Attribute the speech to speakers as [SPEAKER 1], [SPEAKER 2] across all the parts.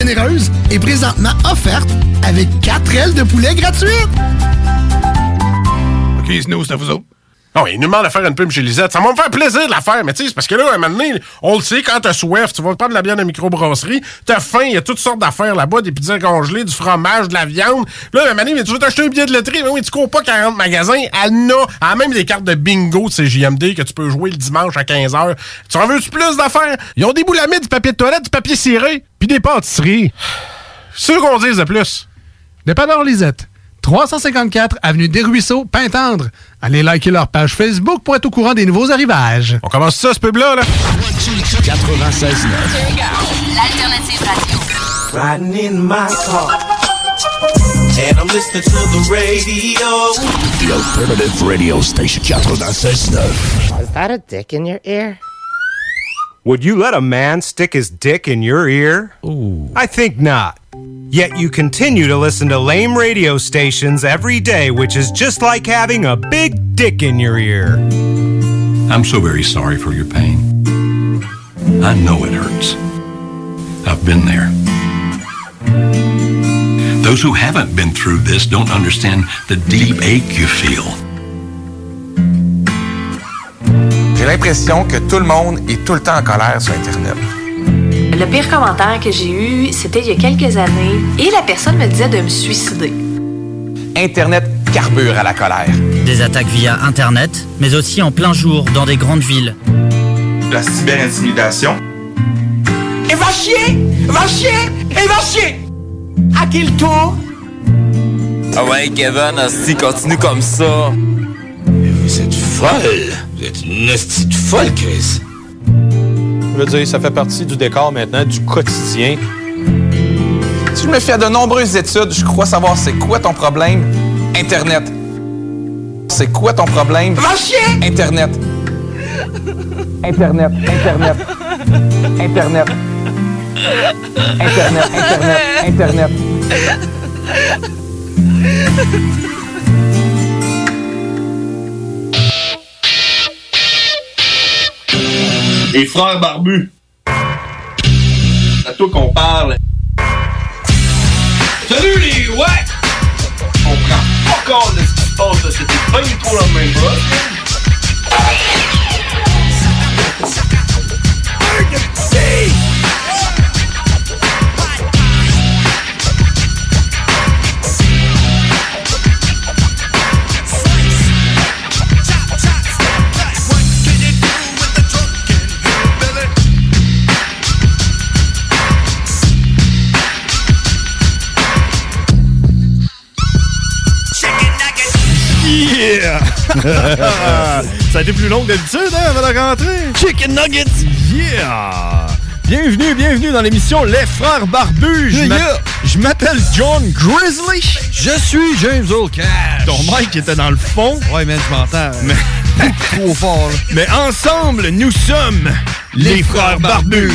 [SPEAKER 1] généreuse est présentement offerte avec 4 ailes de poulet gratuites.
[SPEAKER 2] OK, Snow, c'est à vous autres. Non, il nous demande de faire une pub chez Lisette. Ça va me faire plaisir de la faire, mais tu sais, c'est parce que là, à un moment donné, on le sait, quand t'as soif, tu vas prendre de la bière de microbrasserie, t'as faim, il y a toutes sortes d'affaires là-bas, des pizzas congelées, du fromage, de la viande. Puis Là, à un moment donné, mais tu veux t'acheter un billet de loterie, mais oui, tu cours pas 40 magasins. Elle n'a, elle a même des cartes de bingo de CJMD que tu peux jouer le dimanche à 15h. Tu en veux-tu plus d'affaires? Ils ont des boulamides, du papier de toilette, du papier ciré, puis des pâtisseries. C'est ce qu'on dise de plus.
[SPEAKER 3] Dépanneur Lisette, 354 Avenue des Ruisseaux, Pintendre. Allez liker leur page Facebook pour être au courant des nouveaux arrivages.
[SPEAKER 2] On commence ça, ce pub-là, là?
[SPEAKER 1] 96
[SPEAKER 4] L'alternative radio.
[SPEAKER 5] Riding in my car. And I'm listening to the radio.
[SPEAKER 6] The alternative radio station 969.
[SPEAKER 7] Is that a dick in your ear?
[SPEAKER 8] Would you let a man stick his dick in your ear? I think not. Yet you continue to listen to lame radio stations every day, which is just like having a big dick in your ear.
[SPEAKER 9] I'm so very sorry for your pain. I know it hurts. I've been there. Those who haven't been through this don't understand the deep ache you feel.
[SPEAKER 10] J'ai l'impression que tout le monde est tout le temps en colère sur Internet.
[SPEAKER 11] Le pire commentaire que j'ai eu, c'était il y a quelques années, et la personne me disait de me suicider.
[SPEAKER 10] Internet carbure à la colère.
[SPEAKER 12] Des attaques via Internet, mais aussi en plein jour dans des grandes villes.
[SPEAKER 10] La cyberintimidation.
[SPEAKER 5] Et va chier, va chier, et va chier. À qui le tour
[SPEAKER 10] Ah ouais, Kevin, si continue comme ça.
[SPEAKER 6] Vous êtes folle. Vous êtes une hostie de folle, Chris.
[SPEAKER 13] Je veux dire, ça fait partie du décor maintenant, du quotidien.
[SPEAKER 10] Si je me fie à de nombreuses études, je crois savoir c'est quoi ton problème. Internet. C'est quoi ton problème? Va chier! Internet. Internet, Internet, Internet.
[SPEAKER 5] Internet, internet, internet.
[SPEAKER 14] Les frères barbus. C'est à toi qu'on parle. Salut les ouais! On prend pas compte de ce qui se passe, là. c'était pas du tout la même
[SPEAKER 2] Yeah!
[SPEAKER 15] Ça a été plus long que d'habitude, hein, avant la rentrée. Chicken Nuggets! Yeah! Bienvenue, bienvenue dans l'émission Les Frères Barbus. Je m'a- Je m'appelle John Grizzly. Je suis James O'Cash. Ton mic était dans le fond. Ouais, mais je m'entends. Trop fort, là. Mais ensemble, nous sommes les, Frères Barbus.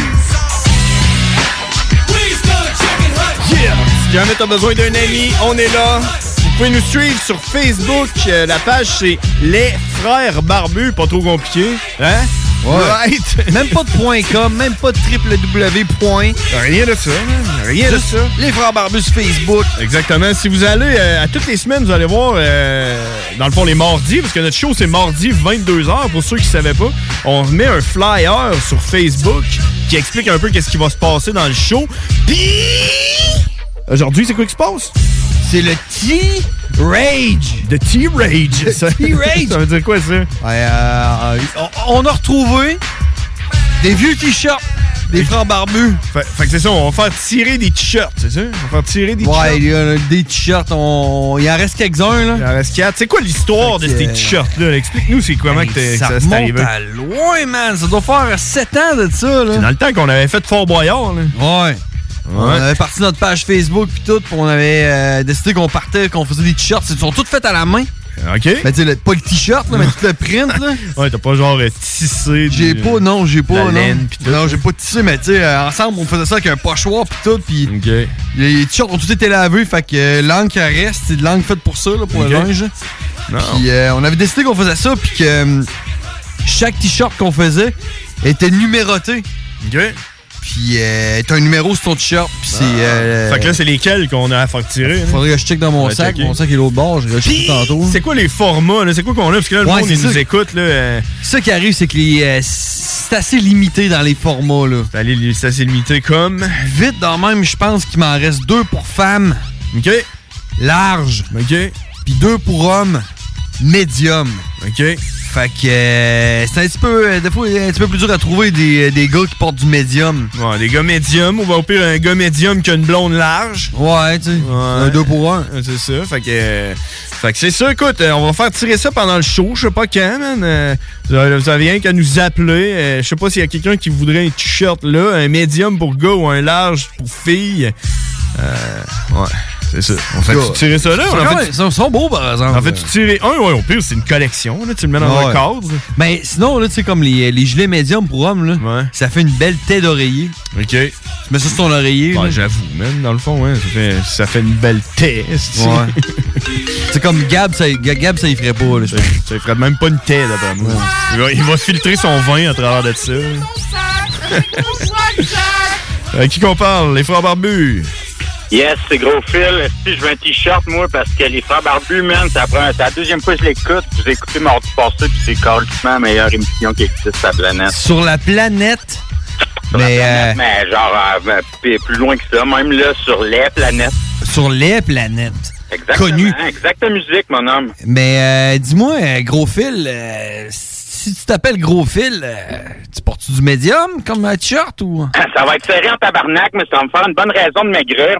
[SPEAKER 15] Yeah! Si jamais t'as besoin d'un ami, on est là. Vous pouvez nous suivre sur Facebook. Euh, la page, c'est Les Frères Barbus. Pas trop compliqué. Hein? Right.
[SPEAKER 16] Même pas de point .com, même pas de www. Point.
[SPEAKER 15] Rien de ça, man. rien de
[SPEAKER 16] Juste
[SPEAKER 15] ça. Les frères Barbus Facebook. Exactement. Si vous allez euh, à toutes les semaines, vous allez voir, euh, dans le fond, les mardis, parce que notre show, c'est mardi 22h. Pour ceux qui ne savaient pas, on remet un flyer sur Facebook qui explique un peu qu'est-ce qui va se passer dans le show. Puis aujourd'hui, c'est quoi qui se passe C'est le T-Rage. The T-Rage.
[SPEAKER 16] Le T-Rage. euh,
[SPEAKER 15] ça veut dire quoi ça
[SPEAKER 16] on, on a retrouvé des vieux t-shirts des frères barbus.
[SPEAKER 15] Fait, fait que c'est ça, on va faire tirer des t-shirts, c'est ça? On va faire tirer des
[SPEAKER 16] Ouais,
[SPEAKER 15] t-shirts.
[SPEAKER 16] il y a des t-shirts, on... il en reste quelques-uns. là.
[SPEAKER 15] Il en reste quatre. C'est quoi l'histoire de
[SPEAKER 16] Fait que,
[SPEAKER 15] ces
[SPEAKER 16] euh,
[SPEAKER 15] t-shirts-là? Explique-nous c'est comment que t'es- que
[SPEAKER 16] ça
[SPEAKER 15] ça s'est
[SPEAKER 16] remonte
[SPEAKER 15] arrivé.
[SPEAKER 16] à loin, man. Ça doit faire 7 ans de ça. Là.
[SPEAKER 15] C'est dans le temps qu'on avait fait Fort Boyard. Là.
[SPEAKER 16] Ouais. On avait parti notre page Facebook puis tout, puis on avait euh, décidé qu'on partait, qu'on faisait des t-shirts. Ils sont tous faits à la main.
[SPEAKER 15] OK.
[SPEAKER 16] Mais tu sais, le- pas le t-shirt, là, mais tout le print, là.
[SPEAKER 15] Ouais, t'as pas genre euh, tissé.
[SPEAKER 16] J'ai
[SPEAKER 15] du-
[SPEAKER 16] pas, non, j'ai pas.
[SPEAKER 15] la
[SPEAKER 16] non,
[SPEAKER 15] laine pis tout,
[SPEAKER 16] non j'ai pas tissé, mais tu sais, euh, ensemble, on faisait ça avec un pochoir pis tout, pis les, les t-shirts ont tout été lavés, fait que euh, l'encre elle reste, c'est de l'encre faite pour ça, là, pour
[SPEAKER 15] Ok.
[SPEAKER 16] le linge. Puis euh, on avait décidé qu'on faisait ça, puis que euh, chaque t-shirt qu'on faisait était numéroté. Puis euh, t'as un numéro sur ton t-shirt, puis c'est. euh,
[SPEAKER 15] Ah. Fait que là, c'est lesquels qu'on a à faire tirer. hein?
[SPEAKER 16] Faudrait que je check dans mon
[SPEAKER 15] Ouais,
[SPEAKER 16] sac,
[SPEAKER 15] checker.
[SPEAKER 16] mon sac est l'autre bord, je vais le checker tantôt.
[SPEAKER 15] C'est quoi les formats? là? C'est quoi qu'on a? Parce que là, le
[SPEAKER 16] Ouais,
[SPEAKER 15] monde,
[SPEAKER 16] c'est
[SPEAKER 15] il
[SPEAKER 16] ça.
[SPEAKER 15] nous écoute. Là, euh,
[SPEAKER 16] Ce qui arrive, c'est que les, euh, c'est assez limité dans les formats. Là.
[SPEAKER 15] C'est allé- C'est assez limité comme.
[SPEAKER 16] Vite, dans le même, je pense qu'il m'en reste deux pour femmes.
[SPEAKER 15] OK.
[SPEAKER 16] Large.
[SPEAKER 15] OK.
[SPEAKER 16] Puis deux pour hommes. Médium.
[SPEAKER 15] OK.
[SPEAKER 16] Fait que euh, c'est un petit peu, euh, des fois, un petit peu plus dur à trouver des, des gars qui portent du médium.
[SPEAKER 15] Ouais, des gars médiums, ou va au pire un gars médium qui a une blonde large.
[SPEAKER 16] Ouais, tu sais.
[SPEAKER 15] Un
[SPEAKER 16] 2 pour 1.
[SPEAKER 15] C'est ça. Fait que, euh, fait que c'est ça, écoute, euh, on va faire tirer ça pendant le show, je sais pas quand, man. Euh, vous avez- vous avez rien qu'à nous appeler. Euh, je sais pas s'il y a quelqu'un qui voudrait un t-shirt là, un médium pour gars ou un large pour fille. Euh, ouais. C'est ça. On fait
[SPEAKER 16] Gars.
[SPEAKER 15] tirer ça là.
[SPEAKER 16] Ils sont
[SPEAKER 15] On
[SPEAKER 16] quand
[SPEAKER 15] en fait,
[SPEAKER 16] même- Ils sont beaux, par exemple.
[SPEAKER 15] en fait tu tirer un, ouais, au pire, c'est une collection, là, tu le mets dans un
[SPEAKER 16] Ah, Ouais.
[SPEAKER 15] cadre.
[SPEAKER 16] Mais sinon, là, tu sais, comme les, les gilets médiums pour hommes, là, ça fait une belle tête d'oreiller.
[SPEAKER 15] OK. Tu
[SPEAKER 16] mets ça sur ton oreiller.
[SPEAKER 15] Ouais,
[SPEAKER 16] là.
[SPEAKER 15] j'avoue, man, dans le fond, ouais, ça fait, ça fait une belle test.
[SPEAKER 16] Ouais. c'est comme Gab, ça, Ga- Gab, ça y ferait pas. Là,
[SPEAKER 15] ça y ferait même pas une tête, d'après moi. Il va- Il va filtrer son vin à travers de ça. À qui qu'on parle? Les frères barbus.
[SPEAKER 17] Yes, c'est gros fil. Si je veux un t-shirt, moi, parce que les frères barbus, man, ça prend. C'est la deuxième fois que je l'écoute. puis J'ai écouté mardi passé, puis c'est carrément la meilleure émission qui existe sur la planète.
[SPEAKER 16] Sur la planète. Mais euh,
[SPEAKER 17] Mais genre, euh, puis plus loin que ça, même là, sur les planètes.
[SPEAKER 16] sur les planètes.
[SPEAKER 17] Exactement.
[SPEAKER 16] Connu.
[SPEAKER 17] Exacte musique, mon homme.
[SPEAKER 16] Mais euh, dis-moi, euh, gros fil, euh, si tu t'appelles gros fil, euh, tu portes du médium comme un t-shirt ou.
[SPEAKER 17] Ça va être serré en tabarnak, mais ça va me faire une bonne raison de maigrir.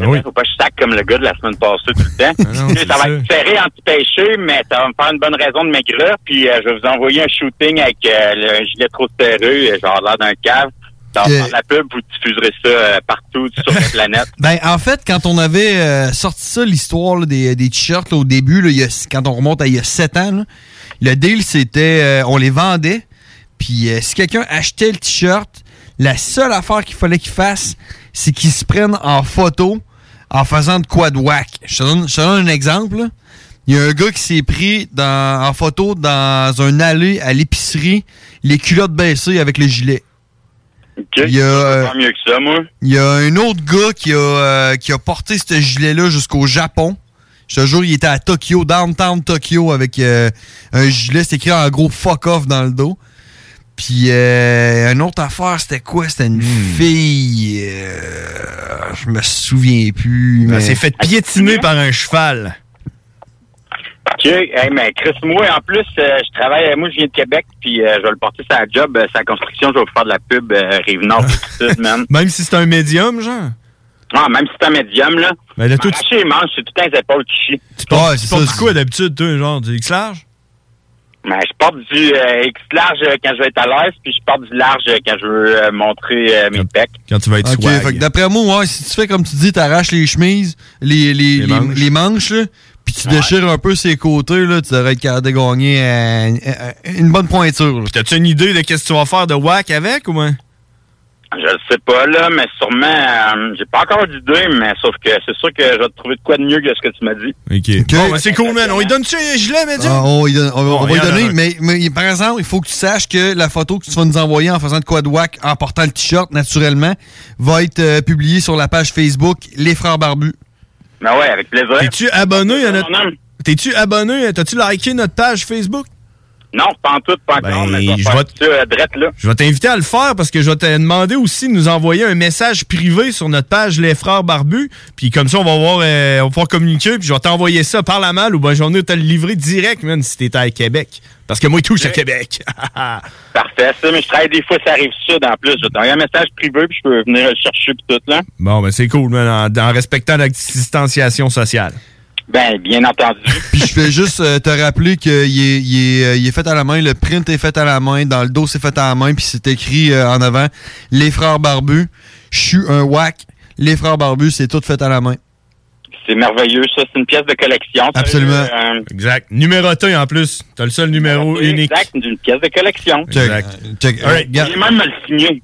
[SPEAKER 15] Oui.
[SPEAKER 17] Faut pas que je sac comme le gars de la semaine passée tout le temps. Tu sais, Ah ça va être serré anti-pêché, mais ça va me faire une bonne raison de maigrir. Puis euh, je vais vous envoyer un shooting avec euh, le- un gilet trop serré, euh, genre l'air d'un cave. Dans
[SPEAKER 16] Euh.
[SPEAKER 17] dans la pub, vous diffuserez ça euh, partout sur la planète.
[SPEAKER 16] Ben, en fait, quand on avait euh, sorti ça, l'histoire là, des, des t-shirts, là, au début, là, il y a- quand on remonte à il y a 7 ans, là, le deal, c'était euh, on les vendait. Puis euh, si quelqu'un achetait le t-shirt, la seule affaire qu'il fallait qu'il fasse, c'est qu'il se prenne en photo en faisant de quoi de whack. Je te donne, je te donne un exemple. là. Il y a un gars qui s'est pris dans- en photo dans un allée à l'épicerie, les culottes baissées avec le gilet. Il y a, euh,
[SPEAKER 17] Pas mieux que ça, moi.
[SPEAKER 16] il y a un autre gars qui a, euh, qui a porté ce gilet-là jusqu'au Japon. Je te jure, il était à Tokyo, downtown Tokyo, avec euh, un gilet, c'est écrit en gros fuck off dans le dos. Puis, euh, une autre affaire, c'était quoi? C'était une
[SPEAKER 15] Hmm.
[SPEAKER 16] fille. euh, je me souviens
[SPEAKER 15] Ben,
[SPEAKER 16] plus.
[SPEAKER 15] Elle
[SPEAKER 16] mais-
[SPEAKER 15] s'est fait piétiner par un cheval.
[SPEAKER 17] OK. Hey, mais Chris, moi, en plus, euh, je travaille, moi, je viens de Québec, puis euh, je vais le porter sur la job, euh, sur la construction, je vais vous faire de la pub euh, Rive-Nord, Rive-Sud, man.
[SPEAKER 15] Même si c'est un médium, genre.
[SPEAKER 17] Ah, même si c'est un médium, là.
[SPEAKER 15] Mais là, toi, tu-
[SPEAKER 17] Arracher les manches, c'est Ben, tout le temps les épaules qui chient.
[SPEAKER 15] Tu portes, tu portes quoi d'habitude, toi, genre du X-Large?
[SPEAKER 17] Mais Ben, je porte du euh, X large euh, quand je veux être à l'aise, puis je porte du large euh, quand je veux euh, montrer euh, mes pecs.
[SPEAKER 15] Quand tu vas être
[SPEAKER 16] Ok,
[SPEAKER 15] swag.
[SPEAKER 16] fait que d'après moi, ouais, si tu fais comme tu dis, t'arraches les chemises, les, les, les- les manches, là, puis tu déchires un peu ses côtés, là, tu devrais être capable de gagner euh, une- une bonne pointure. là.
[SPEAKER 15] T'as-tu une idée de qu'est-ce que tu vas faire de whack avec ou hein? moins?
[SPEAKER 17] Je le sais pas, là, mais sûrement, euh, j'ai pas encore d'idée, mais sauf que c'est sûr que je vais te trouver de quoi de mieux que ce que tu m'as dit.
[SPEAKER 15] OK. Bon, ben, c'est cool, man. On lui donne-tu un gilet, médium?
[SPEAKER 16] Ah, on, y donne- on- on
[SPEAKER 15] Bon,
[SPEAKER 16] va
[SPEAKER 15] il
[SPEAKER 16] y
[SPEAKER 15] y en Oh, a
[SPEAKER 16] donner,
[SPEAKER 15] un.
[SPEAKER 16] mais, mais par exemple, il faut que tu saches que la photo que tu vas nous envoyer en faisant de quoi de whack, en portant le t-shirt naturellement, va être euh, publiée sur la page Facebook Les Frères Barbus.
[SPEAKER 17] Ben ouais, avec plaisir.
[SPEAKER 15] T'es-tu abonné à notre. T'es-tu abonné? T'as-tu liké notre page Facebook?
[SPEAKER 17] Non, pas en tout, pas encore, mais je vais
[SPEAKER 15] je
[SPEAKER 17] faire
[SPEAKER 15] vais
[SPEAKER 17] ça euh, drette, là.
[SPEAKER 15] Je vais t'inviter à le faire parce que je vais te demander aussi de nous envoyer un message privé sur notre page Les Frères Barbus. Puis comme ça, on va voir, euh, on va pouvoir communiquer. Puis je vais t'envoyer ça par la malle ou ben j'en ai te le livrer direct, man, si t'étais à Québec. Parce que moi, il touche à Québec. Ah.
[SPEAKER 17] Parfait, ça, mais je travaille des fois, ça arrive sud en plus. Je vais t'envoyer un message privé, puis je peux venir le chercher, puis tout, là.
[SPEAKER 15] bon, ben c'est cool, man, en, en respectant la distanciation sociale.
[SPEAKER 17] Ben, bien entendu.
[SPEAKER 16] Puis je fais juste euh, te rappeler qu'il est, il est, euh, il est fait à la main, le print est fait à la main, dans le dos c'est fait à la main, puis c'est écrit euh, en avant Les frères barbus, je suis un whack, les frères barbus, c'est tout fait à la main.
[SPEAKER 17] C'est merveilleux, ça. C'est une pièce de collection. ça,
[SPEAKER 16] Absolument.
[SPEAKER 17] euh,
[SPEAKER 15] Exact. Numéroté en plus. T'as le seul numéro unique.
[SPEAKER 17] exact, une pièce de collection.
[SPEAKER 16] Exact. Check.
[SPEAKER 17] All right, J'ai même le signer.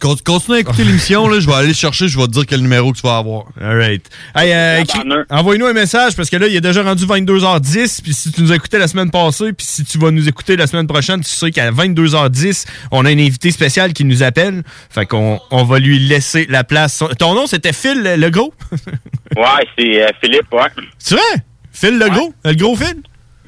[SPEAKER 16] Con- Continue à écouter l'émission, là, je vais aller chercher, je vais te dire quel numéro que tu vas avoir.
[SPEAKER 15] All right. Hey, euh, écris- envoie-nous un message parce que là, il est déjà rendu 22h10. Puis si tu nous écoutais la semaine passée, puis si tu vas nous écouter la semaine prochaine, tu sais qu'à 22h10, on a un invité spécial qui nous appelle. Fait qu'on on va lui laisser la place. Ton nom, c'était Phil euh, Legros?
[SPEAKER 17] Ouais, c'est euh, Philippe, ouais.
[SPEAKER 15] C'est vrai? Phil Legros? Le gros Phil?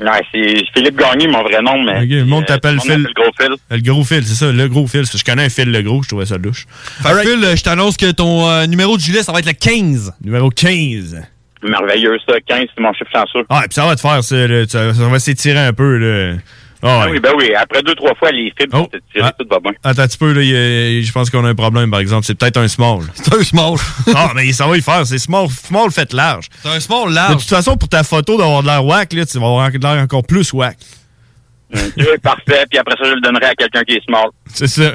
[SPEAKER 17] Ouais, c'est Philippe Gagné, mon vrai nom, mais.
[SPEAKER 15] Ok, le monde t'appelle
[SPEAKER 17] tout Euh, le
[SPEAKER 15] Phil. Euh,
[SPEAKER 17] monde m'appelle Gros Phil.
[SPEAKER 15] Le gros Phil, c'est ça, le gros Phil. Je connais un Phil le gros, je trouvais ça louche.
[SPEAKER 16] Fait que Phil, euh, je t'annonce que ton euh, numéro de gilet, ça va être le 15.
[SPEAKER 15] Numéro 15.
[SPEAKER 17] Merveilleux, ça. 15, c'est mon chiffre chanceux.
[SPEAKER 15] Ah, et puis ça va te faire, ça. là. Ça- ça va s'étirer un peu,
[SPEAKER 17] Ah
[SPEAKER 15] là. Ah, ouais. Oh. Ah,
[SPEAKER 17] oui, ben oui. Après deux, trois fois, les fibres, vont se tirer, tout va bien.
[SPEAKER 15] Attends un petit peu, là, il y a- je pense qu'on a un problème, par exemple. C'est peut-être un small. C'est un small. ah, mais ça va y faire. C'est small, small fait large.
[SPEAKER 16] C'est un small
[SPEAKER 15] De toute façon, pour ta photo d'avoir de l'air whack, là, tu vas avoir de l'air encore plus whack.
[SPEAKER 17] Ok, parfait. Puis après ça, je le donnerai à quelqu'un qui est small.
[SPEAKER 15] C'est ça.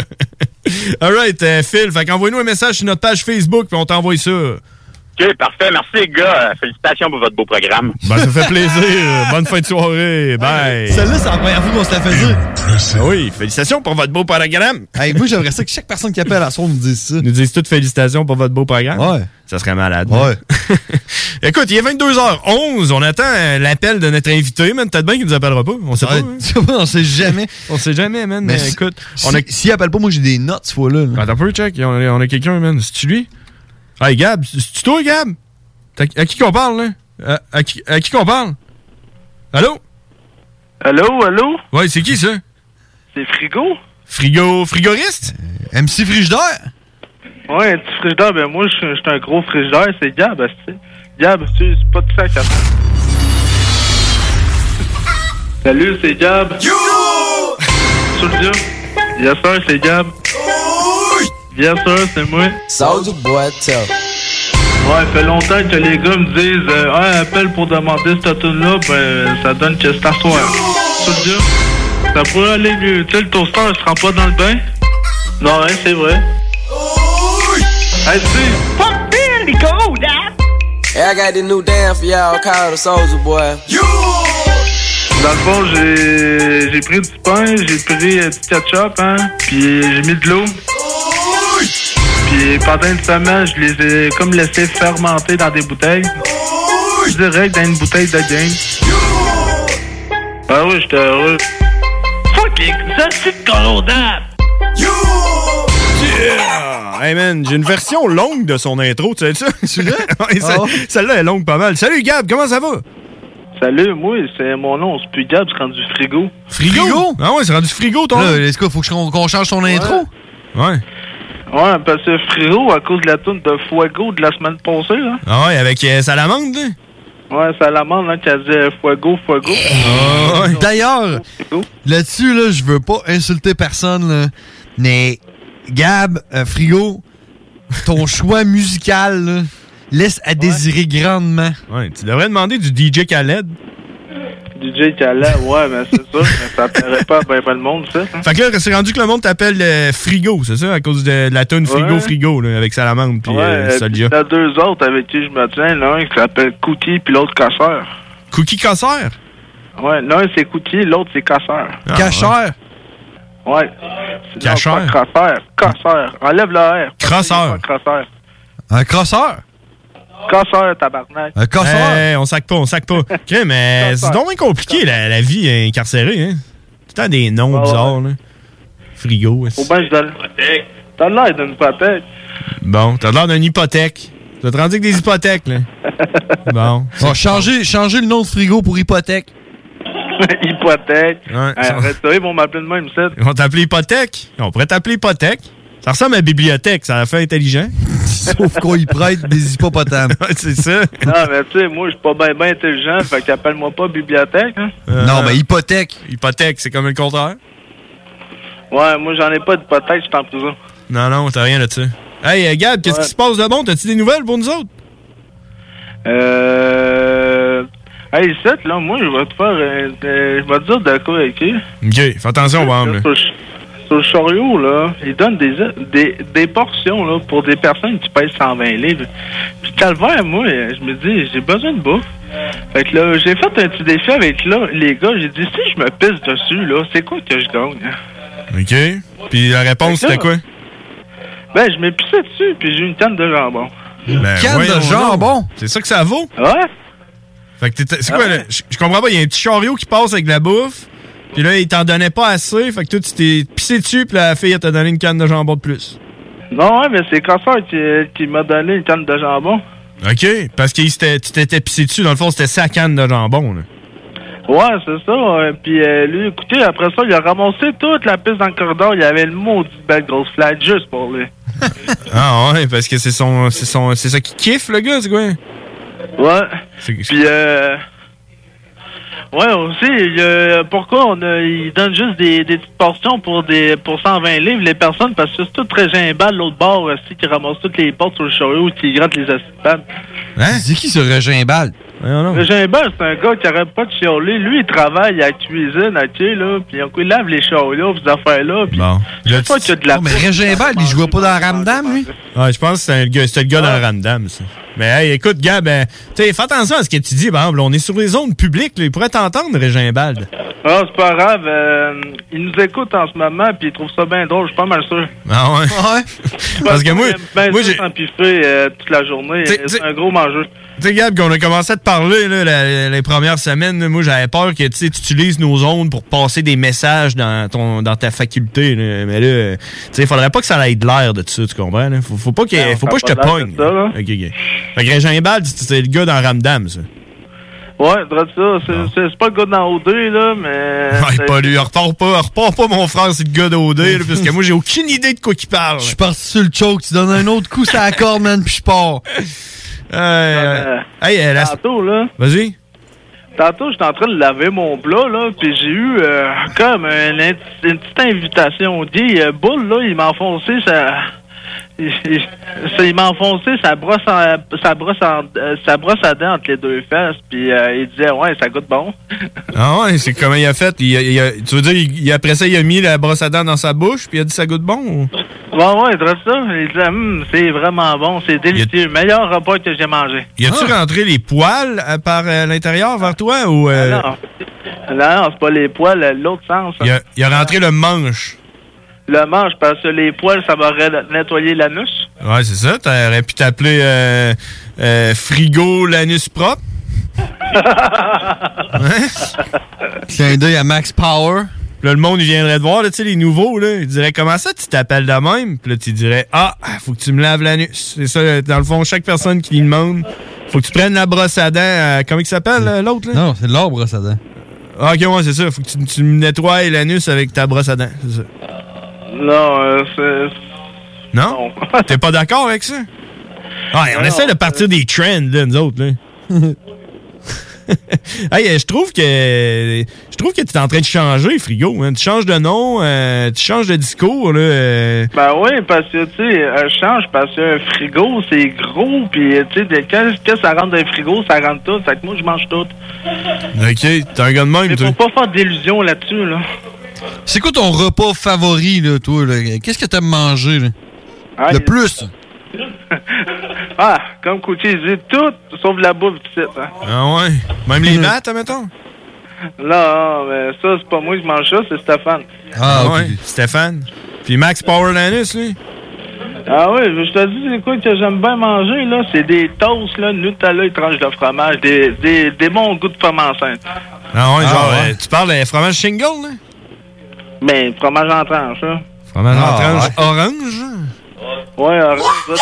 [SPEAKER 15] All right, euh, Phil, fait qu'envoie-nous un message sur notre page Facebook, puis on t'envoie ça.
[SPEAKER 17] OK, parfait. Merci, les gars. Euh, Félicitations pour votre beau programme.
[SPEAKER 15] Ben, ça fait plaisir. Bonne fin de soirée. Bye. Ah
[SPEAKER 16] Celle-là, c'est la première fois qu'on se la fait dire.
[SPEAKER 15] Oui, félicitations pour votre beau programme.
[SPEAKER 16] Hey, moi, j'aimerais ça que chaque personne qui appelle à soi me dise ça.
[SPEAKER 15] Nous disent toutes félicitations pour votre beau programme.
[SPEAKER 16] Ouais.
[SPEAKER 15] Ça serait malade. hein. Ouais. Écoute, il est 22h11. On attend euh, l'appel de notre invité, man. Peut-être bien qu'il nous appellera pas. On sait pas. hein.
[SPEAKER 16] on sait jamais.
[SPEAKER 15] On sait jamais, man. Mais
[SPEAKER 16] si-
[SPEAKER 15] écoute,
[SPEAKER 16] si-
[SPEAKER 15] on a-
[SPEAKER 16] s'il appelle pas, moi, j'ai des notes, cette fois-là. là.
[SPEAKER 15] Attends un peu, check. On a, on a quelqu'un, man. C'est-tu lui? Hey, Gab, c'est-tu toi, Gab? T'as- À qui qu'on parle, là? À, à qui, à qui qu'on parle? Allô?
[SPEAKER 6] Allô, allô?
[SPEAKER 15] Ouais, c'est qui, ça?
[SPEAKER 6] C'est frigo?
[SPEAKER 15] Frigo, frigoriste? MC Frigidaire?
[SPEAKER 6] Ouais, un petit frigidaire, ben moi, je suis- je suis un gros frigidaire, c'est Gab, asti. Gab, tu c'est pas de sac à Salut, c'est Gab. Yo! Studio. Yes, sir, c'est Gab. Yes, sir, c'est moi. Sors du boîte, Ouais, fait longtemps que les gars me disent euh, Ah, appelle pour demander cette tune-là, ben ça donne que c'est à soir. Studio. Ça pourrait aller mieux. Tu sais, le toaster, il se rend pas dans le bain? Non, hein, c'est vrai. Hey, Steve.
[SPEAKER 18] Fuck Billy Go, Dad. Hey, I got this new dance for y'all called the Soldier Boy. You.
[SPEAKER 6] Dans le fond, j'ai j'ai pris du pain, j'ai pris euh, du ketchup, hein, puis j'ai mis de l'eau. Puis pendant une semaine, je les ai comme laissé fermenter dans des bouteilles. Direct dans une bouteille de game. Ah oui, j'étais heureux.
[SPEAKER 18] Fucking Justin Go, Dad. You.
[SPEAKER 15] Yeah! Ah, Hey man, j'ai une version longue de son intro, tu sais ça? Ouais, ça-
[SPEAKER 6] Ah ouais?
[SPEAKER 15] Celle-là est longue pas mal. Salut Gab, comment ça va?
[SPEAKER 6] Salut, moi, c'est mon nom, c'est plus Gab, c'est rendu frigo.
[SPEAKER 15] Frigo? Ah ouais, c'est rendu frigo ton
[SPEAKER 16] Là, est-ce qu'il faut que je- qu'on qu'on change ton intro?
[SPEAKER 15] Ouais.
[SPEAKER 6] Ouais, parce que frigo, à cause de la toune de Fuego de la semaine passée, là.
[SPEAKER 15] Ah ouais, avec euh, Salamande, là?
[SPEAKER 6] Ouais, c'est à l'amende, là, qui a dit euh, Fuego, Fuego.
[SPEAKER 16] Ah,
[SPEAKER 15] Euh,
[SPEAKER 16] D'ailleurs, là-dessus, là, je veux pas insulter personne, là, mais Gab, euh, Frigo, ton choix musical là, laisse à désirer grandement.
[SPEAKER 15] Ouais, tu devrais demander du DJ Khaled.
[SPEAKER 6] DJ Khaled, ouais, mais c'est ça, mais ça plairait pas à ben, ben le monde, ça.
[SPEAKER 15] Fait que là, c'est rendu que le monde t'appelle euh, Frigo, c'est ça? À cause de, de la tonne Frigo
[SPEAKER 6] Ouais.
[SPEAKER 15] Frigo, là, avec Salamande puis
[SPEAKER 6] ouais,
[SPEAKER 15] euh,
[SPEAKER 6] euh,
[SPEAKER 15] Soldier.
[SPEAKER 6] puis t'as deux autres avec qui je me tiens, l'un qui s'appelle Cookie, puis l'autre Casseur.
[SPEAKER 15] Cookie Casseur?
[SPEAKER 6] Ouais, l'un c'est Cookie, l'autre c'est Casseur.
[SPEAKER 15] Ah,
[SPEAKER 16] Ah.
[SPEAKER 15] Cacheur?
[SPEAKER 6] Ouais.
[SPEAKER 15] Cacheur?
[SPEAKER 6] Casseur, Casseur. Enlève le R.
[SPEAKER 15] Crosseur.
[SPEAKER 6] Casseur.
[SPEAKER 16] Un crosseur?
[SPEAKER 6] Casseur, tabarnak.
[SPEAKER 16] Un casseur?
[SPEAKER 15] Hey, Eh, on sac pas, on sac pas. Ok, mais c'est donc bien compliqué la, la vie incarcérée, hein? Tout le temps des noms
[SPEAKER 6] Ah ouais.
[SPEAKER 15] bizarres, là. Frigo, est-ce-
[SPEAKER 6] Au ben, je donne. T'as l'air d'une protèque.
[SPEAKER 15] Bon, t'as l'air d'une hypothèque. Tu vas te rendre avec des hypothèques, là. Bon.
[SPEAKER 16] Bon, changer, changer le nom de Frigo pour hypothèque.
[SPEAKER 6] Hypothèque.
[SPEAKER 15] Ouais,
[SPEAKER 6] Euh,
[SPEAKER 15] ça-
[SPEAKER 6] reste- oui, ils vont m'appeler de même, c'est.
[SPEAKER 15] Ils vont t'appeler hypothèque. On pourrait t'appeler hypothèque. Ça ressemble à bibliothèque, ça a fait intelligent. Sauf qu'on y prête des hippopotames. c'est ça.
[SPEAKER 6] Non, mais tu sais, moi, je suis pas bien ben intelligent, fait qu'appelle-moi pas bibliothèque. hein.
[SPEAKER 15] non, mais hypothèque. Euh, Hypothèque, c'est comme le contraire.
[SPEAKER 6] Ouais, moi, j'en ai pas d'hypothèque, je suis en prison.
[SPEAKER 15] Non, non, t'as rien là-dessus. Hey, euh, Gab, qu'est-ce
[SPEAKER 6] Ouais.
[SPEAKER 15] qui se passe de bon? T'as-tu des nouvelles pour nous autres?
[SPEAKER 6] Euh. Hey, Seth, là, moi, je vais te faire. euh, euh, je vais te dire de quoi, ok?
[SPEAKER 15] OK, fais attention, Bam. là.
[SPEAKER 6] Sur, sur le chariot, là, ils donnent des, des, des portions là, pour des personnes qui pèsent 120 livres. Puis calvaire, moi, euh, je me dis, j'ai besoin de bouffe. Fait que là, j'ai fait un petit défi avec là, les gars. J'ai dit, si je me pisse dessus, là, c'est quoi que je gagne?
[SPEAKER 15] OK. Puis la réponse,
[SPEAKER 6] Fait que
[SPEAKER 15] c'était quoi?
[SPEAKER 6] là- Ben, je me pissais dessus, puis j'ai eu une canne de jambon.
[SPEAKER 15] Ben, voyons donc. C'est ça que ça vaut?
[SPEAKER 6] Ouais.
[SPEAKER 15] Fait que t'étais- c'est quoi, là? Je je comprends pas, il y a un petit chariot qui passe avec de la bouffe, puis là, il t'en donnait pas assez, fait que toi, tu t'es pissé dessus, puis la fille, elle t'a donné une canne de jambon de plus.
[SPEAKER 6] Non, ouais, mais c'est Cossard qui, qui m'a donné une canne de jambon.
[SPEAKER 15] OK, parce que il s'était- tu t'étais pissé dessus, dans le fond, c'était sa canne de jambon, là.
[SPEAKER 6] Ouais, c'est ça. ouais. Puis euh, lui, écoutez, après ça, il a ramassé toute la piste dans le corridor. Il y avait le maudit belle grosse flat juste pour lui.
[SPEAKER 15] Ah ouais, parce que c'est son, c'est son, c'est ça qui kiffe, le gars, c'est quoi?
[SPEAKER 6] Ouais. Puis, euh... Ouais, aussi, il, euh, pourquoi on a, il donne juste des, des petites portions pour des pour 120 livres les personnes parce que c'est tout très gimbal l'autre bord aussi qui ramasse toutes les portes sur le chariot qui gratte les assistants.
[SPEAKER 15] Hein?
[SPEAKER 16] C'est qui ce regimbal?
[SPEAKER 6] Le gimbal, c'est un gars qui arrête pas de chialer. Lui, il travaille à la cuisine, ok, là, puis donc, il lave les chariots, ces affaires-là, puis
[SPEAKER 15] Bon.
[SPEAKER 6] je sais pas qu'il y a de la
[SPEAKER 15] mais Regimbal, il jouait pas dans Ramdam, lui? Ah. Ouais, je pense que c'était le gars, c'était le gars dans Ramdam, ça. Mais hey, écoute, Gab, ben, tu sais, fais attention à ce que tu dis, par exemple, on est sur les zones publiques, là, il pourrait t'entendre, Regimbal.
[SPEAKER 6] Ah, c'est pas grave. euh, il nous écoute en ce moment, puis il trouve ça bien drôle, je suis pas mal sûr.
[SPEAKER 15] Ah ouais? Parce que moi, moi, j'ai-
[SPEAKER 6] s'empiffrer euh, toute la journée.
[SPEAKER 15] T'sais-
[SPEAKER 6] C'est un gros mangeur.
[SPEAKER 15] Tu sais, Gab, qu'on a commencé à te parler là, la- les premières semaines, là, moi, j'avais peur que tu sais, tu utilises nos ondes pour passer des messages dans, ton, dans ta faculté. là. Mais là, tu sais, faudrait pas que ça aille de l'air de ça, tu comprends? Là? Faut, faut pas, qu'il-
[SPEAKER 6] Ouais, on
[SPEAKER 15] faut pas que je
[SPEAKER 6] parle
[SPEAKER 15] te
[SPEAKER 6] pas
[SPEAKER 15] pogne.
[SPEAKER 6] de ça, là.
[SPEAKER 15] Ok, ok. Fait que Régimbal, c'est- c'est le gars dans Ramdam, ça.
[SPEAKER 6] Ouais, droit de ça. C'est- C'est c'est pas le gars dans O2, là, mais.
[SPEAKER 15] Ouais, pas lui. Repars pas, repars pas, mon frère, c'est le gars d'OD, là, parce que moi, j'ai aucune idée de quoi qu'il parle.
[SPEAKER 16] Je suis parti sur le choke, tu donnes un autre coup, ça accorde, man, puis je pars.
[SPEAKER 15] Euh, hey, euh, la-
[SPEAKER 6] Tantôt, là.
[SPEAKER 15] Vas-y.
[SPEAKER 6] Tantôt, j'étais en train de laver mon plat, là, puis j'ai eu euh, comme un in- une, petite invitation. Dit, euh, Bull, là, il m'a enfoncé sa... Il, il- ça- il m'a enfoncé sa brosse, en- sa, brosse en- euh, sa brosse à dents entre les deux fesses, puis euh, il disait, ouais, ça goûte bon.
[SPEAKER 15] Ah ouais, c'est comment il a fait? Il a- il a- tu veux dire, il- il- après ça, il a mis la brosse à dents dans sa bouche, puis il a dit ça goûte bon? Ou...
[SPEAKER 6] Ouais, ouais, il dirait ça. Il disait, Hum, c'est vraiment bon, c'est délicieux. Meilleur repas que j'ai mangé.
[SPEAKER 15] Y a-tu
[SPEAKER 6] Ah.
[SPEAKER 15] rentré les poils euh, par euh, l'intérieur vers toi ou euh,
[SPEAKER 6] Non, Ah non, c'est pas les poils, euh, l'autre sens.
[SPEAKER 15] y a, y a rentré le manche?
[SPEAKER 6] Le manche, parce que les poils, ça va re- nettoyer l'anus.
[SPEAKER 15] Ouais, c'est ça. T'aurais pu t'appeler euh, euh, frigo l'anus propre. Clin d'œil à Max Power. Là, le monde, il viendrait te voir, là, tu sais, les nouveaux, là. Ils diraient, comment ça, tu t'appelles de même? Puis là, tu dirais, ah, faut que tu me laves l'anus. C'est ça, là, dans le fond, chaque personne qui demande, faut que tu prennes la brosse à dents. euh, comment il s'appelle, euh, l'autre, là?
[SPEAKER 16] Non, c'est de l'arbre, ça, dedans.
[SPEAKER 15] Ah, ok, ouais, c'est ça. Faut que tu, tu me nettoies l'anus avec ta brosse à dents. C'est ça.
[SPEAKER 6] Non, euh, c'est.
[SPEAKER 15] Non? T'es pas d'accord avec ça? Ouais, on
[SPEAKER 6] Non,
[SPEAKER 15] essaie de partir des trends, là, nous autres, là. hey, euh, je trouve que je trouve que t'es en train de changer, frigo. hein. Tu changes de nom, euh, tu changes de discours, là. euh.
[SPEAKER 6] Ben oui, parce que, tu sais, un change, parce qu'un frigo, c'est gros, puis, euh, tu sais, de- quand, quand ça rentre dans un frigo, ça rentre tout. Fait que moi, je mange tout.
[SPEAKER 15] Ok, t'es un gars de même, toi.
[SPEAKER 6] Faut pas faire d'illusions là-dessus, là.
[SPEAKER 16] C'est quoi ton repas favori, là, toi? là? Qu'est-ce que t'aimes manger, là?
[SPEAKER 6] Ah,
[SPEAKER 16] le
[SPEAKER 6] il-
[SPEAKER 16] plus?
[SPEAKER 6] Ah, comme Cookie dit, tout, sauf la bouffe, tu sais. hein.
[SPEAKER 15] Ah ouais? Même les maths, admettons?
[SPEAKER 6] Non, mais ça, c'est pas moi qui mange ça, c'est Stéphane.
[SPEAKER 15] Ah, ouais. Stéphane. Puis Max Power l'anus, lui.
[SPEAKER 6] Ah oui, je te dis, c'est quoi que j'aime bien manger, là? C'est des toasts, là, Nutella et tranches de fromage, des, des, des bons goûts de femme enceinte.
[SPEAKER 15] Ah ouais,
[SPEAKER 6] Ah
[SPEAKER 15] genre,
[SPEAKER 6] ouais.
[SPEAKER 15] euh, tu parles de fromage shingle, là?
[SPEAKER 6] Mais fromage en tranche, là.
[SPEAKER 15] Fromage
[SPEAKER 6] Ah
[SPEAKER 15] en tranche
[SPEAKER 6] ouais.
[SPEAKER 15] orange?
[SPEAKER 6] Ouais, arrête ça.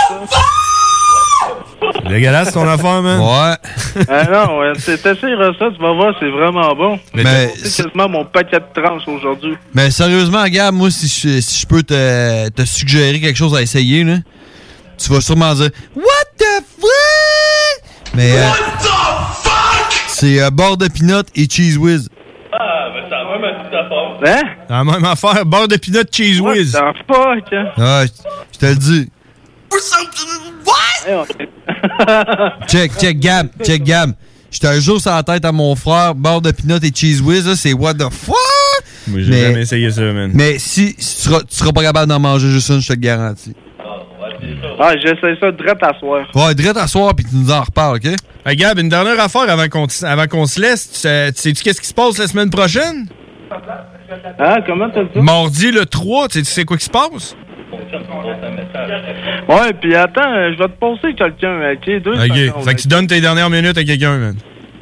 [SPEAKER 15] Dégueulasse ton affaire, man.
[SPEAKER 16] Ouais.
[SPEAKER 6] Ah non, ouais, c'est- t'essayeras ça, tu vas voir, c'est vraiment bon.
[SPEAKER 16] Mais
[SPEAKER 6] Mais
[SPEAKER 16] t'as-
[SPEAKER 6] c'est quasiment mon paquet de tranches aujourd'hui.
[SPEAKER 16] Mais sérieusement, Gab, moi, si je, si je peux te, te suggérer quelque chose à essayer, là, tu vas sûrement dire What the fuck? Mais. euh, C'est euh, beurre de peanut et cheese whiz.
[SPEAKER 5] Ah, mais ça va même tout à part.
[SPEAKER 6] Hein?
[SPEAKER 15] La même affaire, beurre de peanut cheese whiz.
[SPEAKER 6] fuck, hein?
[SPEAKER 16] Ah, je- je te le dis.
[SPEAKER 5] Or something. What?
[SPEAKER 16] Check, check, Gab, check, Gab. J'étais un jour sur la tête à mon frère, beurre de peanut et cheese whiz, là, c'est what the fuck?
[SPEAKER 15] Moi, j'ai
[SPEAKER 16] Mais-
[SPEAKER 15] jamais essayé ça, man.
[SPEAKER 16] Mais si, si tu, seras, tu seras pas capable d'en manger juste une, je te le garantis.
[SPEAKER 6] Ah, j'essaie ça direct à soir.
[SPEAKER 16] Ouais, direct à soir, puis tu nous en reparles, OK?
[SPEAKER 15] Hey, Gab, une dernière affaire avant qu'on t- avant qu'on se laisse. Tu sais- tu sais-tu qu'est-ce qui se passe la semaine prochaine?
[SPEAKER 6] Hein, comment t'as dit ça?
[SPEAKER 15] Mardi le 3, tu sais- tu sais quoi qui se passe?
[SPEAKER 6] Ouais, puis attends, euh, je vais te poser quelqu'un, ok? Deux
[SPEAKER 15] Ok,
[SPEAKER 6] secondes,
[SPEAKER 15] fait que tu donnes tes dernières minutes à quelqu'un, man.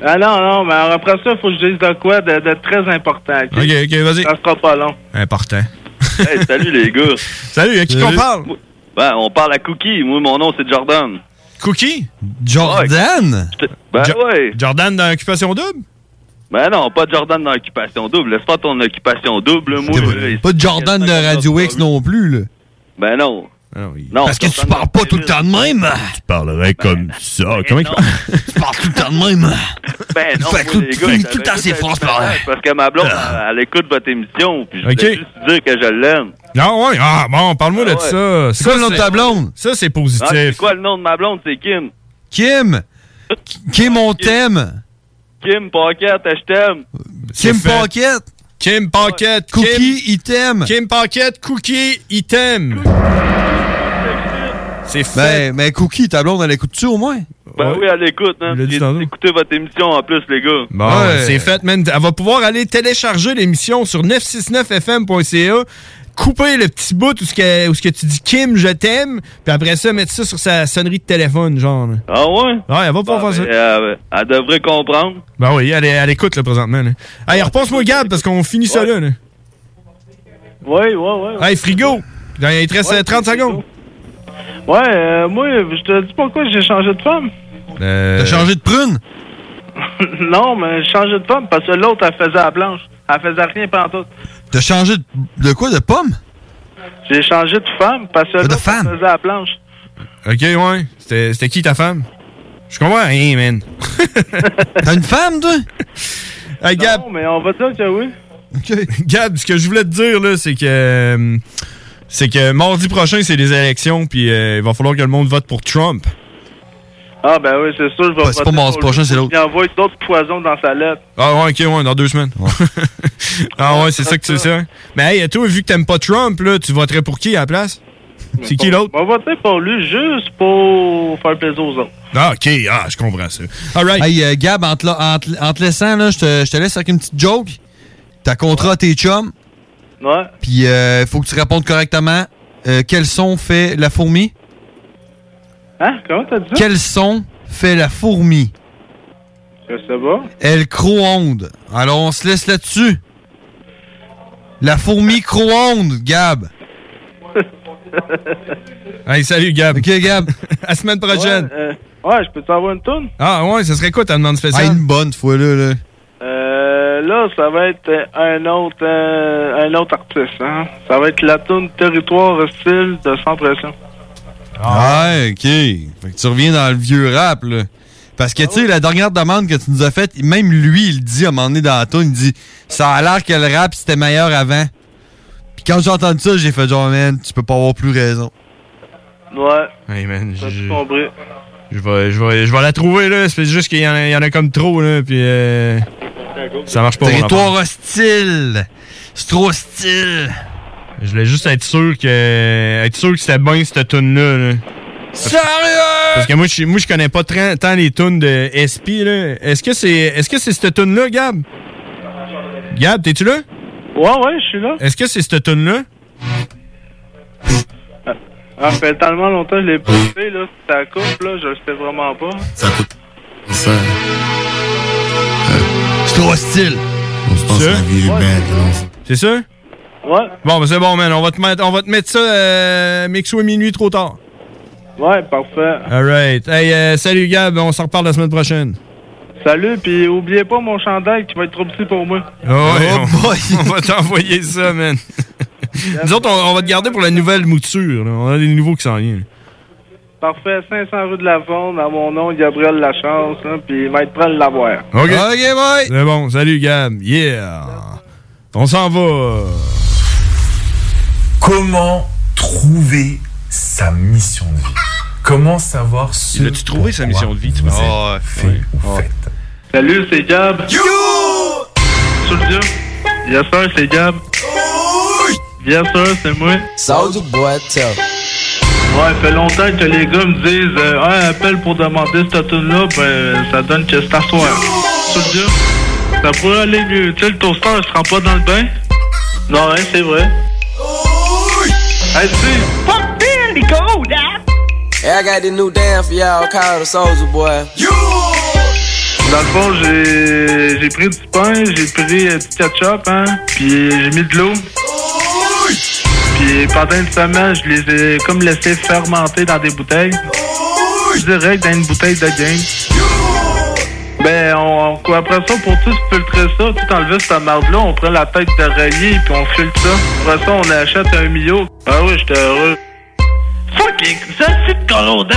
[SPEAKER 6] Ah non, non, mais après ça, faut que je dise de quoi de, de très important, ok?
[SPEAKER 15] Ok, ok, vas-y.
[SPEAKER 6] Ça sera pas long.
[SPEAKER 15] Important.
[SPEAKER 19] Hey, salut les gars.
[SPEAKER 15] Salut, à qui qu'on parle?
[SPEAKER 19] Ben, on parle à Cookie. Moi, mon nom, c'est Jordan.
[SPEAKER 15] Cookie?
[SPEAKER 16] Jordan?
[SPEAKER 19] Ben,
[SPEAKER 15] Jo-
[SPEAKER 19] ouais.
[SPEAKER 15] Jordan dans Occupation Double?
[SPEAKER 19] Ben non, pas de Jordan dans l'occupation double. Laisse pas ton occupation double, moi. là, ici.
[SPEAKER 16] Pas de Jordan de Radio X non plus, là.
[SPEAKER 19] Ben non.
[SPEAKER 15] Ah
[SPEAKER 19] non
[SPEAKER 16] Parce que tu parles pas tout le temps de même. Tu
[SPEAKER 15] parlerais comme ça.
[SPEAKER 16] Comment tu parles? Tu parles tout le temps de même.
[SPEAKER 19] Ben non,
[SPEAKER 16] Fait
[SPEAKER 19] moi,
[SPEAKER 16] que
[SPEAKER 19] les
[SPEAKER 16] tout-
[SPEAKER 19] gars,
[SPEAKER 16] tout-
[SPEAKER 19] j'avais
[SPEAKER 16] tout le temps, c'est
[SPEAKER 19] un petit
[SPEAKER 16] France,
[SPEAKER 19] message
[SPEAKER 16] pareil.
[SPEAKER 19] Parce que ma blonde, elle, elle écoute votre émission, puis je voulais
[SPEAKER 15] Ah. Ok.
[SPEAKER 19] juste dire que je l'aime.
[SPEAKER 15] Non, ouais. Ah, bon, parle-moi de
[SPEAKER 19] Ah, ouais.
[SPEAKER 15] ça.
[SPEAKER 19] C'est quoi le nom de ta
[SPEAKER 16] blonde?
[SPEAKER 15] Ça, c'est
[SPEAKER 19] Ah, c'est
[SPEAKER 15] positif.
[SPEAKER 19] quoi le nom de ma blonde? C'est Kim.
[SPEAKER 16] Kim! Kim, on t'aime!
[SPEAKER 19] Kim Pocket, je t'aime.
[SPEAKER 16] Kim Pocket!
[SPEAKER 15] Kim Pocket.
[SPEAKER 16] Cookie, item!
[SPEAKER 15] Kim Pocket, Cookie, item. C'est fait.
[SPEAKER 16] Ben, mais Cookie, ta blonde, elle écoute-tu au moins?
[SPEAKER 19] Ben oui, elle écoute, hein. J'ai écouté votre émission en plus, les gars.
[SPEAKER 15] Bon, Ah, c'est fait, man. Elle va pouvoir aller télécharger l'émission sur 969fm.ca, couper le petit bout où, ce que, où ce que tu dis Kim, je t'aime, puis après ça, mettre ça sur sa sonnerie de téléphone, genre. là.
[SPEAKER 19] Ah ouais?
[SPEAKER 15] Ouais, elle va pouvoir
[SPEAKER 19] Ah,
[SPEAKER 15] faire ça.
[SPEAKER 19] ben, euh, elle devrait comprendre.
[SPEAKER 15] Ben oui, elle, est- elle écoute, là, présentement. Là. Hey,
[SPEAKER 6] Ah,
[SPEAKER 15] repense-moi, Gab, parce qu'on finit ça, là. là.
[SPEAKER 6] Ouais, ouais, ouais. ouais.
[SPEAKER 15] Hey, frigo! Il te reste euh, 30 secondes.
[SPEAKER 6] Ouais, euh, moi, je te dis pourquoi j'ai changé de femme.
[SPEAKER 15] Euh,
[SPEAKER 16] T'as changé de prune?
[SPEAKER 6] Euh, non, mais j'ai changé de femme parce que l'autre, elle faisait la planche. Elle faisait rien pendant tout.
[SPEAKER 16] T'as changé de, de quoi? De pomme?
[SPEAKER 6] J'ai changé de femme parce que l'autre, elle faisait la planche.
[SPEAKER 15] Ok, ouais. C'était c'était qui ta femme? Je comprends rien, man.
[SPEAKER 16] T'as une femme, toi?
[SPEAKER 15] Hey, Gab. Non,
[SPEAKER 6] mais on va dire que oui.
[SPEAKER 15] Gab, ce que je voulais te dire, là, c'est que. euh, C'est que mardi prochain, c'est les élections, puis euh, il va falloir que le monde vote pour Trump.
[SPEAKER 6] Ah, ben oui, c'est sûr, je vais
[SPEAKER 15] Ouais, c'est pas
[SPEAKER 6] voter
[SPEAKER 15] mardi
[SPEAKER 6] pour
[SPEAKER 15] prochain,
[SPEAKER 6] lui.
[SPEAKER 15] c'est l'autre.
[SPEAKER 6] Il envoie d'autres poisons dans sa lettre.
[SPEAKER 15] Ah, ouais, ok, ouais, dans deux semaines. ah, ouais, c'est ça que tu sais. hein. Mais hey, toi, vu que t'aimes pas Trump, là, tu voterais pour qui à la place? C'est qui l'autre?
[SPEAKER 6] On va voter pour lui juste pour faire plaisir aux autres.
[SPEAKER 15] Ah, ok, ah, je comprends ça. All right.
[SPEAKER 16] Hey, euh, Gab, en te, la- en te- en te laissant, là, je te, je te laisse avec une petite joke. T'as contrat à tes chums,
[SPEAKER 6] Ouais.
[SPEAKER 16] puis euh, faut que tu répondes correctement. Euh, quel son fait la fourmi?
[SPEAKER 6] Hein? Comment t'as dit ça?
[SPEAKER 16] Quel son fait la fourmi?
[SPEAKER 6] Je sais pas.
[SPEAKER 16] Elle croonde. Alors, on se laisse là-dessus. La fourmi croonde, Gab.
[SPEAKER 15] Hey, salut, Gab.
[SPEAKER 16] Ok, Gab.
[SPEAKER 15] à la semaine prochaine.
[SPEAKER 6] Ouais, euh, ouais, je peux t'envoyer une toune?
[SPEAKER 15] Ah, ouais, ça serait quoi ta demande spéciale?
[SPEAKER 16] Ah, une bonne fois, là. là.
[SPEAKER 6] Euh, là, ça va être euh, un autre, euh, un autre artiste. Hein? Ça va être la tune Territoire hostile de Sans Pression.
[SPEAKER 15] Ah
[SPEAKER 16] Ah Ouais, ok. Fait que tu reviens dans le vieux rap, là. Parce
[SPEAKER 15] Ah
[SPEAKER 16] que, tu sais, la dernière demande que tu nous as faite, même lui, il dit à un moment donné dans la toune, il dit « Ça a l'air que le rap, c'était meilleur avant. » Puis quand j'ai entendu ça, j'ai fait genre « Man, tu peux pas avoir plus raison.
[SPEAKER 6] Ouais,
[SPEAKER 15] Hey, man,
[SPEAKER 6] t'as
[SPEAKER 15] je-
[SPEAKER 6] tout compris.
[SPEAKER 15] Je vais, je vais, je vais la trouver, là. C'est juste qu'il y, en a- il y en a comme trop, là. Puis. euh, ça marche pas. mon
[SPEAKER 16] Territoire
[SPEAKER 15] affaire.
[SPEAKER 16] hostile. C'est trop hostile.
[SPEAKER 15] Je voulais juste être sûr que. Être sûr que c'était bien, cette tune-là, là.
[SPEAKER 16] Sérieux!
[SPEAKER 15] Parce que moi, je, moi, je connais pas tran- tant les tunes de SP, là. Est-ce que c'est. Est-ce que c'est cette tune-là, Gab? Gab, t'es-tu là?
[SPEAKER 6] Ouais, ouais, je suis là.
[SPEAKER 15] Est-ce que c'est cette tune-là?
[SPEAKER 6] Ah, ça fait tellement longtemps que je l'ai pas fait, là. Si ça coupe, là, je le sais vraiment pas.
[SPEAKER 20] Ça coûte. Ça. Euh,
[SPEAKER 16] C'est trop hostile.
[SPEAKER 20] On se pense à la vie urbaine.
[SPEAKER 15] C'est ça?
[SPEAKER 6] Ouais.
[SPEAKER 15] Bon, ben c'est bon, man. On va te mettre, on va te mettre ça euh, mixé à minuit trop tard.
[SPEAKER 6] Ouais, parfait.
[SPEAKER 15] All right. Hey, euh, salut Gab, on s'en reparle la semaine prochaine.
[SPEAKER 6] Salut, puis oubliez pas mon chandail qui va être trop petit pour moi.
[SPEAKER 15] Oh, boy, on va t'envoyer ça, man. Nous autres, on, on va te garder pour la nouvelle mouture. là. On a des nouveaux qui s'en viennent.
[SPEAKER 6] Parfait, 500 rue de la Fonde, à mon nom, Gabriel Lachance, hein, puis Maître Prend le Lavoir.
[SPEAKER 15] OK. boy. C'est bon. Salut, Gab. Yeah. On s'en va.
[SPEAKER 21] Comment trouver sa mission de vie Comment savoir ce
[SPEAKER 15] L'as-tu trouvé, sa mission de vie, tu penses?
[SPEAKER 21] Ah, fait ou faites
[SPEAKER 6] Salut, c'est Gab. You! Sous le dieu. Yes, sir, c'est Gab. Yes, sir, c'est moi.
[SPEAKER 18] Sors du bois,
[SPEAKER 6] Ouais, fait longtemps que les gars me disent euh, Ouais, appelle pour demander cette tune-là, ben ça donne que c'est à soir. Sous le dieu. Ça pourrait aller mieux. Tu sais, le toaster, il se rend pas dans le bain? Non, hein, c'est vrai. Hey, tu sais,
[SPEAKER 18] Fuck Billy, go, Dad! Hey, I got this new dance for y'all called the Soldier Boy. You!
[SPEAKER 6] Dans le fond, j'ai j'ai pris du pain, j'ai pris euh, du ketchup, hein, puis j'ai mis de l'eau. Puis pendant une semaine, je les ai comme laissés fermenter dans des bouteilles. Je dirais que dans une bouteille de game. Ben, on, on- après ça, pour tout filtrer ça, tout enlever cette merde-là, on prend la tête d'oreiller puis on filtre ça. Après ça, on achète un million. Ah oui, j'étais heureux. Fucking, ça c'est de colondade!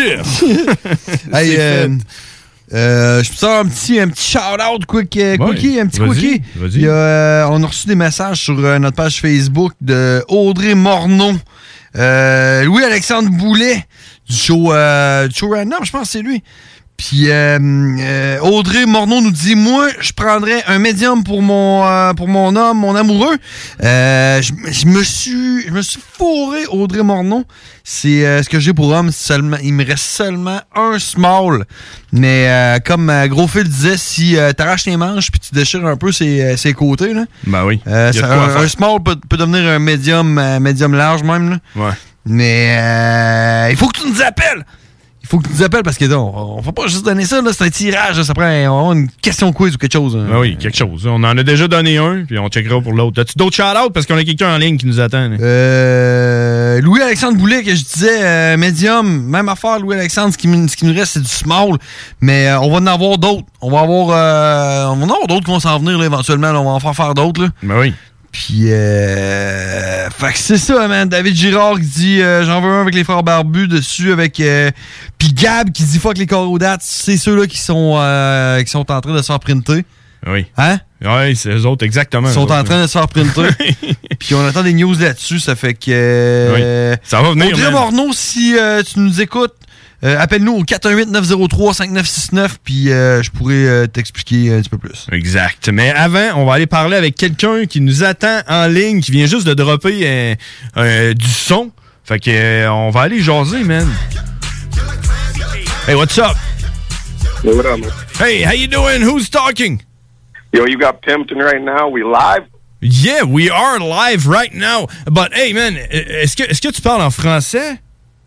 [SPEAKER 16] hey, euh, euh, je peux faire un petit, un petit shout-out, quick, euh,
[SPEAKER 22] Ouais,
[SPEAKER 16] quickie, un petit
[SPEAKER 22] vas-y,
[SPEAKER 16] quickie.
[SPEAKER 22] vas-y.
[SPEAKER 16] Il y a, euh, on a reçu des messages sur euh, notre page Facebook de Audrey Morneau, euh, Louis-Alexandre Boulet, du show, euh, du show Random, je pense que c'est lui. Puis euh, euh, Audrey Morneau nous dit Moi, je prendrais un médium pour mon euh, pour mon homme, mon amoureux. Euh, je, je me suis je me suis fourré Audrey Morneau. C'est euh, ce que j'ai pour homme seulement. Il me reste seulement un small. Mais euh, comme euh, Gros Phil disait, si euh, t'arraches les manches puis tu déchires un peu ses, euh, ses côtés, là,
[SPEAKER 15] Ben oui.
[SPEAKER 16] euh,
[SPEAKER 15] Il y a
[SPEAKER 16] ça-
[SPEAKER 15] de quoi à
[SPEAKER 16] un,
[SPEAKER 15] faire.
[SPEAKER 16] un small peut, peut devenir un médium euh, médium large même. Là.
[SPEAKER 15] Ouais.
[SPEAKER 16] Mais euh, il faut que tu nous appelles. Il faut que tu nous appelles parce que non, on ne va pas juste donner ça. là, C'est un tirage. là, ça prend un- une question quiz ou quelque chose. hein.
[SPEAKER 15] Ben oui, quelque chose. On en a déjà donné un, puis on checkera pour l'autre. As-tu d'autres shout-outs? Parce qu'on a quelqu'un en ligne qui nous attend. là.
[SPEAKER 16] Euh, Louis-Alexandre Boulet, que je disais, euh, médium, même affaire, Louis-Alexandre, ce qui, me- ce qui nous reste, c'est du small, mais euh, on va en avoir d'autres. On va avoir, euh, on va en avoir d'autres qui vont s'en venir là, éventuellement, là, on va en faire faire d'autres.
[SPEAKER 15] Ben oui.
[SPEAKER 16] Puis, euh, fait que c'est ça, man. David Girard qui dit euh, J'en veux un avec les frères barbus dessus, avec. euh, puis Gab qui dit Fuck les corrodates, c'est ceux-là qui, sont euh, qui sont en train de se faire printer.
[SPEAKER 15] Oui.
[SPEAKER 16] Hein?
[SPEAKER 15] Oui, c'est eux autres, exactement.
[SPEAKER 16] Ils
[SPEAKER 15] eux
[SPEAKER 16] sont
[SPEAKER 15] autres,
[SPEAKER 16] en train de se faire printer. Puis on attend des news là-dessus, ça fait que. euh,
[SPEAKER 15] Oui. Ça va venir,
[SPEAKER 16] Audrey
[SPEAKER 15] man.
[SPEAKER 16] Morneau, si euh, tu nous écoutes, euh, appelle-nous au 418-903-5969, puis euh, je pourrais euh, t'expliquer un petit peu plus.
[SPEAKER 15] Exact. Mais avant, on va aller parler avec quelqu'un qui nous attend en ligne, qui vient juste de dropper euh, euh, du son. Fait que euh, on va aller jaser, man. Hey, what's up?
[SPEAKER 23] What up, man?
[SPEAKER 15] Hey, how you doing? Who's talking?
[SPEAKER 23] Yo, you got Pimpton right now. We live.
[SPEAKER 15] Yeah, we are live right now. But hey, man, est-ce que, est-ce que tu parles en français?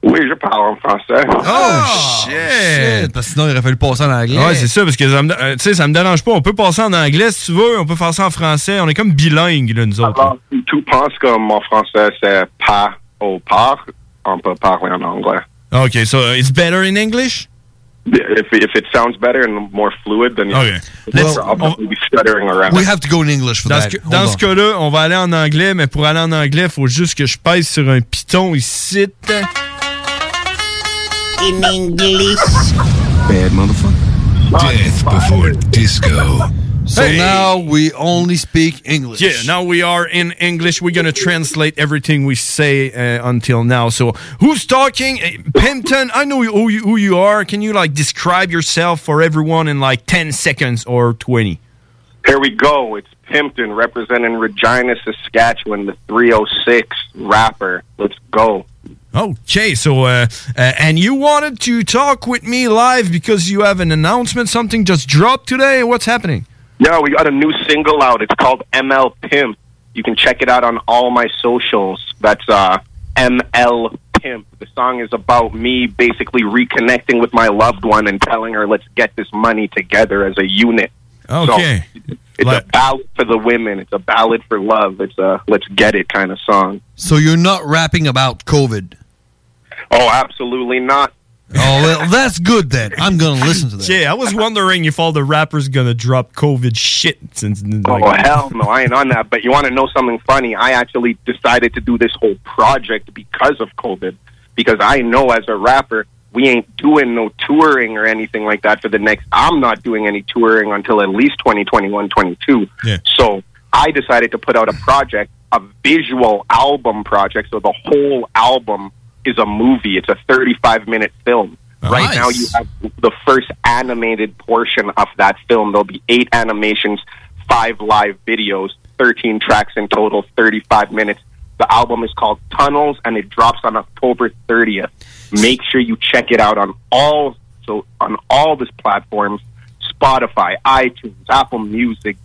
[SPEAKER 23] Oui, je parle en français.
[SPEAKER 15] Oh, shit.
[SPEAKER 16] Parce que sinon, il aurait fallu passer en anglais.
[SPEAKER 15] Ouais, c'est ça, parce que ça me, euh, tu sais, ça me dérange pas. On peut passer en anglais si tu veux, on peut faire ça en français. On est comme bilingue, là, nous autres. là.
[SPEAKER 23] Tu penses que Uh, mon français c'est pas au par? On peut parler en anglais.
[SPEAKER 15] OK, so uh, it's better in English?
[SPEAKER 23] If, if it sounds better and more fluid, then
[SPEAKER 15] Okay. oh.
[SPEAKER 23] Let's, I'll probably be stuttering around.
[SPEAKER 16] have to go in English
[SPEAKER 15] Dans ce, que- dans ce cas-là, on va aller en anglais, mais pour aller en anglais, faut juste que je pèse sur un piton ici.
[SPEAKER 5] In English.
[SPEAKER 16] Bad motherfucker. Death before disco. So
[SPEAKER 15] Hey.
[SPEAKER 16] now we only speak English.
[SPEAKER 15] Yeah, now we are in English. We're gonna translate everything we say uh, until now. So, who's talking? Eh, Pimpton, I know who you, who you are. Can you like describe yourself for everyone in like ten seconds or twenty?
[SPEAKER 23] Here we go. It's Pimpton representing Regina, Saskatchewan, the 306 rapper. Let's go.
[SPEAKER 15] Okay, so uh, uh, and you wanted to talk with me live because you have an announcement. Something just dropped today. What's happening?
[SPEAKER 23] Yeah, we got a new single out. It's called ML Pimp. You can check it out on all my socials. That's uh, ML Pimp. The song is about me basically reconnecting with my loved one and telling her, let's get this money together as a unit.
[SPEAKER 15] Okay.
[SPEAKER 23] So, It's a ballad for the women. It's a ballad for love. It's a let's get it kind of song.
[SPEAKER 16] So you're not rapping about COVID.
[SPEAKER 23] Oh, absolutely not.
[SPEAKER 16] Oh, well, that's good then. I'm going to listen to that.
[SPEAKER 12] Jay, I was wondering if all the rappers gonna drop COVID shit since.
[SPEAKER 23] Oh hell no, I ain't on that. But you want to know something funny? I actually decided to do this whole project because of COVID. Because I know as a rapper, we ain't doing no touring or anything like that for the next. I'm not doing any touring until at least 2021, 22.
[SPEAKER 12] Yeah.
[SPEAKER 23] So I decided to put out a project, a visual album project. So the whole album is a movie. It's a 35 minute film. Right now, you have the first animated portion of that film. There'll be eight animations, five live videos, 13 tracks in total, 35 minutes. The album is called Tunnels, and it drops on October 30th. Make sure you check it out on all so on all these platforms: Spotify, iTunes, Apple Music,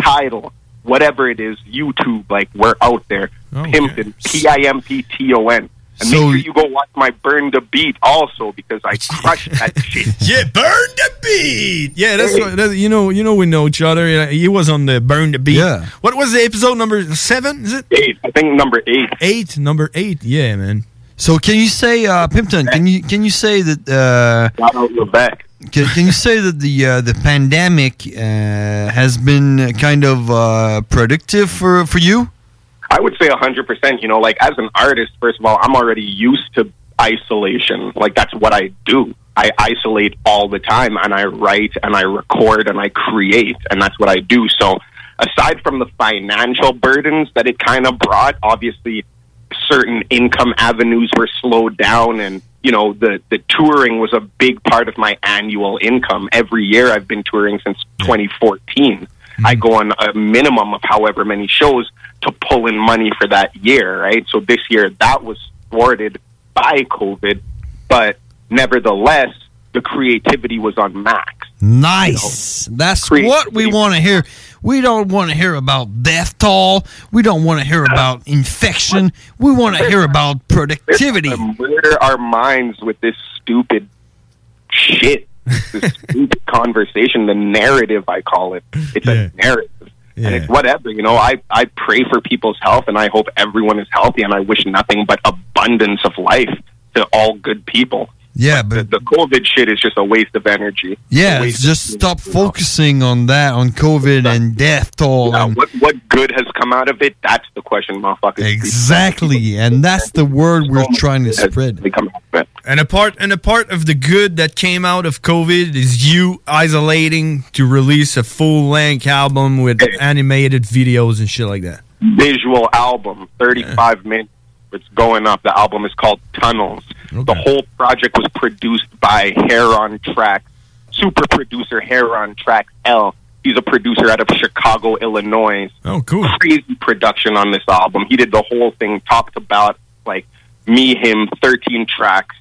[SPEAKER 23] Tidal, whatever it is, YouTube. Like we're out there. Pimpton, P I M P T O N. And
[SPEAKER 12] So-
[SPEAKER 23] make sure you go watch my Burn the Beat also because I crushed that shit.
[SPEAKER 12] Yeah, burn the beat. Yeah, that's what that, you know. You know, we know each other. Yeah, He was on the burn the beat.
[SPEAKER 23] Yeah.
[SPEAKER 12] What was the episode number seven? Is it
[SPEAKER 23] eight? I think number eight.
[SPEAKER 12] Eight, number eight. Yeah, man.
[SPEAKER 16] So can you say uh, Pimpton? Can you can you say that? Uh, Can, can you say that the uh, the pandemic uh, has been kind of uh, productive for for you?
[SPEAKER 23] I would say 100%. You know, like as an artist, first of all, I'm already used to isolation. Like that's what I do. I isolate all the time and I write and I record and I create and that's what I do. So aside from the financial burdens that it kind of brought, obviously certain income avenues were slowed down and you know the the touring was a big part of my annual income every year i've been touring since 2014 i go on a minimum of however many shows to pull in money for that year right so this year that was thwarted by covid but nevertheless the creativity was on max
[SPEAKER 16] Nice. That's what we want to hear. We don't want to hear about death toll. We don't want to hear about infection. We want to hear about productivity.
[SPEAKER 23] murder our minds with this stupid shit, this stupid conversation, the narrative I call it. It's a narrative. And it's whatever, you know, I, I pray for people's health and I hope everyone is healthy and I wish nothing but abundance of life to all good people.
[SPEAKER 16] Yeah, but
[SPEAKER 23] The COVID shit is just a waste of energy.
[SPEAKER 16] yeah, just stop focusing on that on COVID and death toll and
[SPEAKER 23] What what good has come out of it? That's the question, motherfuckers.
[SPEAKER 16] exactly, and that's the word we're trying to spread.
[SPEAKER 12] And a part and a part of the good that came out of COVID is you isolating to release a full length album with animated videos and shit like that.
[SPEAKER 23] visual album, 35 minutes. It's going up. The album is called Tunnels. The whole project was produced by Hair on Track, super producer Hair on Track L. He's a producer out of Chicago, Illinois.
[SPEAKER 12] Oh, cool.
[SPEAKER 23] Crazy production on this album. He did the whole thing, talked about like me, him, 13 tracks,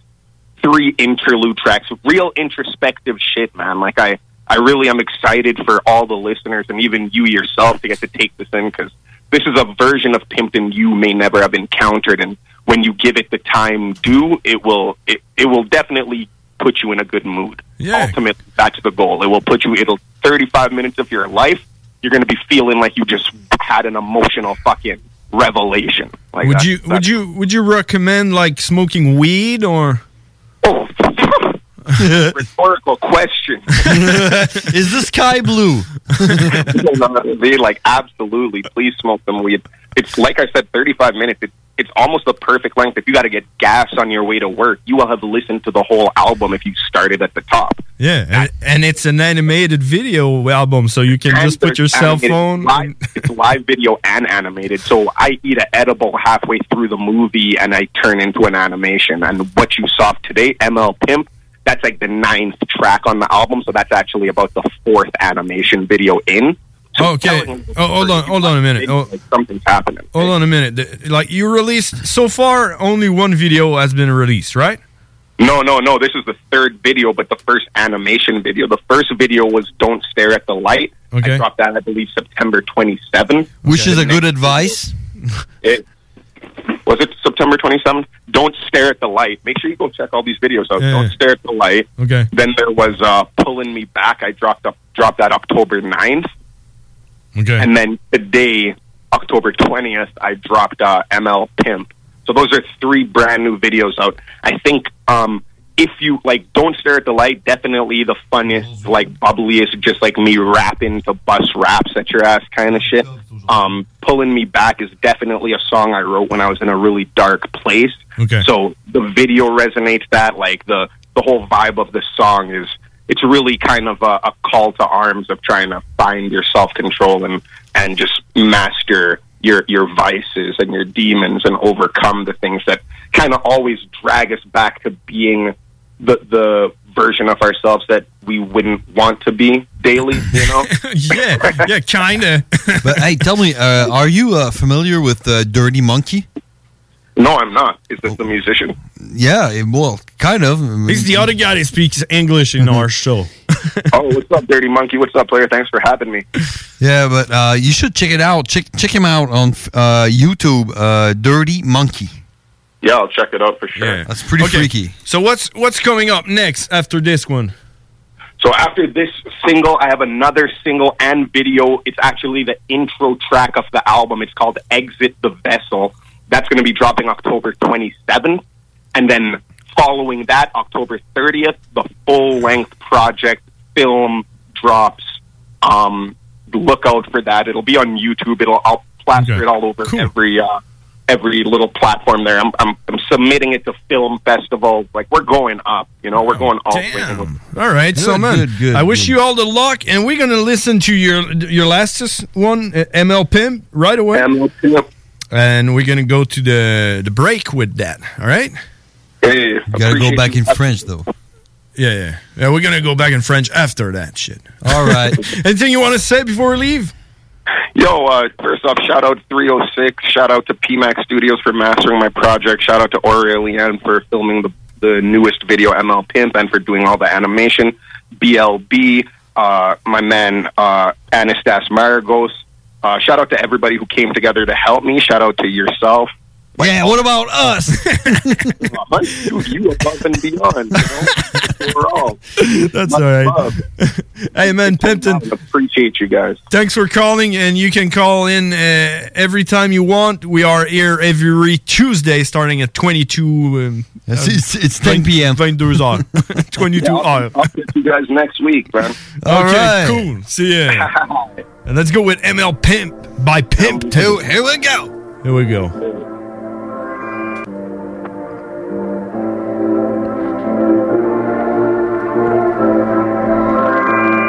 [SPEAKER 23] three interlude tracks, real introspective shit, man. Like, I, I really am excited for all the listeners and even you yourself to get to take this in because this is a version of Pimpton you may never have encountered, and when you give it the time due, it will it, it will definitely put you in a good mood.
[SPEAKER 12] Yeah.
[SPEAKER 23] Ultimately, that's the goal. It will put you. It'll thirty five minutes of your life. You're going to be feeling like you just had an emotional fucking revelation. Like
[SPEAKER 12] would
[SPEAKER 23] that-
[SPEAKER 12] you would you would you recommend like smoking weed or?
[SPEAKER 23] Oh, rhetorical question.
[SPEAKER 16] Is the sky blue?
[SPEAKER 23] they like absolutely. Please smoke them weed. It's like I said, thirty-five minutes. It, it's almost the perfect length. If you got to get gas on your way to work, you will have listened to the whole album if you started at the top.
[SPEAKER 12] Yeah, and, and it's an animated video album, so you can just put your
[SPEAKER 23] there's
[SPEAKER 12] cell
[SPEAKER 23] animated
[SPEAKER 12] phone.
[SPEAKER 23] Live, it's live video and animated. So I eat an edible halfway through the movie, and I turn into an animation. And what you saw today, ML Pimp. That's like the ninth track on the album, so that's actually about the fourth animation video in.
[SPEAKER 12] okay, oh, hold on, hold on a minute. Oh,
[SPEAKER 23] Something's happening.
[SPEAKER 12] hold on a minute. The- Like you released so far, only one video has been released, right?
[SPEAKER 23] No, no, no. This is the third video, but the first animation video. The first video was "Don't Stare at the Light."
[SPEAKER 16] Okay.
[SPEAKER 23] I dropped that, I believe, September twenty seventh.
[SPEAKER 16] Which is a good advice.
[SPEAKER 23] It, was it September twenty seventh? Don't stare at the light. Make sure you go check all these videos out.
[SPEAKER 12] Yeah.
[SPEAKER 23] Don't stare at the light.
[SPEAKER 12] Okay.
[SPEAKER 23] Then there was uh, "Pulling Me Back." I dropped up, dropped that October 9th.
[SPEAKER 15] Okay.
[SPEAKER 23] And then today, October 20th, I dropped uh, ML Pimp. So those are three brand new videos out. I think um, if you like Don't Stare at the Light, definitely the funnest, like bubbliest, just like me rapping to bus raps at your ass kind of shit. Um, Pulling Me Back is definitely a song I wrote when I was in a really dark place.
[SPEAKER 15] Okay.
[SPEAKER 23] So the video resonates that like the the whole vibe of the song is it's really kind of a, a call to arms of trying to find your self control and and just master your your vices and your demons and overcome the things that kind of always drag us back to being the the version of ourselves that we wouldn't want to be daily. You know?
[SPEAKER 15] yeah, yeah, kinda.
[SPEAKER 16] But hey, tell me, uh, are you uh, familiar with uh, Dirty Monkey?
[SPEAKER 23] no, I'm not. Is this the musician?
[SPEAKER 16] Yeah, it- well, kind of.
[SPEAKER 15] He's the other guy that speaks English
[SPEAKER 12] Mm-hmm.
[SPEAKER 15] in our show.
[SPEAKER 23] oh, what's up, Dirty Monkey? What's up, player? Thanks for having me.
[SPEAKER 16] Yeah, but uh, you should check it out. Check check him out on uh, YouTube. Uh, Dirty Monkey.
[SPEAKER 23] Yeah, I'll check it out for sure.
[SPEAKER 16] That's pretty freaky.
[SPEAKER 15] So what's what's coming up next after this one?
[SPEAKER 23] So after this single, I have another single and video. It's actually the intro track of the album. It's called Exit the Vessel. That's going to be dropping October 27th. And then following that, October 30th, the full length project film drops. Um, look out for that. It'll be on YouTube. It'll I'll plaster it all over every uh, every little platform there. I'm, I'm I'm submitting it to film festivals. Like we're going up. You know, we're going all the way.
[SPEAKER 15] All right, so
[SPEAKER 23] Good,
[SPEAKER 15] man,
[SPEAKER 23] good, good,
[SPEAKER 15] I wish you all the luck, and we're gonna listen to your your last one, uh, ML Pimp, right away.
[SPEAKER 23] ML Pimp,
[SPEAKER 15] and we're gonna go to the the break with that. All right.
[SPEAKER 23] Hey, you
[SPEAKER 16] gotta go back in French though.
[SPEAKER 15] Yeah, yeah, yeah. We're gonna go back in French after that shit.
[SPEAKER 16] All right.
[SPEAKER 15] Anything you want to say before we leave?
[SPEAKER 23] Yo, uh, first off, shout out 306. Shout out to PMAX Studios for mastering my project. Shout out to Aurelian for filming the, the newest video, ML Pimp, and for doing all the animation. BLB, uh, my man, uh, Anastas Maragos. Uh, shout out to everybody who came together to help me. Shout out to yourself.
[SPEAKER 16] Yeah, what about us?
[SPEAKER 23] Dude, you above and beyond. You know? Overall.
[SPEAKER 15] That's all right. hey, man, Pimpton.
[SPEAKER 23] Appreciate you guys.
[SPEAKER 15] Thanks for calling, and you can call in uh, every time you want. We are here every Tuesday, starting at twenty-two. Um,
[SPEAKER 16] Yes, it's- it's 10
[SPEAKER 15] p.m. Twenty-two hours. Twenty-two
[SPEAKER 23] Yeah, I'll-
[SPEAKER 15] hours.
[SPEAKER 23] I'll see you guys next week, man.
[SPEAKER 15] okay, cool. See ya. and let's go with ML Pimp by Pimp. Two. Here we go. Here we go.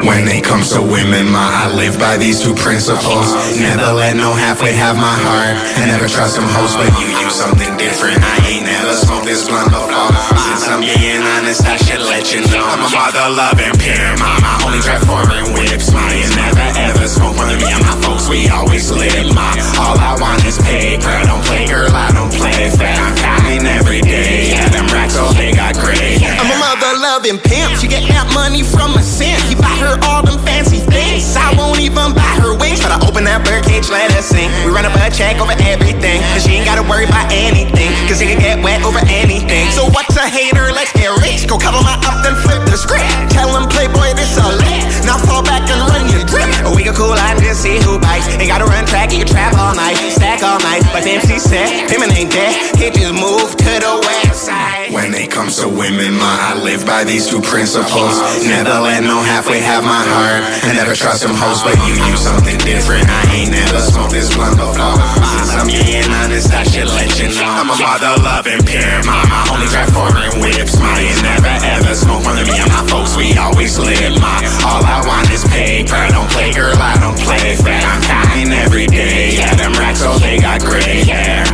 [SPEAKER 24] When it comes to women, ma, I live by these two principles. Never let no halfway have my heart. I never trust some hoes, but you use something different. I ain't never smoked this blunt before. Since I'm being honest, I should let you know. I'm a father loving parent, mom. I only drive foreign whips. Ma, you never ever smoke one of me and my folks. We always lit, ma. All I want is paper. Don't play, girl, I don't play fair. I'm counting every day. Yeah, them racks, oh, they got gray. Yeah.
[SPEAKER 25] I'm a mother loving pimp. She get that money from a cent. He buy her all them fancy things. I won't even buy her wings. But I open that bird cage, let her sing. We run up a check over everything. And she ain't gotta worry about anything. Cause he can get wet over anything. So what's a hater? Let's get rich. Go cover my up, then flip the script. Tell him Playboy this a lit. Now fall back and run your grip. Or we can cool out and just see who bites. Ain't gotta run track, you can trap all night. Stack all night. But MC said, Pimpin' ain't dead. He just moved to the west side.
[SPEAKER 24] When it comes to women, ma, I live by these two principles. Never let no halfway have my heart. I never trust them hoes, but you use something different. I ain't never smoked this blunt before. Since I'm being honest, I should let you know. I'm a mother loving parent, ma. I only drive foreign whips, ma. You never ever smoke one of me and my folks. We always lit, ma. All I want is paper. Don't play, girl, I don't play fair. I'm counting every day. Yeah, them racks, oh, they got gray hair.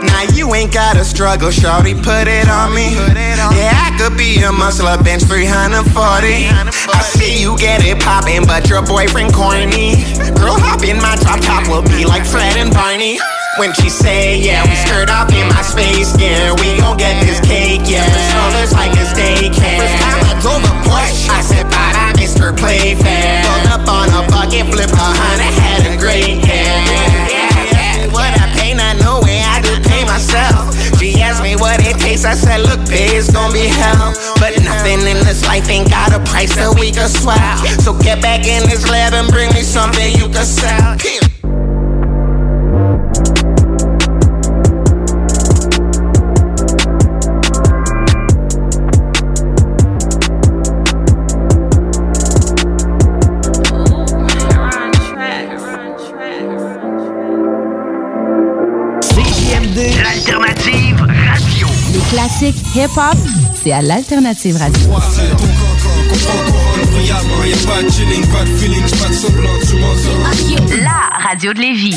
[SPEAKER 25] Now you ain't gotta struggle, shorty. Put it on me. Yeah, I could be a muscle up bench 340. I see you get it poppin', but your boyfriend corny. Girl, hop in my drop top, will be like Fred and Barney. When she say, yeah, we skirt off in my space, yeah, we gon' get this cake, yeah. Shoulders like a daycare. First time I drove a Porsche, I said, bye bye, Mr. Playfair. Rolled up on a bucket, flipped a hundred, had a great yeah. What I pay, not knowing I do pay myself. She asked me what it takes, I said, look, babe, it's gonna be hell. But nothing Nothing in this life ain't got a price that we can swap. So get back in this lab and bring me something you can sell.
[SPEAKER 26] CGMD, l'alternative radio.
[SPEAKER 11] Les classiques hip-hop, c'est à l'alternative radio. La radio de Lévis.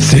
[SPEAKER 1] C'est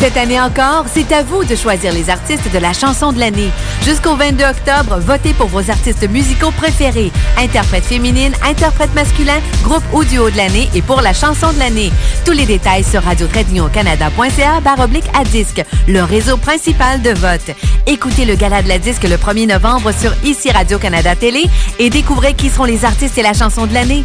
[SPEAKER 11] Cette année encore, c'est à vous de choisir les artistes de la chanson de l'année. Jusqu'au 22 octobre, votez pour vos artistes musicaux préférés. Interprète féminine, interprète masculin, groupe ou duo de l'année et pour la chanson de l'année. Tous les détails sur radio-canada.ca barre oblique à disque, le réseau principal de vote. Écoutez le gala de la disque le 1er novembre sur ICI Radio-Canada Télé et découvrez qui seront les artistes et la chanson de l'année.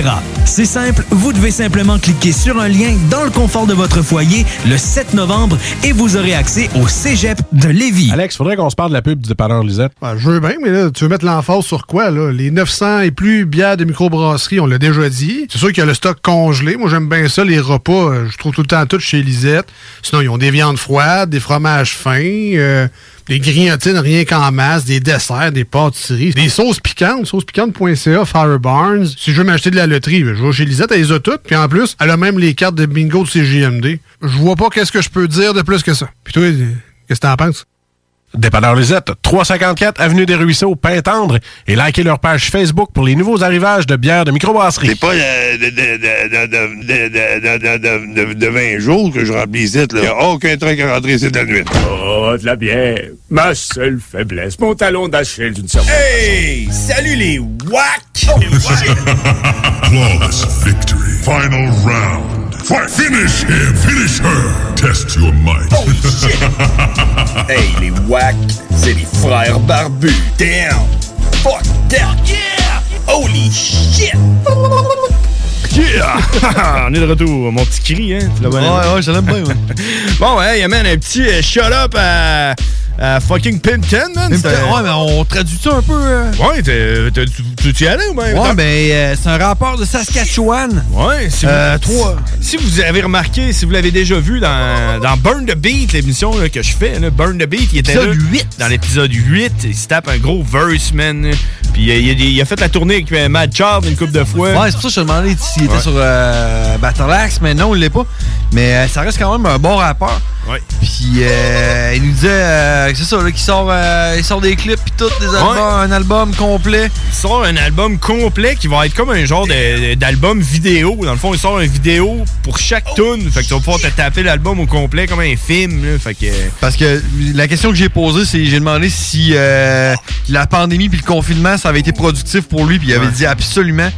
[SPEAKER 27] C'est simple, vous devez simplement cliquer sur un lien dans le confort de votre foyer le 7 novembre et vous aurez accès au Cégep de Lévis.
[SPEAKER 2] Alex, faudrait qu'on se parle de la pub du dépanneur Lisette.
[SPEAKER 3] Ah, je veux bien, mais là, tu veux mettre l'emphase sur quoi, là? Les 900 et plus bières de microbrasserie, on l'a déjà dit. C'est sûr qu'il y a le stock congelé. Moi, j'aime bien ça, les repas. euh, Je trouve tout le temps tout chez Lisette. Sinon, ils ont des viandes froides, des fromages fins, euh, des grignotines rien qu'en masse, des desserts, des pâtisseries, des sauces piquantes, saucespiquantes.ca, Firebarns. Si je veux m'acheter de la loterie, ben, je vais chez Lisette, elle les a toutes. Puis en plus, elle a même les cartes de bingo de CJMD. Je vois pas qu'est-ce que je peux dire de plus que ça. Puis toi, euh, qu'est-ce que t'en penses?
[SPEAKER 2] Dépanneur Lisette, 354 Avenue des Ruisseaux, Pintendre, et likez leur page Facebook pour les nouveaux arrivages de bières de microbrasserie.
[SPEAKER 3] C'est pas euh, de, de, de, de, de, de, de, de, de, de 20 jours que je remplis ici, là. Il n'y a aucun train qui est rentré ici de la nuit.
[SPEAKER 28] Oh, de la bière. Ma seule faiblesse, mon talon d'Achille d'une certaine Oh,
[SPEAKER 3] Hey! Salut les WAC!
[SPEAKER 5] Flawless victory. Final round. Fight. Finish him. Finish her. Test your might.
[SPEAKER 3] Oh, hey, les WAC, c'est les frères barbus. Damn! Fuck that! Yeah! Holy shit!
[SPEAKER 15] Yeah! On est de retour, mon petit cri, hein? Tu l'as bien aimé?
[SPEAKER 16] Ouais, ouais, je l'aime bien, ouais.
[SPEAKER 15] bon, hey, man, un petit euh, shut up à, à fucking Pimpton, man.
[SPEAKER 16] Pimpton, ouais, mais on traduit ça un peu. euh?
[SPEAKER 15] Ouais, t'es- t'es- tu, tu- tu y allais ou même?
[SPEAKER 16] Ouais, ben, euh, c'est un rapport de Saskatchewan.
[SPEAKER 15] Ouais, si vous,
[SPEAKER 16] Euh, trois.
[SPEAKER 15] si vous avez remarqué, si vous l'avez déjà vu dans, dans Burn the Beat, l'émission là, que je fais, là, Burn the Beat, il était là.
[SPEAKER 16] Épisode 8.
[SPEAKER 15] Dans l'épisode 8, il se tape un gros verse, man. là. Puis euh, il, a- il a fait la tournée avec euh, Mad Charles une couple de fois.
[SPEAKER 16] Ouais, c'est pour ça que je te demandais s'il était
[SPEAKER 15] Ouais.
[SPEAKER 16] sur euh, Battle Axe, mais non, il l'est pas. Mais euh, ça reste quand même un bon rappeur.
[SPEAKER 15] Ouais.
[SPEAKER 16] Puis euh, il nous disait euh, que c'est ça, là, qu'il sort, euh, il sort des clips puis tout, des albums, un album complet.
[SPEAKER 15] Il sort un album complet qui va être comme un genre de- d'album vidéo. Dans le fond, il sort une vidéo pour chaque
[SPEAKER 16] Oh.
[SPEAKER 15] tune. Fait que tu vas pouvoir te taper l'album au complet comme un film. là. Fait que.
[SPEAKER 16] Parce que la question que j'ai posée, c'est j'ai demandé si euh, la pandémie puis le confinement, ça avait été productif pour lui, puis il avait
[SPEAKER 15] Ouais.
[SPEAKER 16] dit absolument.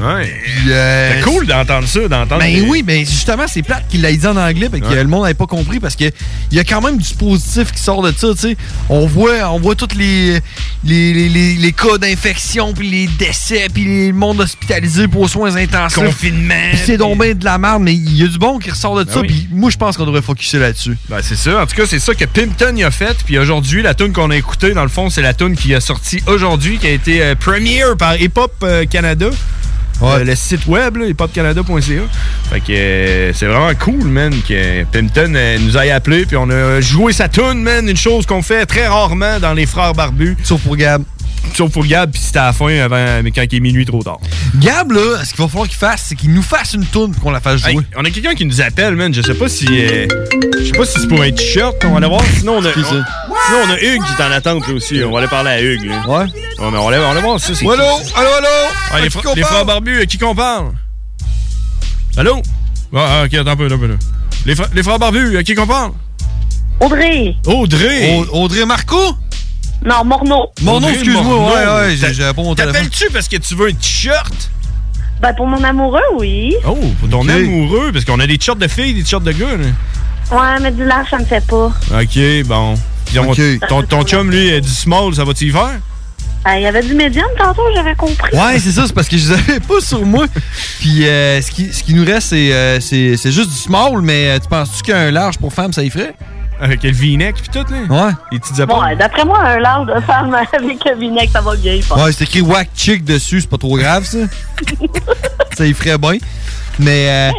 [SPEAKER 15] Ouais.
[SPEAKER 16] euh,
[SPEAKER 15] C'est cool d'entendre ça, d'entendre.
[SPEAKER 16] Ben
[SPEAKER 15] des-
[SPEAKER 16] oui, mais justement, c'est plate qu'il l'a dit en anglais, mais que
[SPEAKER 15] Ouais.
[SPEAKER 16] le monde n'avait pas compris parce que il y a quand même du positif qui sort de ça, tu sais. On voit, on voit toutes les, les, les, les, les cas d'infection, puis les décès, puis le monde hospitalisé pour soins intensifs.
[SPEAKER 15] Confinement,
[SPEAKER 16] Puis c'est donc ben de la merde, mais il y a du bon qui ressort de
[SPEAKER 15] Ben
[SPEAKER 16] ça,
[SPEAKER 15] oui.
[SPEAKER 16] puis moi, je pense qu'on devrait focusser là-dessus.
[SPEAKER 15] Ben, c'est ça. En tout cas, c'est ça que Pimpton y a fait. Puis aujourd'hui, la tune qu'on a écoutée, dans le fond, c'est la tune qui a sorti aujourd'hui, qui a été euh, première par Hip Hop euh, Canada. Euh, le site web, là, hiphopcanada.ca. Fait que euh, c'est vraiment cool, man, que Pimpton euh, nous aille appelé. Puis on a joué sa tune, man. Une chose qu'on fait très rarement dans les Frères Barbus.
[SPEAKER 16] Sauf pour Gab.
[SPEAKER 15] Sauf pour Gab, puis c'était à la fin, avant, mais quand il est minuit trop tard.
[SPEAKER 16] Gab, là, ce qu'il va falloir qu'il fasse, c'est qu'il nous fasse une tourne pour qu'on la fasse jouer.
[SPEAKER 15] Hey, on a quelqu'un qui nous appelle, man. Je sais pas si. euh, je sais pas si c'est pour un t-shirt. On va aller voir. Sinon, on a. on- sinon, on a Hugues qui est en attente, là aussi. On va aller parler à Hugues, là.
[SPEAKER 16] Ouais.
[SPEAKER 15] On, on, va, aller- on va voir ça. c'est
[SPEAKER 16] Ouais,
[SPEAKER 15] qui.
[SPEAKER 16] allô, allô, allô?
[SPEAKER 15] Ah,
[SPEAKER 16] À
[SPEAKER 15] les,
[SPEAKER 16] qui
[SPEAKER 15] fr-
[SPEAKER 16] qu'on
[SPEAKER 15] les
[SPEAKER 16] parle?
[SPEAKER 15] frères barbus, à qui qu'on parle? Allô? Ah, ah, ok, attends un peu, attends un peu, là. Les, fr- les frères barbus, à qui qu'on parle?
[SPEAKER 29] Audrey.
[SPEAKER 15] Audrey.
[SPEAKER 16] Audrey Marco?
[SPEAKER 29] Non, Morneau.
[SPEAKER 16] Mon nom,
[SPEAKER 15] Audrey
[SPEAKER 16] excuse-moi.
[SPEAKER 15] Morneau.
[SPEAKER 16] Ouais, ouais,
[SPEAKER 15] T'a-
[SPEAKER 16] j'ai- j'avais pas mon téléphone.
[SPEAKER 15] T'appelles-tu parce que tu veux un t-shirt?
[SPEAKER 29] Ben, pour mon amoureux, oui.
[SPEAKER 15] Oh, pour ton amoureux, parce qu'on a des t-shirts de filles, des t-shirts de gars, là.
[SPEAKER 29] Ouais, mais du large, ça me fait pas.
[SPEAKER 15] Ok, bon. Puis on va- ton, ton chum, lui, est du small, ça va-tu y faire?
[SPEAKER 29] Ben, Il y avait du médium tantôt, j'avais compris.
[SPEAKER 16] Ouais, c'est ça, c'est parce que je les avais pas sur moi. Puis euh, ce, qui, ce qui nous reste, c'est, euh, c'est, c'est juste du small, mais euh, tu penses-tu qu'un large pour femme, ça y ferait?
[SPEAKER 15] Avec le v-neck puis tout, là?
[SPEAKER 16] Ouais.
[SPEAKER 15] Les petites
[SPEAKER 29] Ouais, d'après moi, un large de femme avec un vinaigre, ça va bien. je pense.
[SPEAKER 16] Ouais, c'est écrit whack chick dessus, c'est pas trop grave, ça. ça y ferait bien. Mais.
[SPEAKER 29] euh,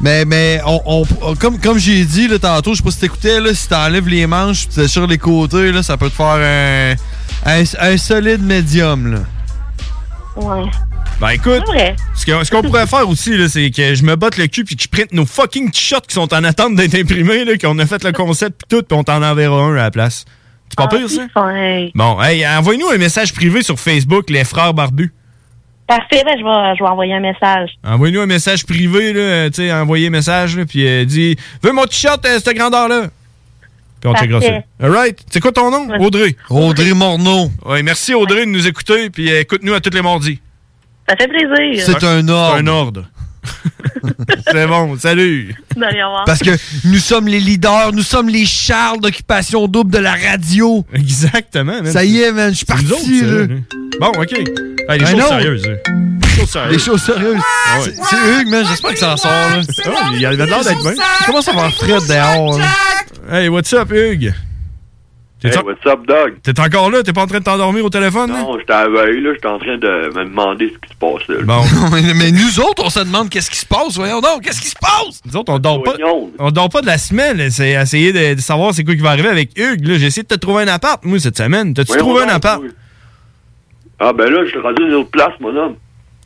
[SPEAKER 16] Mais, mais on, on- on- comme, comme j'ai dit là, tantôt, je sais pas si t'écoutais, là, si t'enlèves les manches pis t'es sur les côtés, là, ça peut te faire un, un, un solide médium. Là.
[SPEAKER 29] Ouais.
[SPEAKER 15] Ben écoute,
[SPEAKER 29] C'est vrai.
[SPEAKER 15] ce que- ce qu'on pourrait faire aussi, là, c'est que je me botte le cul puis que je printe nos fucking t-shirts qui sont en attente d'être imprimés, là, qu'on a fait le concept puis tout, puis on t'en enverra un à la place. C'est
[SPEAKER 5] Ah,
[SPEAKER 15] pas pire, ça?
[SPEAKER 29] Ouais.
[SPEAKER 15] Bon, hey, envoyez-nous un message privé sur Facebook, les frères barbus.
[SPEAKER 29] Parfait, ben, je vais, je vais envoyer un message.
[SPEAKER 15] Envoyez-nous un message privé, là, euh, tu sais, envoyez un message, là, puis euh, dis « Veux mon t-shirt à cette grandeur-là? » Puis on
[SPEAKER 29] Parfait.
[SPEAKER 15] checkera ça. Alright, c'est quoi ton nom? Audrey.
[SPEAKER 16] Audrey Morneau.
[SPEAKER 15] Oui, merci Audrey de nous écouter, puis euh, écoute-nous à tous les mardis.
[SPEAKER 29] Ça fait plaisir.
[SPEAKER 16] ordre.
[SPEAKER 15] C'est un ordre. c'est bon, salut.
[SPEAKER 29] D'aller voir.
[SPEAKER 16] Parce que nous sommes les leaders, nous sommes les Charles d'occupation double de la radio.
[SPEAKER 15] Exactement, man.
[SPEAKER 16] Ça y est, man, je suis parti.
[SPEAKER 15] nous autres, ça,
[SPEAKER 16] là.
[SPEAKER 15] là. Bon, OK. Hey, les
[SPEAKER 16] Un
[SPEAKER 15] choses
[SPEAKER 16] autre.
[SPEAKER 15] sérieuses. là. Les choses sérieuses.
[SPEAKER 16] Des choses sérieuses. C'est- C'est Hugues, man, j'espère que ça en sort. Là.
[SPEAKER 15] Ah Oh, il y a l'air d'être bien.
[SPEAKER 16] Il commence à avoir fret dehors. là.
[SPEAKER 15] Hey, what's up, Hugues?
[SPEAKER 19] Hey, what's up, Doug?
[SPEAKER 15] T'es encore là? T'es pas en train de t'endormir au téléphone? hein? là?
[SPEAKER 19] Non, je t'avais eu, là, j'étais en train de me demander ce qui se passait. là.
[SPEAKER 15] Bon.
[SPEAKER 16] mais, nous autres, on se demande qu'est-ce qui se passe. Voyons donc, qu'est-ce qui se passe?
[SPEAKER 15] Nous autres, on dort pas. On dort pas de la semaine. là. C'est essayer de, de savoir c'est quoi qui va arriver avec Hugues. là. J'ai essayé de te trouver un appart, moi, cette semaine. T'as-tu
[SPEAKER 19] Voyons
[SPEAKER 15] trouvé un
[SPEAKER 19] donc,
[SPEAKER 15] appart?
[SPEAKER 19] oui. Ah, ben là, je suis rendu à une autre place, mon homme.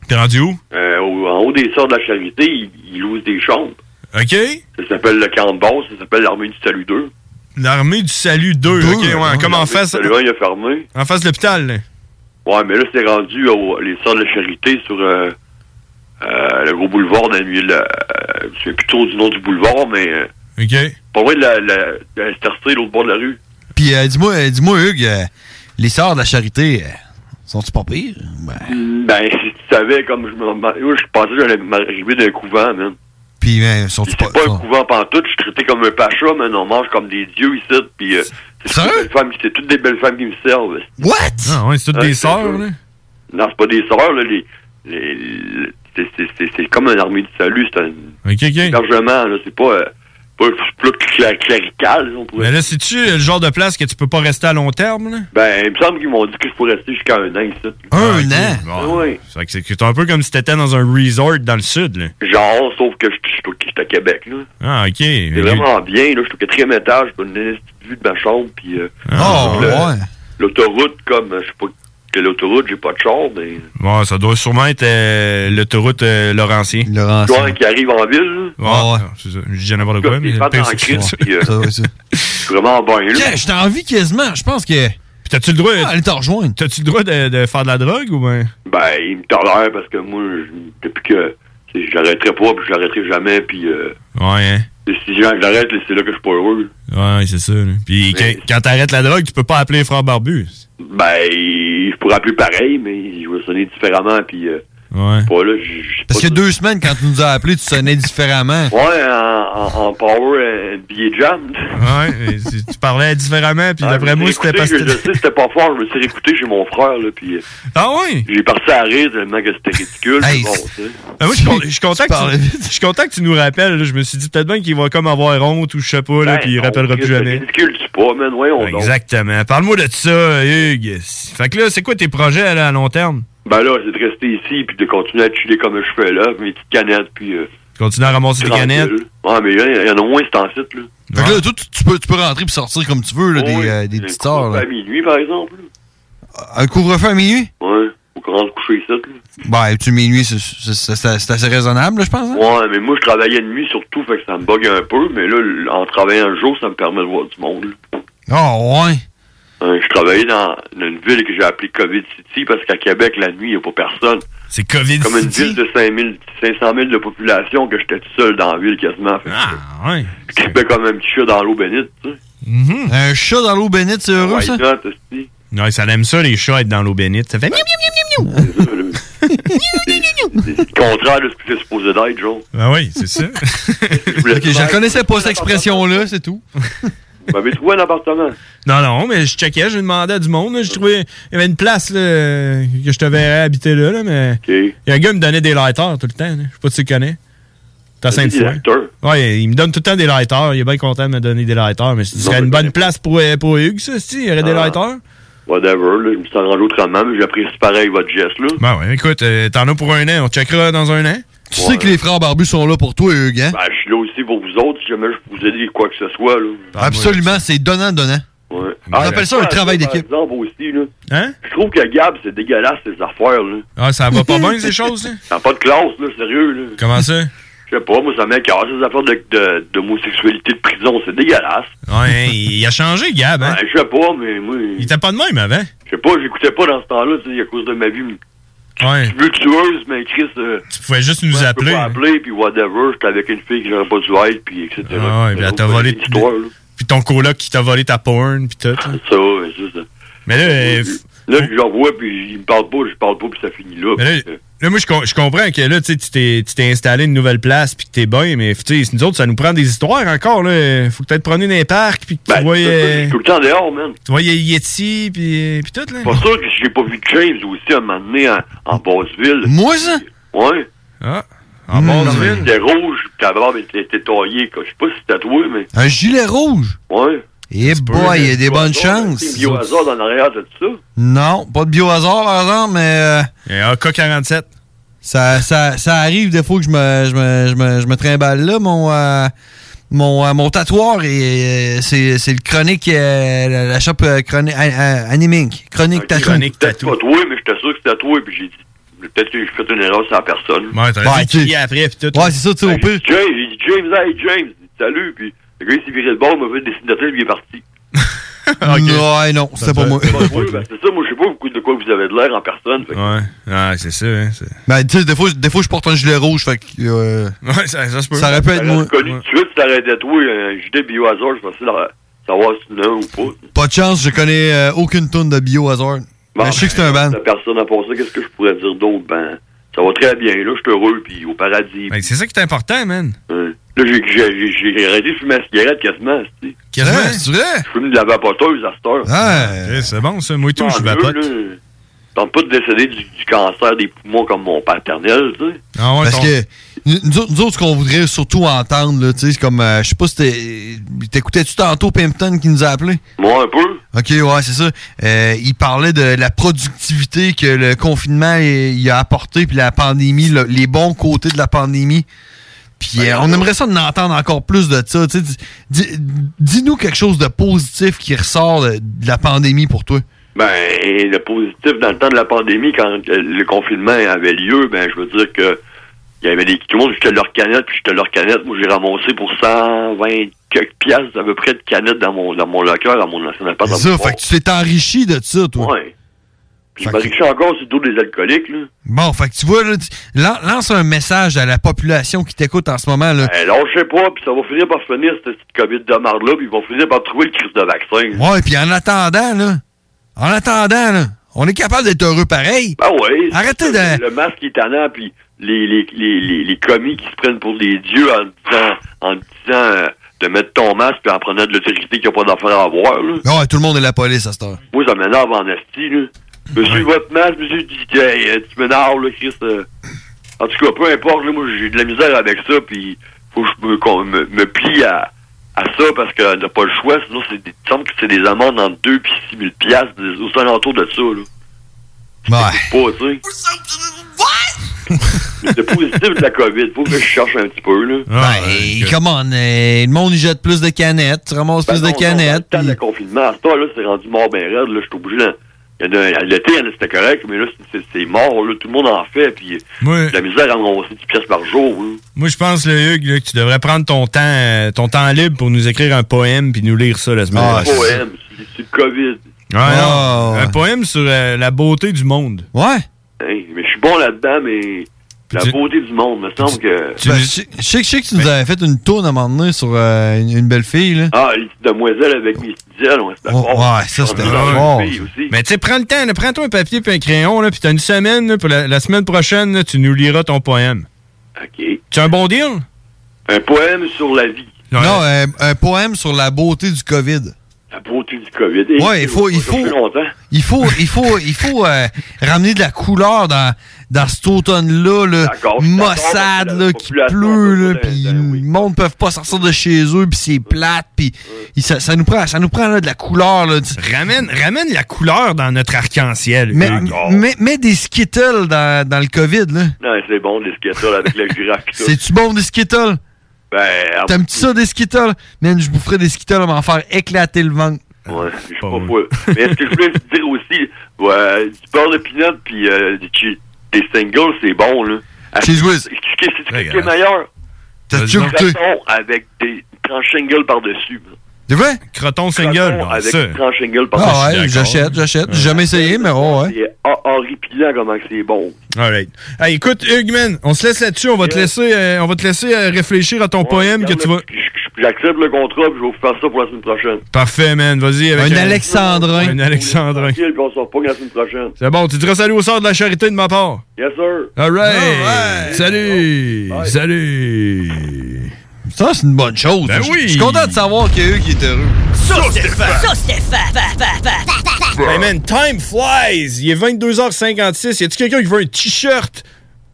[SPEAKER 15] T'es rendu où?
[SPEAKER 19] Euh, au- en haut des sorts de la charité, ils il louent des chambres.
[SPEAKER 15] OK.
[SPEAKER 19] Ça s'appelle le camp de base, ça s'appelle l'armée du salut 2.
[SPEAKER 15] L'armée du salut 2. OK, ouais, comme en face,
[SPEAKER 19] Salut 1, il a fermé.
[SPEAKER 15] en face de l'hôpital. là.
[SPEAKER 19] Ouais, mais là, c'est rendu aux les sorts de la charité sur euh, euh, le gros boulevard dans le milieu de la- euh, je sais plus trop du nom du boulevard, mais euh,
[SPEAKER 15] OK.
[SPEAKER 19] pas loin de la, la, de la STRC, l'autre bord de la rue.
[SPEAKER 16] Puis euh, dis-moi, euh, dis-moi, Hugues, euh, les sœurs de la charité, euh, sont-ils pas pires?
[SPEAKER 19] Ben, si tu savais, comme je me moi, je pensais que j'allais m'arriver d'un couvent, man.
[SPEAKER 16] Puis, ben, sont-ils pas...
[SPEAKER 19] Pas un couvent pantoute, je suis traité comme un pacha, man. On mange comme des dieux ici, puis euh, c'est toutes des belles femmes- c'est toutes des belles femmes qui me servent.
[SPEAKER 16] What?
[SPEAKER 15] Ah, ouais, c'est toutes
[SPEAKER 19] Ouais,
[SPEAKER 15] des
[SPEAKER 19] c'est
[SPEAKER 15] sœurs,
[SPEAKER 19] ça.
[SPEAKER 15] là.
[SPEAKER 19] Non, c'est pas des sœurs, là. Les, les, les- c'est- c'est- c'est- c'est comme une armée du salut, c'est un
[SPEAKER 15] OK, OK.
[SPEAKER 19] hébergement, là. C'est pas, euh, pas un flou clérical, là, on pourrait
[SPEAKER 15] Mais là, c'est-tu le genre de place que tu peux pas rester à long terme, là?
[SPEAKER 19] Ben, il me semble qu'ils m'ont dit que je pourrais rester jusqu'à un an ici.
[SPEAKER 15] Un
[SPEAKER 19] an? oui.
[SPEAKER 15] C'est vrai que c'est- c'est un peu comme si t'étais dans un resort dans le sud, là.
[SPEAKER 19] Genre, sauf que je je suis au- je suis à Québec, là.
[SPEAKER 15] Ah, OK.
[SPEAKER 19] C'est vraiment bien, là. Je suis au quatrième étage, je donne une petite vue de ma chambre, puis... euh,
[SPEAKER 15] Ah,
[SPEAKER 19] le-
[SPEAKER 15] ouais.
[SPEAKER 19] L'autoroute, comme... euh, Je sais pas que l'autoroute, j'ai pas de char, mais...
[SPEAKER 15] Bon, ça doit sûrement être euh, l'autoroute euh, Laurentien.
[SPEAKER 19] Toi, qui arrive en ville, là.
[SPEAKER 15] Ah, ouais. C'est ça. Je dis n'importe quoi, mais
[SPEAKER 19] Des
[SPEAKER 15] le
[SPEAKER 19] fans
[SPEAKER 15] pire,
[SPEAKER 19] en
[SPEAKER 15] c'est que je
[SPEAKER 19] crise,
[SPEAKER 15] suis-
[SPEAKER 19] puis, euh, Je suis vraiment bien, là.
[SPEAKER 16] Tiens, je t'ai envie quasiment, je pense que...
[SPEAKER 15] Puis t'as-tu le droit...
[SPEAKER 16] allez t'en rejoindre.
[SPEAKER 15] T'as-tu le droit de, de faire de la drogue ou ben...
[SPEAKER 19] Ben, il me tolère parce que moi, je- depuis que tu sais, je l'arrêterai pas, puis je l'arrêterai jamais, puis euh,
[SPEAKER 15] Ouais, hein.
[SPEAKER 19] si je l'arrête, c'est là que je suis pas heureux.
[SPEAKER 15] Ouais, c'est ça. là. Puis que- quand t'arrêtes la drogue, tu peux pas appeler les frères barbus.
[SPEAKER 19] Ben, je pourrais appeler pareil, mais je vais sonner différemment, puis euh,
[SPEAKER 16] Ouais.
[SPEAKER 19] Pas là, je- je-
[SPEAKER 16] Parce que deux semaines, quand tu nous as appelé, tu sonnais différemment.
[SPEAKER 19] Ouais, en, en- en power, un billet jam.
[SPEAKER 15] Ouais, mais tu tu parlais différemment, puis
[SPEAKER 19] Ah,
[SPEAKER 15] d'après
[SPEAKER 19] je
[SPEAKER 15] moi,
[SPEAKER 19] l'ai
[SPEAKER 15] c'était
[SPEAKER 19] écouté,
[SPEAKER 15] parce que.
[SPEAKER 19] Je, je sais, c'était pas fort, je me suis réécouté chez mon frère, là, puis... euh,
[SPEAKER 15] Ah oui?
[SPEAKER 19] J'ai parti à rire tellement que c'était ridicule, mais bon, tu sais.
[SPEAKER 15] Ah, moi, je suis con- je suis content, que tu- je suis content que tu nous rappelles. là. Je me suis dit peut-être bien qu'il va comme avoir honte ou je sais pas, là,
[SPEAKER 19] Ben,
[SPEAKER 15] puis il
[SPEAKER 19] non,
[SPEAKER 15] rappellera
[SPEAKER 19] Chris,
[SPEAKER 15] plus jamais.
[SPEAKER 19] C'est ridicule, tu pas, man, ouais, on
[SPEAKER 15] Exactement. Parle-moi de ça, Hugues. Fait que là, c'est quoi tes projets là, à long terme?
[SPEAKER 19] Ben là, c'est de rester ici, puis de continuer à chiller comme je fais là, avec mes petites canettes, puis... euh,
[SPEAKER 15] Continue à ramasser des
[SPEAKER 19] tranquille.
[SPEAKER 15] canettes.
[SPEAKER 19] Ouais, mais là, il y en a moins, c'est en site, là.
[SPEAKER 16] Fait que là, toi, tu, tu peux, tu peux rentrer et sortir comme tu veux, là, des, euh, des petites heures. là.
[SPEAKER 19] À minuit, par exemple,
[SPEAKER 16] Un couvre-feu à minuit?
[SPEAKER 19] là. Ouais, faut qu'on rentre coucher ici, là.
[SPEAKER 16] Ben, tu minuit, c'est- c'est c'est- c'est- c'est assez raisonnable, là, je pense. hein?
[SPEAKER 19] Ouais, mais moi, je travaillais de nuit surtout, fait que ça me bug un peu, mais là, l- en travaillant le jour, ça me permet de voir du monde. là.
[SPEAKER 16] Oh, ouais.
[SPEAKER 19] Hein, je travaillais dans, dans une ville que j'ai appelée COVID City parce qu'à Québec, la nuit, il n'y a pas personne.
[SPEAKER 15] C'est COVID
[SPEAKER 19] Comme une ville de 5000 500 000 de population que j'étais tout seul dans la ville quasiment. Fait que
[SPEAKER 15] Ah, ouais.
[SPEAKER 19] Je tripais comme un petit chat dans l'eau bénite, tu sais.
[SPEAKER 16] Un chat dans l'eau bénite, c'est heureux,
[SPEAKER 19] Why
[SPEAKER 16] ça?
[SPEAKER 19] not, esti?
[SPEAKER 15] Mm-hmm. Ouais, ça aime ça, les chats, être dans l'eau bénite. Ça fait miam, miam, miam, miam.
[SPEAKER 19] C'est le contraire de ce que j'étais supposé d'être, genre.
[SPEAKER 15] Ah oui, c'est ça.
[SPEAKER 19] voulais
[SPEAKER 16] ok, je
[SPEAKER 19] faire-
[SPEAKER 16] connaissais pas cette expression-là, c'est tout.
[SPEAKER 19] Vous m'avez trouvé un appartement.
[SPEAKER 15] Non, non, mais je checkais, je demandais à du monde. là. J'ai trouvé. Il y avait une place là, que je te verrais habiter là, là, mais.
[SPEAKER 19] Il
[SPEAKER 15] y a un gars qui me donnait des lighters tout le temps. là. Je sais pas si tu le connais. T'as
[SPEAKER 19] C'est
[SPEAKER 15] Sainte-Foy.
[SPEAKER 19] acteur.
[SPEAKER 15] Ouais, il me donne tout le temps des lighters. Il est bien content de me donner des lighters, mais ce serait une bonne place pour, euh, pour Hugues, ça, si, il y aurait des
[SPEAKER 19] Ah.
[SPEAKER 15] lighters.
[SPEAKER 19] Whatever, là, je me suis arrangé autrement, mais j'apprécie pareil votre geste, là.
[SPEAKER 15] Ben ouais, écoute, euh, t'en as pour un an, on checkera dans un an.
[SPEAKER 16] Tu sais que les frères barbus sont là pour toi, Hugues, hein?
[SPEAKER 19] Ben, je suis là aussi pour vous autres, si jamais je peux vous aider quoi que ce soit, là.
[SPEAKER 16] Absolument, c'est donnant-donnant.
[SPEAKER 19] Ouais. Ah,
[SPEAKER 16] On appelle ça un travail d'équipe.
[SPEAKER 19] Par exemple, aussi, là.
[SPEAKER 15] Hein?
[SPEAKER 19] Je trouve que Gab, c'est dégueulasse, ces affaires, là.
[SPEAKER 15] Ah, ça va pas bien, ces choses, là?
[SPEAKER 19] T'as pas de classe, là, sérieux, là.
[SPEAKER 15] Comment ça?
[SPEAKER 19] Je sais pas, moi, ça m'écœure, ces affaires de- de- d'homosexualité de prison, c'est dégueulasse.
[SPEAKER 15] Ouais, hein, il a changé, Gab, hein?
[SPEAKER 19] Ben, je sais pas, mais moi,
[SPEAKER 15] Il était pas de même avant.
[SPEAKER 19] je sais pas, j'écoutais pas dans ce temps-là, tu sais, à cause de ma vie
[SPEAKER 15] Ouais.
[SPEAKER 19] tumultueuse, mais Chris, euh,
[SPEAKER 15] Tu pouvais juste nous
[SPEAKER 19] je peux
[SPEAKER 15] appeler. hein.
[SPEAKER 19] pas appeler, puis whatever, j'étais avec une fille que j'aurais pas dû être, puis etc.
[SPEAKER 15] Ah ouais, puis elle t'a volé tout-
[SPEAKER 19] Histoire, là.
[SPEAKER 15] Puis ton coloc qui t'a volé ta porn, puis tout. là.
[SPEAKER 19] Ça, ouais, c'est ça.
[SPEAKER 15] Mais là, euh,
[SPEAKER 19] Là, je l'envoie, puis il me parle pas, je parle pas, puis euh, ça finit là.
[SPEAKER 15] Mais là, là, moi, je, com- je comprends que là, tu sais, tu t'es tu t'es installé une nouvelle place puis que t'es bien, mais tu sais, nous autres, ça nous prend des histoires encore. Là. Faut que t'ailles te promener dans les parcs puis que tu vois.
[SPEAKER 19] Je
[SPEAKER 15] euh,
[SPEAKER 19] suis Ben, tout le temps dehors, man.
[SPEAKER 15] Tu vois, il y a Yeti puis puis tout, là.
[SPEAKER 19] Pas sûr que j'ai pas vu James aussi à un moment donné en, en Basseville.
[SPEAKER 16] Moi, ça?
[SPEAKER 19] Ouais.
[SPEAKER 15] Ah.
[SPEAKER 19] En
[SPEAKER 16] Hmm.
[SPEAKER 15] Basseville?
[SPEAKER 19] C'était rouge, puis ta barbe était était taillée. quoi. Je sais pas si c'était toi, mais.
[SPEAKER 16] Un gilet rouge?
[SPEAKER 19] Ouais.
[SPEAKER 16] Eh boy,
[SPEAKER 15] hein.
[SPEAKER 16] il y a des bonnes chances.
[SPEAKER 19] C'est bio hasard dans l'arrière de tout ça.
[SPEAKER 16] Non, pas de biohazard, par exemple, mais... euh,
[SPEAKER 15] Et un K-47.
[SPEAKER 16] Ça, ça, ça arrive des fois que je me, je me, je me, je me trimballe là. Mon, euh, mon, euh, mon tatoueur, et, euh, c'est, c'est le chronique, euh, la, la shop euh, chronique, an- an- Animink, chronique tatou.
[SPEAKER 19] Peut-être pas toi, mais j'étais sûr que c'était toi, puis j'ai dit. Peut-être que j'ai fait une erreur sur la personne.
[SPEAKER 15] Ouais, t'aurais
[SPEAKER 16] Ouais,
[SPEAKER 15] dû
[SPEAKER 16] tu-
[SPEAKER 15] crier après puis tout.
[SPEAKER 16] Ouais, c'est ça, tu sais, au pire.
[SPEAKER 19] James, j'ai dit James, hey James, il dit, salut, puis le gars il s'est viré le bord, il m'a fait des signatures, puis il est parti.
[SPEAKER 16] Ouais, non, c'était pas moi.
[SPEAKER 19] Pas toi, ben, c'est ça, moi je sais pas beaucoup de quoi vous avez de l'air en personne. fait que-
[SPEAKER 15] Ouais, ouais c'est ça. Hein, c'est-
[SPEAKER 16] Ben, tu sais, des fois, des fois, je porte un gilet rouge, fait que. euh,
[SPEAKER 15] ouais, ça, ça se peut.
[SPEAKER 16] Ça aurait pu être moi.
[SPEAKER 19] Connu tout de suite, t'arrêtais toi, euh, un gilet biohazard, je pensais la- savoir si tu en as un ou pas.
[SPEAKER 16] Pas de chance, je connais euh, aucune tonne de biohazard. Mais je sais que c'est un ban.
[SPEAKER 19] La personne à part ça, qu'est-ce que je pourrais dire d'autre? Ben, ça va très bien, là, je suis heureux, puis au paradis.
[SPEAKER 15] Ben, c'est ça qui est important, man.
[SPEAKER 19] Hein. Là, j'ai- j'ai j'ai- j'ai arrêté de fumer la cigarette quasiment, c'est-
[SPEAKER 15] Quasiment.
[SPEAKER 16] C'est vrai?
[SPEAKER 19] Je fume de la vapoteuse à cette heure.
[SPEAKER 16] Ah, euh,
[SPEAKER 15] Ouais, Ah, c'est bon, ça. Moi et
[SPEAKER 19] Ah,
[SPEAKER 15] tout, je vapote.
[SPEAKER 19] Tente pas de décéder du, du cancer des poumons comme mon paternel, tu sais.
[SPEAKER 16] Parce que nous, nous autres- nous autres, ce qu'on voudrait surtout entendre, là, tu sais, c'est comme, euh, je sais pas si t'es- t'écoutais-tu tantôt Pimpton qui nous a appelé?
[SPEAKER 19] Moi, un peu.
[SPEAKER 16] OK, ouais, c'est ça. Euh, il parlait de la productivité que le confinement eh, il a apporté, puis la pandémie, le- les bons côtés de la pandémie.
[SPEAKER 19] Ben,
[SPEAKER 16] Puis euh, on aimerait ça en entendre encore plus de ça. tu sais. Dis- dis- Dis-nous quelque chose de positif qui ressort de, de la pandémie pour toi.
[SPEAKER 19] Ben, le positif, dans le temps de la pandémie, quand euh, le confinement avait lieu, ben, je veux dire que il y avait des. Tout le monde jetait leurs canettes, puis jetait leurs canettes. Moi, j'ai ramassé pour 120 quelques piastres à peu près de canettes dans mon, dans mon locker, dans mon ancien appart.
[SPEAKER 16] C'est
[SPEAKER 19] dans
[SPEAKER 16] ça,
[SPEAKER 19] mon
[SPEAKER 16] fait que tu t'es enrichi de ça, toi.
[SPEAKER 19] Ben, Ouais. Puis je m'arrive encore sur le dos des alcooliques, là.
[SPEAKER 16] Bon, fait que tu vois, là, tu- lan- lance un message à la population qui t'écoute en ce moment. Là.
[SPEAKER 19] Ben, lâchez pas, puis ça va finir par finir, cette petite COVID de marde-là, puis ils vont finir par trouver le crise de vaccin.
[SPEAKER 16] Ouais, puis en attendant, là, en attendant, là, On est capable d'être heureux pareil.
[SPEAKER 19] Ah oui.
[SPEAKER 16] Arrêtez
[SPEAKER 19] de. Le masque est tannant, puis les, les, les, les, les commis qui se prennent pour des dieux en disant, en disant euh, de mettre ton masque puis en prenant de l'autorité qui a pas d'affaire à avoir. là.
[SPEAKER 16] Non, tout le monde est la police à cette heure.
[SPEAKER 19] Moi, ça m'énerve en esti, là. Monsieur, votre masque, monsieur, dit, hey, euh, tu m'énerves, là, Chris. euh. En tout cas, peu importe, là, moi, j'ai de la misère avec ça, puis faut que je me, qu'on me, me plie à, à ça parce qu'on n'a pas le choix, sinon, c'est des, il me semble que c'est des amendes entre 2 puis 6 000 piastres, des- aux alentours de ça, là. Pas, tu sais. C'est positif de la COVID, faut que je cherche un petit peu, là.
[SPEAKER 16] ben, come on, euh, le monde y jette plus de canettes, tu ramasses
[SPEAKER 19] Ben,
[SPEAKER 16] plus de canettes.
[SPEAKER 19] Le confinement, à ce temps-là, c'est rendu mort ben raide, là, je suis obligé d'en- il y en a- L'été, il y en a, c'était correct, mais là, c'est- c'est- c'est mort, là, tout le monde en fait, puis
[SPEAKER 15] Ouais.
[SPEAKER 19] de la misère à ramasser 10 pièces par jour, là.
[SPEAKER 15] Moi, je pense, le Hugues, là, que tu devrais prendre ton temps, euh, ton temps libre pour nous écrire un poème puis nous lire ça la semaine
[SPEAKER 19] Ah,
[SPEAKER 15] prochaine.
[SPEAKER 19] poème, c'est c'est le COVID. Ah,
[SPEAKER 15] Ouais, non. Un poème sur euh, la beauté du monde.
[SPEAKER 16] Ah, Ouais.
[SPEAKER 19] Hey, mais je suis bon là-dedans, mais la beauté du monde, me semble que.
[SPEAKER 16] Ben, je ben sais- je sais que- je sais que tu nous avais fait une tourne à un moment donné sur euh, une, une belle fille, là.
[SPEAKER 19] Ah, les petites demoiselles avec mes petites ailes, ouais, c'était fort.
[SPEAKER 16] Oh, ouais, ça, c'était
[SPEAKER 19] Ah, mais
[SPEAKER 16] fort,
[SPEAKER 19] les filles aussi.
[SPEAKER 15] Oh, Mais tu sais, prends le temps, là, prends-toi un papier puis un crayon, là, puis t'as une semaine, là, puis la, la semaine prochaine, là, tu nous liras ton poème.
[SPEAKER 19] OK.
[SPEAKER 15] Tu as un bon deal?
[SPEAKER 19] Un poème sur la vie,
[SPEAKER 16] Non, un, un poème sur la beauté du COVID.
[SPEAKER 19] la beauté du COVID. Et
[SPEAKER 16] Ouais, il faut- il
[SPEAKER 19] ça fait
[SPEAKER 16] faut-
[SPEAKER 19] longtemps.
[SPEAKER 16] Il faut, il faut, il faut euh, ramener de la couleur dans, dans cet automne-là, là, maussade, là, qui pleut, là, puis le monde ne peut pas sortir de chez eux, puis c'est plate, puis il- ça, ça nous prend, ça nous prend là, de la couleur. Là,
[SPEAKER 15] ramène, ramène la couleur dans notre arc-en-ciel.
[SPEAKER 16] Mais, mais- mets des skittles dans, dans le COVID, là.
[SPEAKER 19] Non, c'est bon, les skateurs avec la girafe pis tout.
[SPEAKER 16] C'est-tu bon des skittles?
[SPEAKER 19] Ben, à-
[SPEAKER 16] T'aimes-tu ça des skittles? Man, je boufferais des skittles, à m'en faire éclater le ventre.
[SPEAKER 19] Ouais, je sais pas pourquoi. Mais ce que je voulais te dire aussi, ouais, du beurre de peanut puis euh, des, chi- des singles, c'est bon, là.
[SPEAKER 16] Cheese
[SPEAKER 19] Qu'est-ce
[SPEAKER 16] whiz.
[SPEAKER 19] que c'est qui est
[SPEAKER 15] hein.
[SPEAKER 19] meilleur?
[SPEAKER 16] T'as-tu
[SPEAKER 19] Du
[SPEAKER 16] goûté?
[SPEAKER 19] croton avec des tranches singles par-dessus. man.
[SPEAKER 16] C'est vrai?
[SPEAKER 15] Croton single,
[SPEAKER 19] Croton avec
[SPEAKER 15] ça.
[SPEAKER 19] des tranches singles
[SPEAKER 16] Ah
[SPEAKER 19] par-dessus.
[SPEAKER 16] ouais, j'achète, j'achète. J'ai jamais essayé, mais oh, ouais.
[SPEAKER 19] C'est hor- horripilant comment que c'est bon.
[SPEAKER 15] All right. Hey, écoute, Hugues, man, on se laisse là-dessus. On va te laisser, euh, on va te laisser euh, réfléchir à ton poème que tu vas.
[SPEAKER 19] J'accepte le contrat puis je vais vous faire ça pour la semaine prochaine.
[SPEAKER 15] Parfait, man. Vas-y avec
[SPEAKER 19] Un alexandrin.
[SPEAKER 15] Un alexandrin.
[SPEAKER 19] Tranquille, puis on se reprend la semaine prochaine.
[SPEAKER 15] C'est bon, tu diras salut au sort de la charité de ma part.
[SPEAKER 19] Yes, sir.
[SPEAKER 15] All right. Oh, Salut. Salut.
[SPEAKER 16] Ça, c'est une bonne chose.
[SPEAKER 15] Ben
[SPEAKER 16] Je-
[SPEAKER 15] oui.
[SPEAKER 16] Je suis content de savoir qu'il y a eux qui est heureux.
[SPEAKER 5] Sauce Stéphane! Sauce Stéphane!
[SPEAKER 15] Hey man, time flies! Il est 22h56. Y a-tu quelqu'un qui veut un t-shirt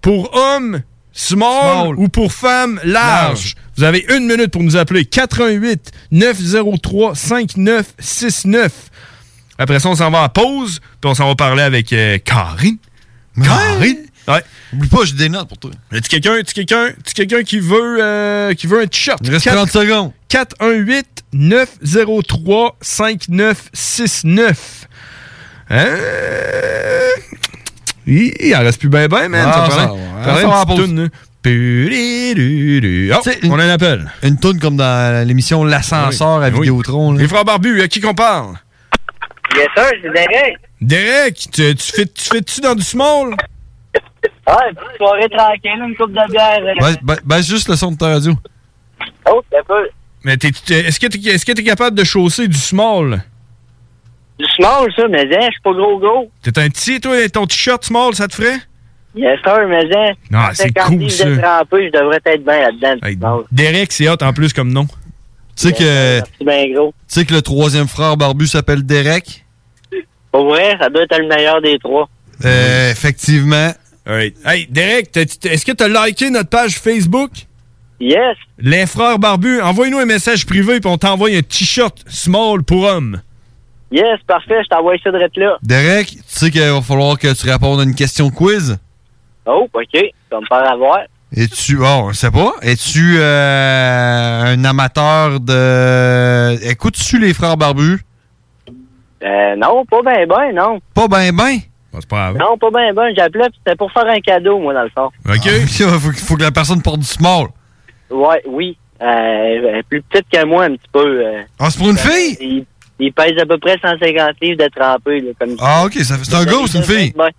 [SPEAKER 15] pour homme small, ou pour femme large?
[SPEAKER 12] Large.
[SPEAKER 15] Vous avez une minute pour nous appeler. 88 903 5969. Après ça, on s'en va à pause, puis on s'en va parler avec euh, Karine. Karine? Ouais.
[SPEAKER 16] Oublie pas, j'ai des notes pour toi.
[SPEAKER 15] As-tu quelqu'un as-tu quelqu'un, as-tu quelqu'un qui, veut, euh, qui veut un t-shirt? Il
[SPEAKER 16] reste 30 secondes.
[SPEAKER 15] 418 903 5969. Hein? Euh... Hi, Il en reste plus ben ben, man.
[SPEAKER 16] Ah,
[SPEAKER 15] ça
[SPEAKER 16] ça
[SPEAKER 15] parlait-
[SPEAKER 16] va, ouais.
[SPEAKER 15] parlait
[SPEAKER 16] Ça va
[SPEAKER 15] une petite
[SPEAKER 16] en pause.
[SPEAKER 15] toune, là. Pu-ri-ru-ru. Oh,
[SPEAKER 16] C'est une-
[SPEAKER 15] on a un appel.
[SPEAKER 16] Une toune comme dans l'émission L'ascenseur à Vidéotron.
[SPEAKER 15] Les frères barbus, à qui qu'on parle?
[SPEAKER 10] Yes, sir, c'est Derek.
[SPEAKER 15] Derek, tu, tu fais- tu fais-tu dans du small?
[SPEAKER 10] Ouais, une petite soirée tranquille, une coupe de bière. euh.
[SPEAKER 16] Ben, ben- ben, c'est juste le son de ta radio.
[SPEAKER 10] Oh, un peu.
[SPEAKER 15] Mais t'es- t'es- est-ce que tu es, capable de chausser du small?
[SPEAKER 10] Du small, ça, mais hein, je suis pas gros gros.
[SPEAKER 15] T'es un petit, toi, ton t-shirt small, ça te ferait?
[SPEAKER 10] Yes, sir, mais hein.
[SPEAKER 15] Ah, c'est
[SPEAKER 10] 50
[SPEAKER 15] cool,
[SPEAKER 10] livres
[SPEAKER 15] ça.
[SPEAKER 10] de trempé, je devrais être bien là-dedans. du small.
[SPEAKER 15] Derek, c'est hot en plus comme nom.
[SPEAKER 16] Tu sais que, tu
[SPEAKER 10] C'est bien ben, gros.
[SPEAKER 16] sais que le troisième frère barbu s'appelle Derek?
[SPEAKER 10] Pour vrai, ça doit être le meilleur des trois.
[SPEAKER 16] Euh, effectivement.
[SPEAKER 15] Alright. Hey, Derek, t'as- t'as- est-ce que t'as liké notre page Facebook?
[SPEAKER 10] Yes.
[SPEAKER 15] Les frères barbus, envoie-nous un message privé puis on t'envoie un t-shirt small pour homme.
[SPEAKER 10] Yes, parfait, je t'envoie ça de là.
[SPEAKER 16] Derek, tu sais qu'il va falloir que tu répondes à une question quiz?
[SPEAKER 10] Oh, OK, tu vas me faire avoir.
[SPEAKER 16] Es-tu, oh, on sait pas, es-tu euh, un amateur de... Écoutes-tu les frères barbus?
[SPEAKER 10] Euh, non, pas ben ben, non.
[SPEAKER 16] Pas ben ben?
[SPEAKER 15] c'est pas grave.
[SPEAKER 10] Non, pas ben ben, j'appelais, puis c'était pour faire un cadeau, moi, dans le fond.
[SPEAKER 15] OK.
[SPEAKER 16] Ah, faut, faut que la personne porte du small.
[SPEAKER 10] Ouais, oui. Euh, elle est plus petite que moi, un petit peu. euh.
[SPEAKER 16] Ah, c'est pour une fille?
[SPEAKER 10] Il, il pèse à peu près 150 livres de trempé, là, comme
[SPEAKER 16] Ah, OK, ça fait- c'est un gars ou c'est une fille?
[SPEAKER 10] Ouais.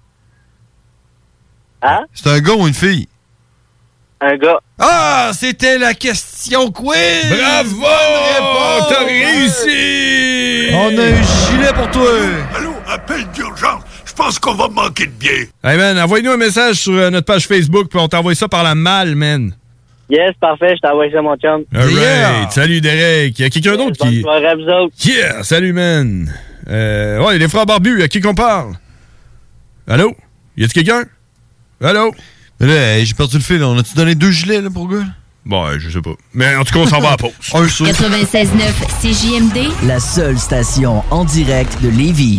[SPEAKER 10] Hein?
[SPEAKER 16] C'est un gars ou une fille?
[SPEAKER 10] Un gars.
[SPEAKER 16] Ah, c'était la question quiz!
[SPEAKER 15] Bravo! T'as réussi!
[SPEAKER 16] On a un gilet pour toi!
[SPEAKER 9] Allô, appel d'urgence! Je pense qu'on va manquer de biais.
[SPEAKER 15] Hey man, envoyez-nous un message sur euh, notre page Facebook, puis on t'envoie ça par la malle, man.
[SPEAKER 12] Yes, parfait, je t'envoie ça, mon chum.
[SPEAKER 15] All right. Salut Derek. Il y a quelqu'un d'autre qui.
[SPEAKER 12] Bonsoir à vous autres.
[SPEAKER 15] Yeah, salut man. Euh, ouais, les frères barbus, à qui qu'on parle? Allô? Y a-tu quelqu'un? Allô?
[SPEAKER 16] Là, j'ai perdu le fil. On a-tu donné deux gilets, là, pour gars? Oh,
[SPEAKER 15] Bon, je sais pas. Mais en tout cas, on s'en va à la pause.
[SPEAKER 16] Un
[SPEAKER 30] 96.9 CJMD.
[SPEAKER 11] La seule station en direct de Lévis.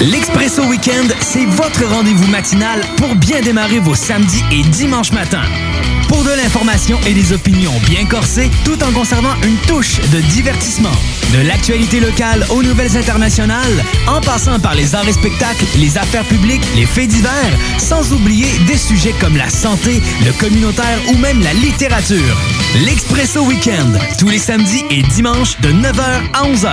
[SPEAKER 27] L'Expresso Weekend, c'est votre rendez-vous matinal pour bien démarrer vos samedis et dimanches matins. Pour de l'information et des opinions bien corsées, tout en conservant une touche de divertissement. De l'actualité locale aux nouvelles internationales, en passant par les arts et spectacles, les affaires publiques, les faits divers, sans oublier des sujets comme la santé, le communautaire ou même la littérature. L'Expresso Weekend, tous les samedis et dimanches de 9h à 11h.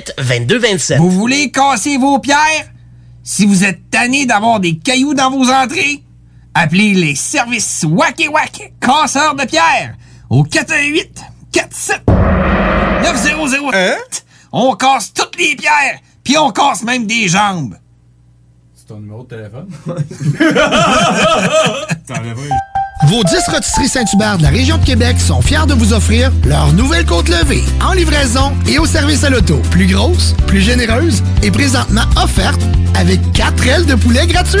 [SPEAKER 7] 2227.
[SPEAKER 5] Vous voulez casser vos pierres? Si vous êtes tanné d'avoir des cailloux dans vos entrées, appelez les services Wack et Wack casseurs de pierres au 418 47 900. On casse toutes les pierres, puis on casse même des jambes.
[SPEAKER 17] C'est ton numéro de téléphone?
[SPEAKER 1] Vos 10 rotisseries Saint-Hubert de la région de Québec sont fiers de vous offrir leur nouvelle côte levée en livraison et au service à l'auto. Plus grosse, plus généreuse et présentement offerte avec 4 ailes de poulet gratuites.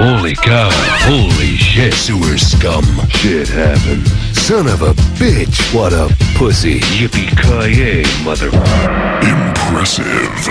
[SPEAKER 9] Holy cow. Holy shit. Sewer scum. Shit happened. Son of a bitch. What a pussy. Yippee-ki-yay, mother... Impressive.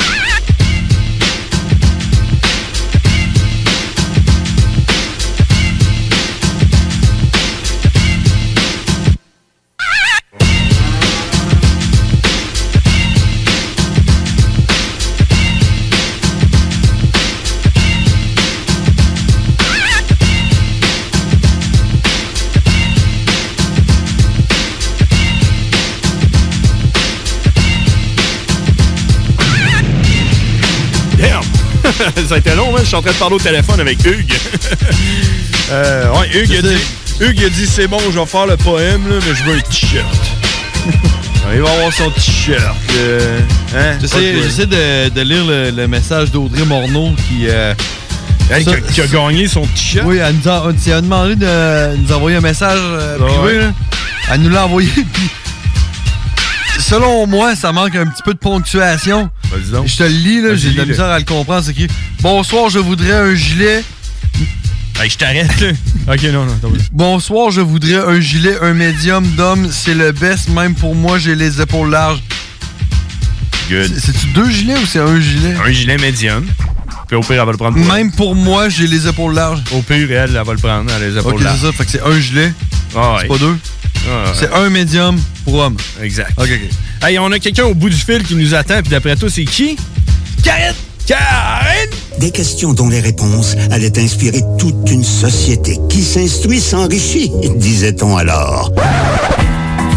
[SPEAKER 15] Damn! ça a été long, hein? Je suis en train de parler au téléphone avec Hugues. Euh, ouais, Hugues a dit, Hugues a dit c'est bon, je vais faire le poème, là, mais je veux un t-shirt. Ouais, Il va avoir son t-shirt. euh, hein?
[SPEAKER 16] J'essaie j'essaie de, de lire le, le message d'Audrey Morneau qui, euh,
[SPEAKER 15] Elle qui a- qui a gagné son t-shirt.
[SPEAKER 16] Oui, elle nous a, elle a demandé de nous envoyer un message euh,
[SPEAKER 15] Ah
[SPEAKER 16] privé.
[SPEAKER 15] ouais.
[SPEAKER 16] là. Elle nous l'a envoyé. Puis, selon moi, ça manque un petit peu de ponctuation.
[SPEAKER 15] Ben,
[SPEAKER 16] Je te le lis, là,
[SPEAKER 15] Vas-y,
[SPEAKER 16] j'ai de la
[SPEAKER 15] lis-le.
[SPEAKER 16] misère à le comprendre. C'est qui Bonsoir, je voudrais un gilet.
[SPEAKER 15] Hey, je t'arrête, là. ok, non, non, t'as pas-
[SPEAKER 16] Bonsoir, je voudrais un gilet, un médium d'homme. C'est le best, même pour moi, j'ai les épaules larges.
[SPEAKER 15] Good.
[SPEAKER 16] C'est- C'est-tu deux gilets ou c'est un gilet?
[SPEAKER 15] Un gilet médium. Puis au pire, elle va le prendre.
[SPEAKER 16] Même pour moi, j'ai les épaules larges.
[SPEAKER 15] Au pire, elle, elle va le prendre, elle a les épaules
[SPEAKER 16] Ok,
[SPEAKER 15] larges. Ah
[SPEAKER 16] c'est ça, fait que c'est un gilet. C'est pas deux. C'est un médium pour homme.
[SPEAKER 15] Exact. OK, OK. Hey, on a quelqu'un au bout du fil qui nous attend, puis d'après toi, c'est qui? Karine! Karine!
[SPEAKER 31] Des questions dont les réponses allaient inspirer toute une société qui s'instruit s'enrichit, disait-on alors.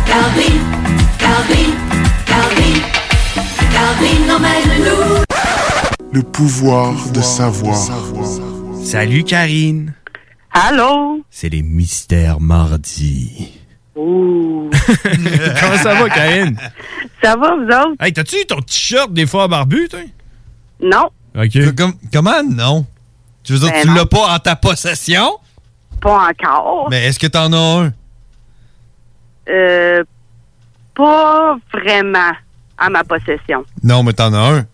[SPEAKER 29] Calvi, Calvi, Calvi,
[SPEAKER 6] le pouvoir de savoir.
[SPEAKER 15] Salut Karine.
[SPEAKER 29] Allô?
[SPEAKER 15] C'est les mystères mardi.
[SPEAKER 29] Ouh.
[SPEAKER 15] Comment ça va, Karine?
[SPEAKER 29] Ça va, vous autres?
[SPEAKER 15] Hey, t'as-tu eu ton t-shirt des fois à barbu, toi?
[SPEAKER 29] Non,
[SPEAKER 15] OK.
[SPEAKER 16] comment non? Tu veux dire,
[SPEAKER 29] Ben
[SPEAKER 16] tu
[SPEAKER 29] non.
[SPEAKER 16] l'as pas en ta possession?
[SPEAKER 29] pas encore.
[SPEAKER 16] Mais est-ce que t'en as un?
[SPEAKER 29] Euh, pas vraiment à ma possession.
[SPEAKER 16] Non, mais t'en as un.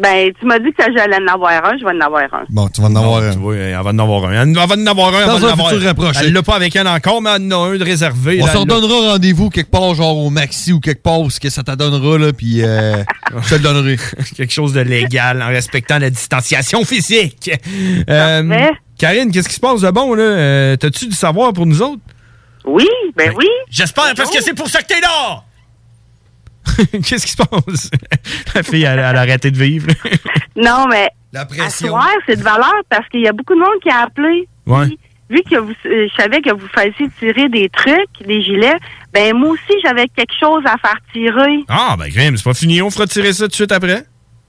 [SPEAKER 29] Ben, tu m'as dit que j'allais en avoir un, je vais en avoir un.
[SPEAKER 16] Bon, tu vas en
[SPEAKER 15] avoir un. elle va en avoir un. Elle va en avoir un. elle
[SPEAKER 16] Dans
[SPEAKER 15] va
[SPEAKER 16] un
[SPEAKER 15] en avoir
[SPEAKER 16] futur rapproché.
[SPEAKER 15] Elle l'a pas avec elle encore, mais elle en a un de réservé.
[SPEAKER 16] On
[SPEAKER 15] là,
[SPEAKER 16] se
[SPEAKER 15] elle l'a-
[SPEAKER 16] redonnera rendez-vous quelque part, genre au maxi ou quelque part, où ce que ça t'adonnera, là, puis euh, je te le donnerai.
[SPEAKER 15] Quelque chose de légal en respectant la distanciation physique. Euh, Karine, qu'est-ce qui se passe de bon, là? Euh, T'as-tu du savoir pour nous autres?
[SPEAKER 29] Oui, ben oui.
[SPEAKER 15] J'espère, parce que c'est pour ça que t'es là! qu'est-ce qui se passe? la fille, elle, elle a arrêté de vivre.
[SPEAKER 29] Non, mais
[SPEAKER 16] la
[SPEAKER 29] pression. c'est de valeur parce qu'il y a beaucoup de monde qui a appelé.
[SPEAKER 15] ouais.
[SPEAKER 29] Vu que vous, euh, je savais que vous faisiez tirer des trucs, des gilets, ben moi aussi j'avais quelque chose à faire tirer.
[SPEAKER 15] Ah, ben, Grim, c'est pas fini. On fera tirer ça tout de suite après.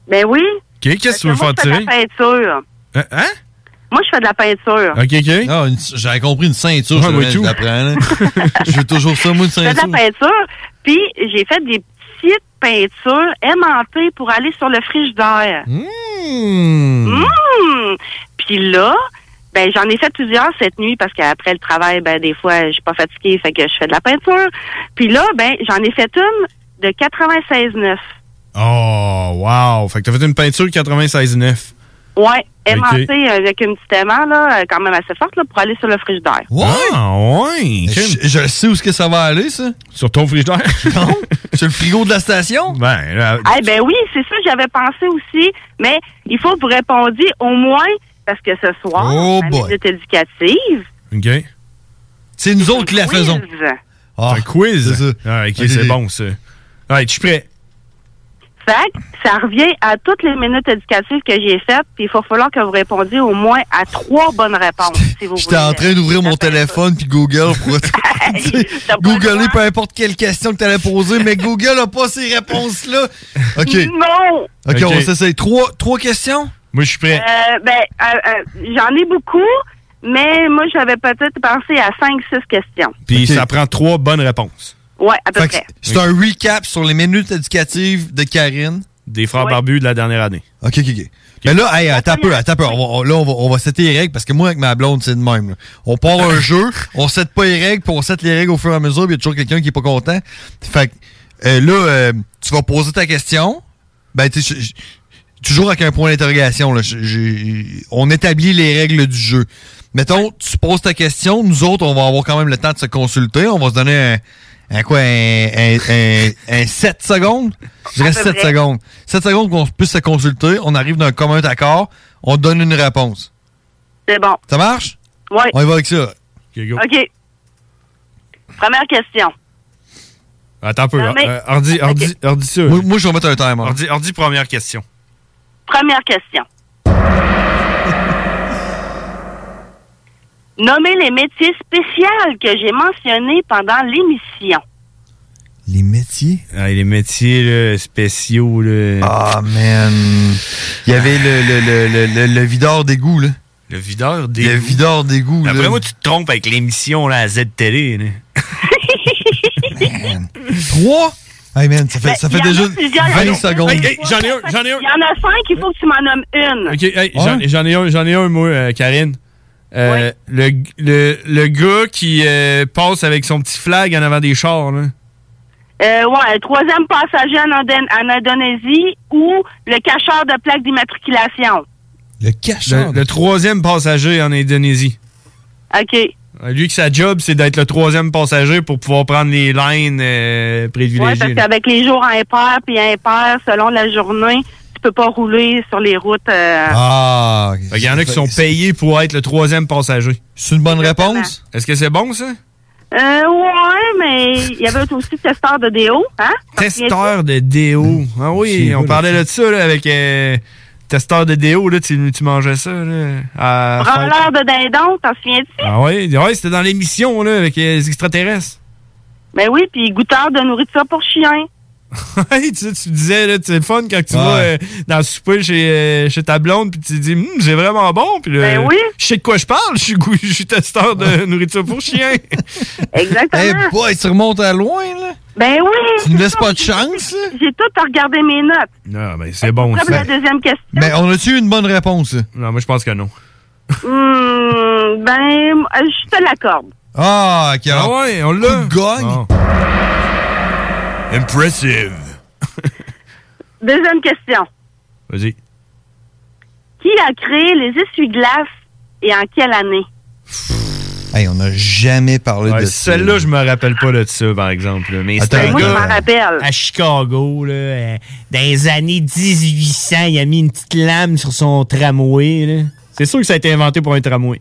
[SPEAKER 29] Ben oui.
[SPEAKER 15] OK, qu'est-ce que tu veux
[SPEAKER 29] Moi,
[SPEAKER 15] faire
[SPEAKER 29] Ben, je fais
[SPEAKER 15] tirer?
[SPEAKER 29] de la peinture.
[SPEAKER 15] Hein? hein?
[SPEAKER 29] Moi, je fais de la peinture.
[SPEAKER 15] OK, OK.
[SPEAKER 16] Non, une- j'avais compris une ceinture,
[SPEAKER 15] Ouais,
[SPEAKER 16] je
[SPEAKER 15] moi
[SPEAKER 16] je
[SPEAKER 15] tout.
[SPEAKER 16] la prends, là. Je veux toujours ça, moi, une
[SPEAKER 29] Je fais de
[SPEAKER 16] ceinture.
[SPEAKER 29] la peinture, puis j'ai fait des petites peintures aimantées pour aller sur le frigidaire. Mmh! Puis là, ben j'en ai fait plusieurs cette nuit parce qu'après le travail, ben des fois, je suis pas fatiguée, fait que je fais de la peinture. Puis là, ben j'en ai fait une de 96,9.
[SPEAKER 15] Oh, wow! Fait que t'as fait une peinture 96,9.
[SPEAKER 29] Ouais,
[SPEAKER 15] Ok.
[SPEAKER 29] aimantée avec une petite aimant, là, euh, quand même assez forte, là, pour aller sur le frigidaire.
[SPEAKER 16] Ouais!
[SPEAKER 15] Ah, ouais!
[SPEAKER 16] Je, je sais où est-ce que ça va aller, ça.
[SPEAKER 15] Sur ton frigidaire?
[SPEAKER 16] Non. Sur le frigo de la station?
[SPEAKER 15] Ben,
[SPEAKER 29] Eh ben oui, c'est ça que j'avais pensé aussi, mais il faut que vous répondiez au moins parce que ce soir,
[SPEAKER 16] Oh
[SPEAKER 29] ma
[SPEAKER 16] boy.
[SPEAKER 29] minute éducative.
[SPEAKER 15] OK.
[SPEAKER 16] C'est nous autres qui la faisons.
[SPEAKER 29] quiz. Ah.
[SPEAKER 15] C'est un quiz. Ah, ok,
[SPEAKER 16] Ok.
[SPEAKER 15] c'est bon, ça. Ah, Ouais, tu es prêt?
[SPEAKER 29] Fait que ça revient à toutes les minutes éducatives que j'ai faites, puis il va falloir que vous répondiez au moins à trois bonnes réponses, si vous
[SPEAKER 16] J'étais
[SPEAKER 29] voulez.
[SPEAKER 16] en train d'ouvrir mon téléphone puis Google pour googler peu importe quelle question que t'allais poser, mais Google a pas ces réponses-là. OK.
[SPEAKER 29] Non!
[SPEAKER 16] OK, on
[SPEAKER 15] Ok.
[SPEAKER 16] s'essaye. Trois, trois questions?
[SPEAKER 15] Moi, je suis prêt.
[SPEAKER 29] Euh, ben, euh, euh, j'en ai beaucoup, mais moi, j'avais peut-être pensé à cinq, six questions.
[SPEAKER 15] Puis ça prend trois bonnes réponses.
[SPEAKER 29] Ouais, à peu
[SPEAKER 16] Fait que
[SPEAKER 29] près.
[SPEAKER 16] C'est un recap sur les minutes éducatives de Karine.
[SPEAKER 15] Des frères barbus de la dernière année.
[SPEAKER 16] OK, OK, OK. Mais là, hey, attends un peu, attends un peu. On va- on- là, on va, on va setter les règles parce que moi, avec ma blonde, c'est de même. là. On part un jeu, on set pas les règles, puis on set les règles au fur et à mesure, puis il y a toujours quelqu'un qui est pas content. Fait que euh, là, euh, tu vas poser ta question. Ben, tu sais, je- je- toujours avec un point d'interrogation. là. Je- j'ai- On établit les règles du jeu. Mettons, tu poses ta question, nous autres, on va avoir quand même le temps de se consulter. On va se donner un, un quoi, un, un, un- un 7 secondes? Je dirais
[SPEAKER 32] À peu
[SPEAKER 16] 7
[SPEAKER 32] près.
[SPEAKER 16] secondes. 7 secondes qu'on puisse se consulter, on arrive d'un commun accord, on donne une réponse.
[SPEAKER 29] C'est bon.
[SPEAKER 16] Ça marche?
[SPEAKER 29] Ouais.
[SPEAKER 16] On y va avec ça.
[SPEAKER 29] OK. Première question.
[SPEAKER 15] Attends un peu.
[SPEAKER 29] Non, mais-
[SPEAKER 15] Euh, ordi, ordi, ordi ça.
[SPEAKER 16] Moi, je vais mettre un timer.
[SPEAKER 15] Ordi, ordi, première question.
[SPEAKER 29] Première question. Nommez les métiers spéciaux que j'ai mentionnés pendant l'émission.
[SPEAKER 16] Les métiers?
[SPEAKER 15] Ah, les métiers là, spéciaux. Là.
[SPEAKER 16] Ah, man. Il y avait le, le, le, le, le, le videur d'égout, là.
[SPEAKER 15] Le videur des.
[SPEAKER 16] Le videur d'égout, là.
[SPEAKER 15] Après moi, tu te trompes avec l'émission là, à Z-Télé. là.
[SPEAKER 16] 3?
[SPEAKER 15] Ah,
[SPEAKER 16] Hey, man, ça fait, ça fait
[SPEAKER 29] Ben, Il y en
[SPEAKER 16] déjà
[SPEAKER 29] a plusieurs.
[SPEAKER 16] 20 secondes.
[SPEAKER 15] Hey, hey, j'en ai un, j'en ai un.
[SPEAKER 29] Il y en a cinq, il faut que tu m'en nommes une.
[SPEAKER 15] OK, hey, j'en- j'en ai un, j'en ai un, moi, euh, Karine. Euh, le, le, le gars qui euh, passe avec son petit flag en avant des chars. Là.
[SPEAKER 29] Euh, ouais, troisième passager en, Indon- en Indonésie ou le cacheur de plaques d'immatriculation.
[SPEAKER 16] Le
[SPEAKER 15] Le, troisième passager en Indonésie.
[SPEAKER 29] OK.
[SPEAKER 15] Euh, Lui, que sa job, c'est d'être le troisième passager pour pouvoir prendre les lignes euh,
[SPEAKER 29] Ouais,
[SPEAKER 15] privilégiées.
[SPEAKER 29] parce
[SPEAKER 15] là.
[SPEAKER 29] qu'avec les jours impairs puis impairs, selon la journée, tu peux pas rouler sur les routes. euh,
[SPEAKER 16] Ah,
[SPEAKER 15] Fait qu'il y en a qui sont payés pour être le troisième passager.
[SPEAKER 16] C'est une bonne réponse?
[SPEAKER 15] Est-ce que c'est bon, ça?
[SPEAKER 29] Euh, ouais, mais il y avait aussi testeur de déo, hein?
[SPEAKER 15] Testeur de déo. Ah oui,
[SPEAKER 16] Hmm. C'est
[SPEAKER 15] on
[SPEAKER 16] quoi,
[SPEAKER 15] parlait là, de ça là, avec euh, testeur de déo. Là, tu, tu mangeais ça. Là, à la fête.
[SPEAKER 29] Branleur de dindon, t'en souviens-tu?
[SPEAKER 15] Ah oui, ouais, c'était dans l'émission là, avec euh, les extraterrestres.
[SPEAKER 29] Ben oui, puis goûteur de nourriture pour chien.
[SPEAKER 15] Ouais, tu, sais, tu me disais, là, c'est le fun quand tu
[SPEAKER 12] Ouais.
[SPEAKER 15] vas euh, dans le souper chez, euh, chez ta blonde, puis tu dis, Hum, c'est vraiment bon. Puis, là,
[SPEAKER 29] Ben oui.
[SPEAKER 15] Je sais de quoi je parle, je suis, goût- je suis testeur de nourriture pour chien.
[SPEAKER 29] Exactement.
[SPEAKER 16] Eh boy, tu remontes à loin, là.
[SPEAKER 29] Ben oui.
[SPEAKER 16] Tu nous laisses pas de chance, là.
[SPEAKER 29] J'ai tout regardé mes notes.
[SPEAKER 15] Non, mais c'est bon,
[SPEAKER 29] Comme la deuxième question.
[SPEAKER 16] Mais on a-tu eu une bonne réponse?
[SPEAKER 15] Non, moi, je pense que non.
[SPEAKER 29] Hmm, ben, euh, je te l'accorde.
[SPEAKER 16] Ah, ok.
[SPEAKER 15] Ah ouais, on l'a. Ah. gagne. Impressive.
[SPEAKER 29] Deuxième question.
[SPEAKER 15] Vas-y.
[SPEAKER 29] Qui a créé les essuie-glaces et en quelle année?
[SPEAKER 16] Hey, on n'a jamais parlé
[SPEAKER 15] Ouais,
[SPEAKER 16] de ça.
[SPEAKER 15] Celle-là, je me rappelle pas là, de ça, par exemple. là. Mais
[SPEAKER 16] Attends,
[SPEAKER 15] c'était un
[SPEAKER 16] moi, je
[SPEAKER 15] gars-
[SPEAKER 16] m'en
[SPEAKER 29] rappelle.
[SPEAKER 15] À Chicago, là, euh, dans les années 1800, il a mis une petite lame sur son tramway. là. C'est sûr que ça a été inventé pour un tramway.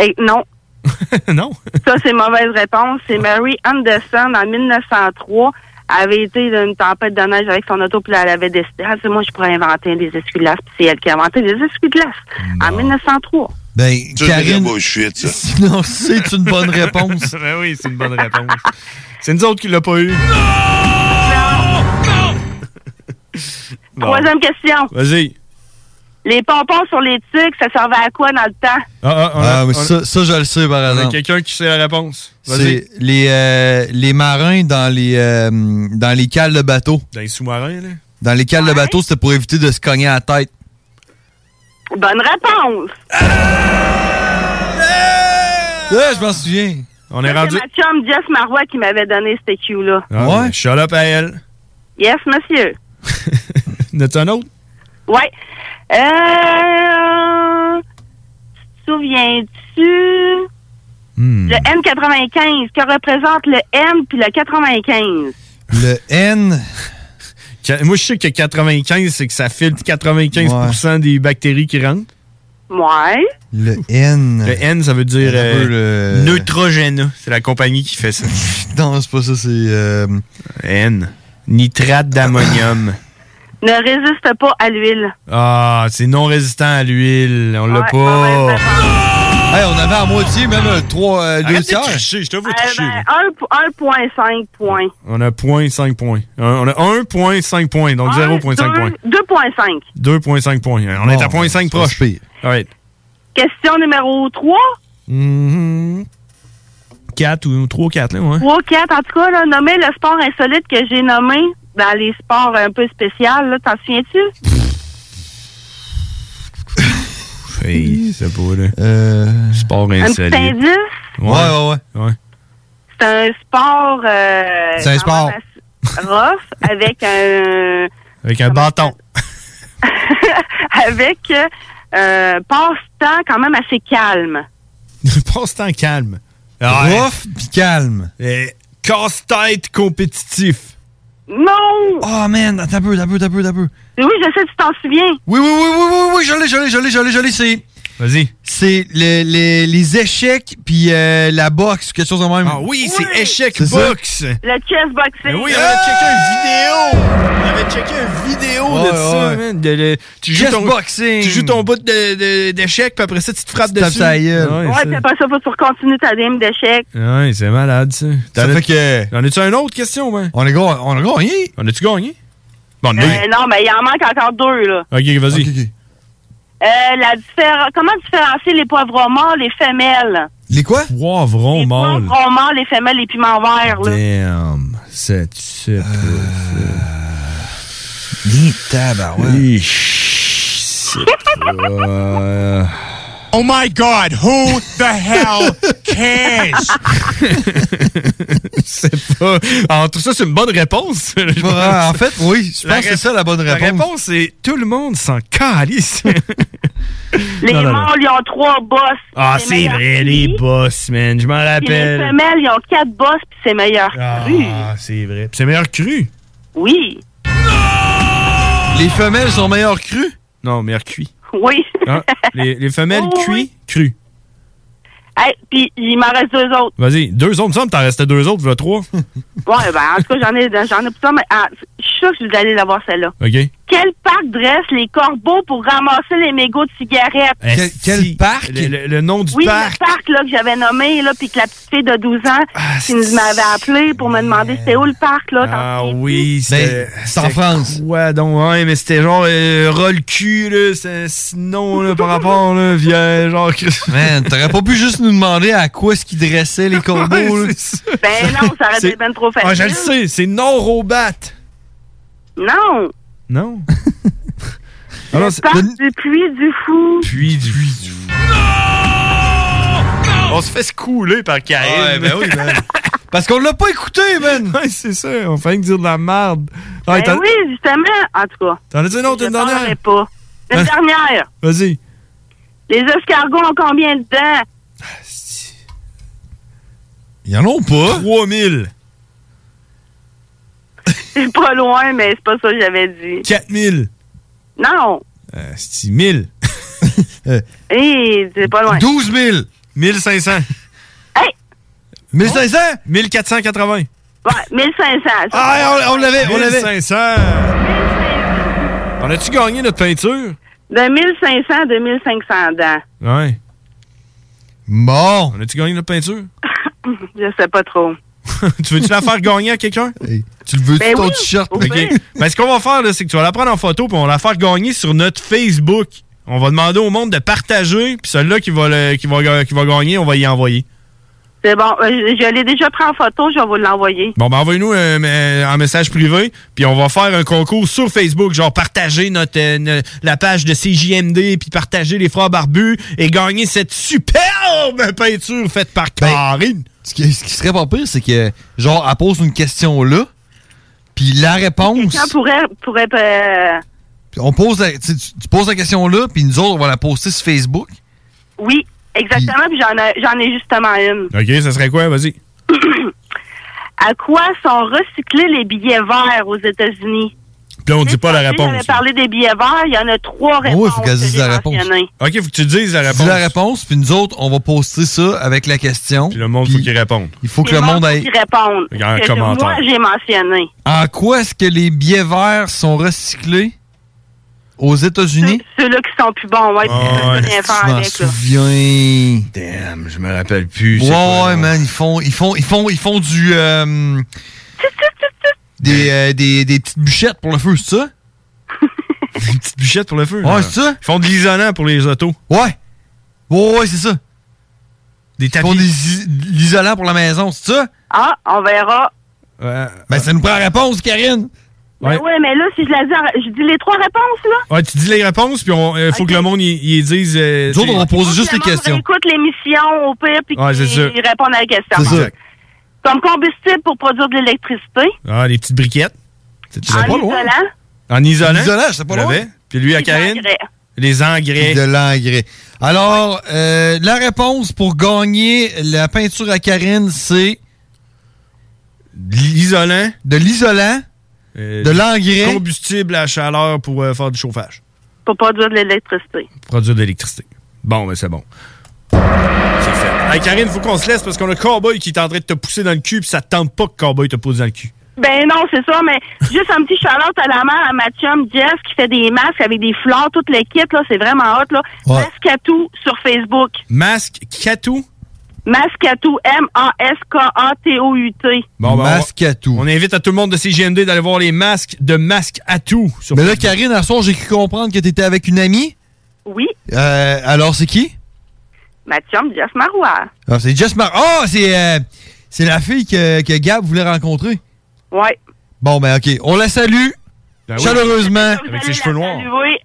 [SPEAKER 29] Eh, non.
[SPEAKER 15] non.
[SPEAKER 29] Ça, c'est mauvaise réponse. C'est Mary Anderson en 1903 avait été dans une tempête de neige avec son auto, puis là, elle avait décidé, ah, c'est moi, je pourrais inventer des essuie-glaces, puis c'est elle qui a inventé les essuie-glaces en 1903.
[SPEAKER 16] Ben,
[SPEAKER 15] C'est
[SPEAKER 16] Karine.
[SPEAKER 15] de la
[SPEAKER 16] Non, c'est une bonne réponse.
[SPEAKER 15] ben oui, c'est une bonne réponse. c'est nous autres qui l'a pas eu. Bon.
[SPEAKER 29] Troisième question.
[SPEAKER 15] Vas-y.
[SPEAKER 29] Les pompons sur les tucs, ça servait à quoi dans le temps?
[SPEAKER 15] Ah,
[SPEAKER 16] ah, mais ça, ça, je le sais, par
[SPEAKER 15] On a
[SPEAKER 16] exemple.
[SPEAKER 15] quelqu'un qui sait la réponse. Vas-y.
[SPEAKER 16] Ah, C'est les, euh, les marins dans les, euh, dans les cales de bateau.
[SPEAKER 15] Dans les sous-marins, là.
[SPEAKER 16] Dans les cales de bateau, c'était pour éviter de se cogner à la tête.
[SPEAKER 29] Bonne réponse.
[SPEAKER 16] Là, je m'en souviens.
[SPEAKER 15] On est
[SPEAKER 29] C'est
[SPEAKER 15] rendu.
[SPEAKER 29] ma chum Jess Marois qui m'avait donné cette cue-là.
[SPEAKER 15] ouais. Shut up à elle.
[SPEAKER 29] Yes, monsieur.
[SPEAKER 15] N'as-tu un autre?
[SPEAKER 29] Ouais. Euh... te Souviens-tu...
[SPEAKER 15] Hmm.
[SPEAKER 29] Le N95, que représente le N puis le 95?
[SPEAKER 16] Le N.
[SPEAKER 15] Moi, je sais que 95, c'est que ça filtre 95 des bactéries qui rentrent.
[SPEAKER 29] Ouais.
[SPEAKER 16] Le N.
[SPEAKER 15] Le N, ça veut dire
[SPEAKER 16] Un peu
[SPEAKER 15] euh, Neutrogena. C'est la compagnie qui fait ça.
[SPEAKER 16] Non, c'est pas ça, c'est. euh,
[SPEAKER 15] N. Nitrate d'ammonium.
[SPEAKER 29] Ne résiste pas à l'huile.
[SPEAKER 15] Ah, c'est non résistant à l'huile. On l'a
[SPEAKER 29] Ouais,
[SPEAKER 15] pas.
[SPEAKER 16] Hey, on avait à moitié, même euh, trois, euh, deux
[SPEAKER 15] Arrêtez de
[SPEAKER 16] tiers.
[SPEAKER 15] tricher, je te vois
[SPEAKER 29] Eh ben, un po- 1.5 points.
[SPEAKER 15] On a 0.5 points. Un- On a 1.5 points, donc 0.5 points.
[SPEAKER 29] 2.5.
[SPEAKER 15] 2.5 points. On est à 0.5 proche. All right.
[SPEAKER 29] Question numéro 3.
[SPEAKER 15] 4 Mm-hmm. ou 3 4, là, ouais.
[SPEAKER 29] 3, 4, en tout cas, là, nommez le sport insolite que j'ai nommé dans les sports un peu spéciaux. là. T'en souviens-tu?
[SPEAKER 15] Hey, c'est beau, là. Sport
[SPEAKER 29] Un petit
[SPEAKER 15] insolite.
[SPEAKER 29] indice?
[SPEAKER 15] Euh, Ouais, ouais, ouais.
[SPEAKER 29] C'est un sport... euh,
[SPEAKER 15] C'est un
[SPEAKER 29] quand
[SPEAKER 15] sport.
[SPEAKER 29] même assez Rough, avec un...
[SPEAKER 15] Avec un bâton.
[SPEAKER 29] avec euh, un passe-temps quand même assez calme.
[SPEAKER 15] Passe-temps calme. Rough
[SPEAKER 16] pis calme.
[SPEAKER 15] Casse-tête compétitif.
[SPEAKER 29] Non!
[SPEAKER 16] Oh man, attends un peu, attends un peu, attends un peu, attends un peu.
[SPEAKER 29] Oui, je sais, tu t'en souviens.
[SPEAKER 16] Oui, oui, oui, oui, oui, oui, je l'ai, je l'ai, je l'ai, je l'ai, je l'ai, c'est.
[SPEAKER 15] Vas-y.
[SPEAKER 16] C'est le- le- les échecs puis euh, la boxe, quelque chose de même. Ah
[SPEAKER 15] oui, c'est échec
[SPEAKER 16] C'est ça.
[SPEAKER 15] boxe.
[SPEAKER 29] Le chess boxing.
[SPEAKER 15] oui, on avait checké une vidéo. On avait checké une vidéo de ça, man. De- de- tu, joues
[SPEAKER 16] Chess
[SPEAKER 15] ton,
[SPEAKER 16] boxing.
[SPEAKER 15] tu joues ton bout de- de- d'échec, puis après ça, tu te frappes
[SPEAKER 16] tapes
[SPEAKER 15] dessus.
[SPEAKER 16] sur la gueule.
[SPEAKER 15] Ouais,
[SPEAKER 29] Ouais,
[SPEAKER 15] ça-
[SPEAKER 29] puis après ça, faut que tu continues ta game d'échecs.
[SPEAKER 15] Ouais, c'est malade, ça.
[SPEAKER 16] Ça fait que.
[SPEAKER 15] On a-tu une autre question, man?
[SPEAKER 16] On a, ga- on a gagné.
[SPEAKER 15] On a-tu gagné? Bon, on a-
[SPEAKER 29] Euh, non, mais il en manque encore deux, là.
[SPEAKER 15] Ok, vas-y.
[SPEAKER 29] Euh, la diffé- Comment différencier les poivrons morts, les femelles?
[SPEAKER 16] Les quoi?
[SPEAKER 15] Poivrons
[SPEAKER 29] Les
[SPEAKER 15] mâles.
[SPEAKER 29] poivrons morts, les femelles, les piments verts, là.
[SPEAKER 15] Damn. C'est tu sais pas, ça. Hi, c'est pas.
[SPEAKER 8] Oh my God, who the hell cares?
[SPEAKER 15] c'est pas. Alors, Ah, tout ça, c'est une bonne réponse. Je pense.
[SPEAKER 16] en fait, oui, je
[SPEAKER 15] La
[SPEAKER 16] pense que c'est
[SPEAKER 15] ré-
[SPEAKER 16] ça la bonne
[SPEAKER 15] La
[SPEAKER 16] réponse.
[SPEAKER 15] réponse, c'est tout le monde s'en calisse.
[SPEAKER 29] Les
[SPEAKER 15] Non, non, non.
[SPEAKER 29] mâles, ils ont trois bosses.
[SPEAKER 15] Ah, c'est vrai, les boss, man. Je m'en
[SPEAKER 29] Puis les
[SPEAKER 15] rappelle.
[SPEAKER 29] femelles, ils ont quatre bosses, puis c'est meilleur.
[SPEAKER 15] Ah, c'est vrai. Puis C'est meilleur cru.
[SPEAKER 29] Oui,
[SPEAKER 16] Les femelles sont meilleures crues?
[SPEAKER 15] Non, meilleur cuit.
[SPEAKER 29] oui.
[SPEAKER 15] Ah, les, les femelles
[SPEAKER 29] Oh,
[SPEAKER 15] cuit, cru.
[SPEAKER 29] Hey, puis il m'en reste deux autres.
[SPEAKER 15] Vas-y, deux autres, il me semble, t'en restais deux autres, il y en a trois.
[SPEAKER 29] Ouais, ben, en tout cas, j'en ai, j'en ai plusieurs, mais ah, je suis sûre que vous allez l'avoir, celle-là.
[SPEAKER 15] OK.
[SPEAKER 29] Quel parc dresse les corbeaux pour ramasser les mégots de cigarettes?
[SPEAKER 15] Quel, parc? Eh, Le, le- le nom du
[SPEAKER 29] oui,
[SPEAKER 15] parc.
[SPEAKER 29] le parc là, que j'avais nommé, là, puis que la petite fille de 12 ans qui nous m'avait appelé pour me demander c'était où le parc. Là,
[SPEAKER 15] Ah oui, Ben, c'est
[SPEAKER 16] c'est en France.
[SPEAKER 15] Ouais, donc, ouais, mais c'était genre euh, roll cul, là, c'est sinon, là, par rapport, là, via genre.
[SPEAKER 16] Man, t'aurais pas pu juste nous demander à quoi est-ce qu'ils dressaient les corbeaux, là?
[SPEAKER 29] Ben non, ça aurait
[SPEAKER 16] C'est-
[SPEAKER 29] été bien trop facile.
[SPEAKER 15] Ah, je le sais, c'est Norobat.
[SPEAKER 29] Non.
[SPEAKER 15] Non.
[SPEAKER 29] Le
[SPEAKER 15] Alors, c'est-
[SPEAKER 29] parc du Puy du Fou.
[SPEAKER 15] Puis du. On se fait scouler par Karine. Ouais, ben oui, man. Parce qu'on l'a pas écouté, man. Ouais, c'est ça. On fait que dire de la merde. Ouais, Ah, t'en-
[SPEAKER 29] ben oui, justement. En tout cas.
[SPEAKER 15] T'en as dit une autre, une
[SPEAKER 29] Je
[SPEAKER 15] dernière?
[SPEAKER 29] parlerai pas. Une
[SPEAKER 15] Hein?
[SPEAKER 29] dernière.
[SPEAKER 15] Vas-y.
[SPEAKER 29] Les escargots ont combien de dents?
[SPEAKER 15] Ah,
[SPEAKER 16] Ils en ont pas.
[SPEAKER 15] 3000.
[SPEAKER 29] C'est pas loin, mais c'est pas ça que j'avais dit.
[SPEAKER 15] 4000.
[SPEAKER 29] Non.
[SPEAKER 15] Euh, c'est 1000.
[SPEAKER 29] Hé, c'est pas loin.
[SPEAKER 15] 12 000. 1500.
[SPEAKER 29] Hey!
[SPEAKER 15] 1500? 1480.
[SPEAKER 29] Ouais, 1500. ça.
[SPEAKER 15] Ah, on, on l'avait, on l'avait. 1500. On a-tu gagné notre peinture?
[SPEAKER 29] De 1500 à 2500 dents.
[SPEAKER 15] Ouais. Bon. On a-tu gagné notre peinture?
[SPEAKER 29] Je sais pas trop.
[SPEAKER 15] tu veux-tu la faire gagner à quelqu'un? Tu le veux
[SPEAKER 29] Ben ton oui, t-shirt? au
[SPEAKER 15] OK.
[SPEAKER 29] pire.
[SPEAKER 15] Ben, ce qu'on va faire, là, c'est que tu vas la prendre en photo puis on va la faire gagner sur notre Facebook. On va demander au monde de partager, puis celui-là qui va, le- qui, va, qui va gagner, on va y envoyer.
[SPEAKER 29] C'est bon. euh, Je, je l'ai déjà pris en photo, je vais vous l'envoyer.
[SPEAKER 15] Bon, ben envoyez-nous un, un- un message privé, puis on va faire un concours sur Facebook, genre partager notre, euh, ne- la page de CJMD, puis partager les frères barbus, et gagner cette superbe peinture faite par Karine.
[SPEAKER 16] Ben, Ce qui, ce qui serait pas pire, c'est que, genre, elle pose une question là, puis la réponse,
[SPEAKER 29] Quelqu'un pourrait, pourrait euh,
[SPEAKER 16] on pose la- tu, sais, tu- tu poses la question là, puis nous autres, on va la poster sur Facebook.
[SPEAKER 29] Oui, exactement. Puis j'en ai, j'en ai justement une.
[SPEAKER 15] OK, ça serait quoi? Vas-y.
[SPEAKER 29] À quoi sont recyclés les billets verts aux États-Unis?
[SPEAKER 15] Puis là, on dit pas la
[SPEAKER 29] Vous avez
[SPEAKER 15] réponse.
[SPEAKER 29] parlé des billets verts, il y en a trois
[SPEAKER 16] Ah oui,
[SPEAKER 29] réponses.
[SPEAKER 16] faut qu'elle dise
[SPEAKER 29] que j'ai
[SPEAKER 16] la réponse.
[SPEAKER 29] mentionnées.
[SPEAKER 15] OK, faut que tu dises la
[SPEAKER 16] réponse. la réponse, puis nous autres, on va poster ça avec la question. Puis
[SPEAKER 15] le monde, faut qu'il réponde.
[SPEAKER 16] Il faut que
[SPEAKER 29] Puis
[SPEAKER 16] le monde
[SPEAKER 29] faut
[SPEAKER 16] aille.
[SPEAKER 29] qu'ils répondent.
[SPEAKER 16] Il y a un
[SPEAKER 29] Que je-
[SPEAKER 16] commentaire.
[SPEAKER 29] Moi, j'ai mentionné.
[SPEAKER 16] En quoi est-ce que les billets verts sont recyclés aux États-Unis?
[SPEAKER 29] Ceux-là qui sont plus bons, ouais,
[SPEAKER 16] Ah,
[SPEAKER 29] puis ça,
[SPEAKER 15] Ah,
[SPEAKER 29] je peux rien faire
[SPEAKER 16] Je m'en
[SPEAKER 29] avec, là.
[SPEAKER 16] souviens.
[SPEAKER 15] Damn, je me rappelle plus.
[SPEAKER 16] Ouais, ouais, man, ils font, ils font, ils font, ils font du. euh, des, euh, des, des petites bûchettes pour le feu, c'est ça?
[SPEAKER 15] des petites bûchettes pour le feu?
[SPEAKER 16] Ouais, c'est ça?
[SPEAKER 15] Ils font de l'isolant pour les autos.
[SPEAKER 16] Ouais. Ouais, ouais, c'est ça.
[SPEAKER 15] Des
[SPEAKER 16] tapis. Ils font des is- de l'isolant pour la maison, c'est ça?
[SPEAKER 29] Ah, on verra.
[SPEAKER 16] ben, ça nous prend la réponse, Karine.
[SPEAKER 29] Ben ouais, mais là, si je la dis, en- je dis les trois réponses, là.
[SPEAKER 15] Ouais, tu dis les réponses, puis on, euh, faut que le monde y, y dise. euh,
[SPEAKER 16] Nous autres, on va poser
[SPEAKER 15] juste les questions.
[SPEAKER 29] Écoute l'émission au pire, puis
[SPEAKER 15] Ouais, c'est ça.
[SPEAKER 29] qu'ils répondent à la question.
[SPEAKER 15] C'est ça.
[SPEAKER 29] Comme combustible pour produire de l'électricité,
[SPEAKER 15] Ah, les petites briquettes. C'est
[SPEAKER 29] en isolant,
[SPEAKER 15] En isolant.
[SPEAKER 16] En isolant, c'est pas
[SPEAKER 15] Il y
[SPEAKER 16] loin.
[SPEAKER 15] avait. Puis lui, à Karine.
[SPEAKER 29] engrais.
[SPEAKER 15] Les engrais.
[SPEAKER 16] Puis De l'engrais. Alors, euh, la réponse pour gagner la peinture à Karine, c'est.
[SPEAKER 15] L'isolant.
[SPEAKER 16] De l'isolant.
[SPEAKER 15] Euh,
[SPEAKER 16] de l'engrais.
[SPEAKER 15] Combustible à chaleur pour euh, faire du chauffage.
[SPEAKER 29] pour produire de l'électricité.
[SPEAKER 15] Produire de l'électricité. Bon, ben c'est bon. C'est fait. Hey, Karine, faut qu'on se laisse parce qu'on a Cowboy qui est en train de te pousser dans le cul, puis ça te tente pas que Cowboy te pousse dans le cul.
[SPEAKER 29] Ben non, c'est ça, mais juste un petit chaleur à la main à ma chum Jess qui fait des masques avec des fleurs, toute l'équipe, là, c'est vraiment hot, là.
[SPEAKER 15] Ouais.
[SPEAKER 29] Masque à tout sur Facebook.
[SPEAKER 15] Masque, catou.
[SPEAKER 29] Masque à tout, M-A-S-K-A-T-O-U-T.
[SPEAKER 15] Bon, ben, masque à tout. On invite à tout le monde de CGMD d'aller voir les masques de masque à tout.
[SPEAKER 16] Mais là, Karine, à soir, j'ai cru comprendre que t'étais avec une amie.
[SPEAKER 29] Oui,
[SPEAKER 16] Euh, alors, c'est qui?
[SPEAKER 29] ma chum Jess Marois.
[SPEAKER 16] Ah, c'est Jess Mar. Ah, c'est, euh, c'est la fille que, que Gab voulait rencontrer.
[SPEAKER 29] Ouais.
[SPEAKER 16] Bon, ben, OK. On la salue.
[SPEAKER 15] Ben oui.
[SPEAKER 16] Chaleureusement.
[SPEAKER 15] Avec ses cheveux noirs.
[SPEAKER 29] Saluer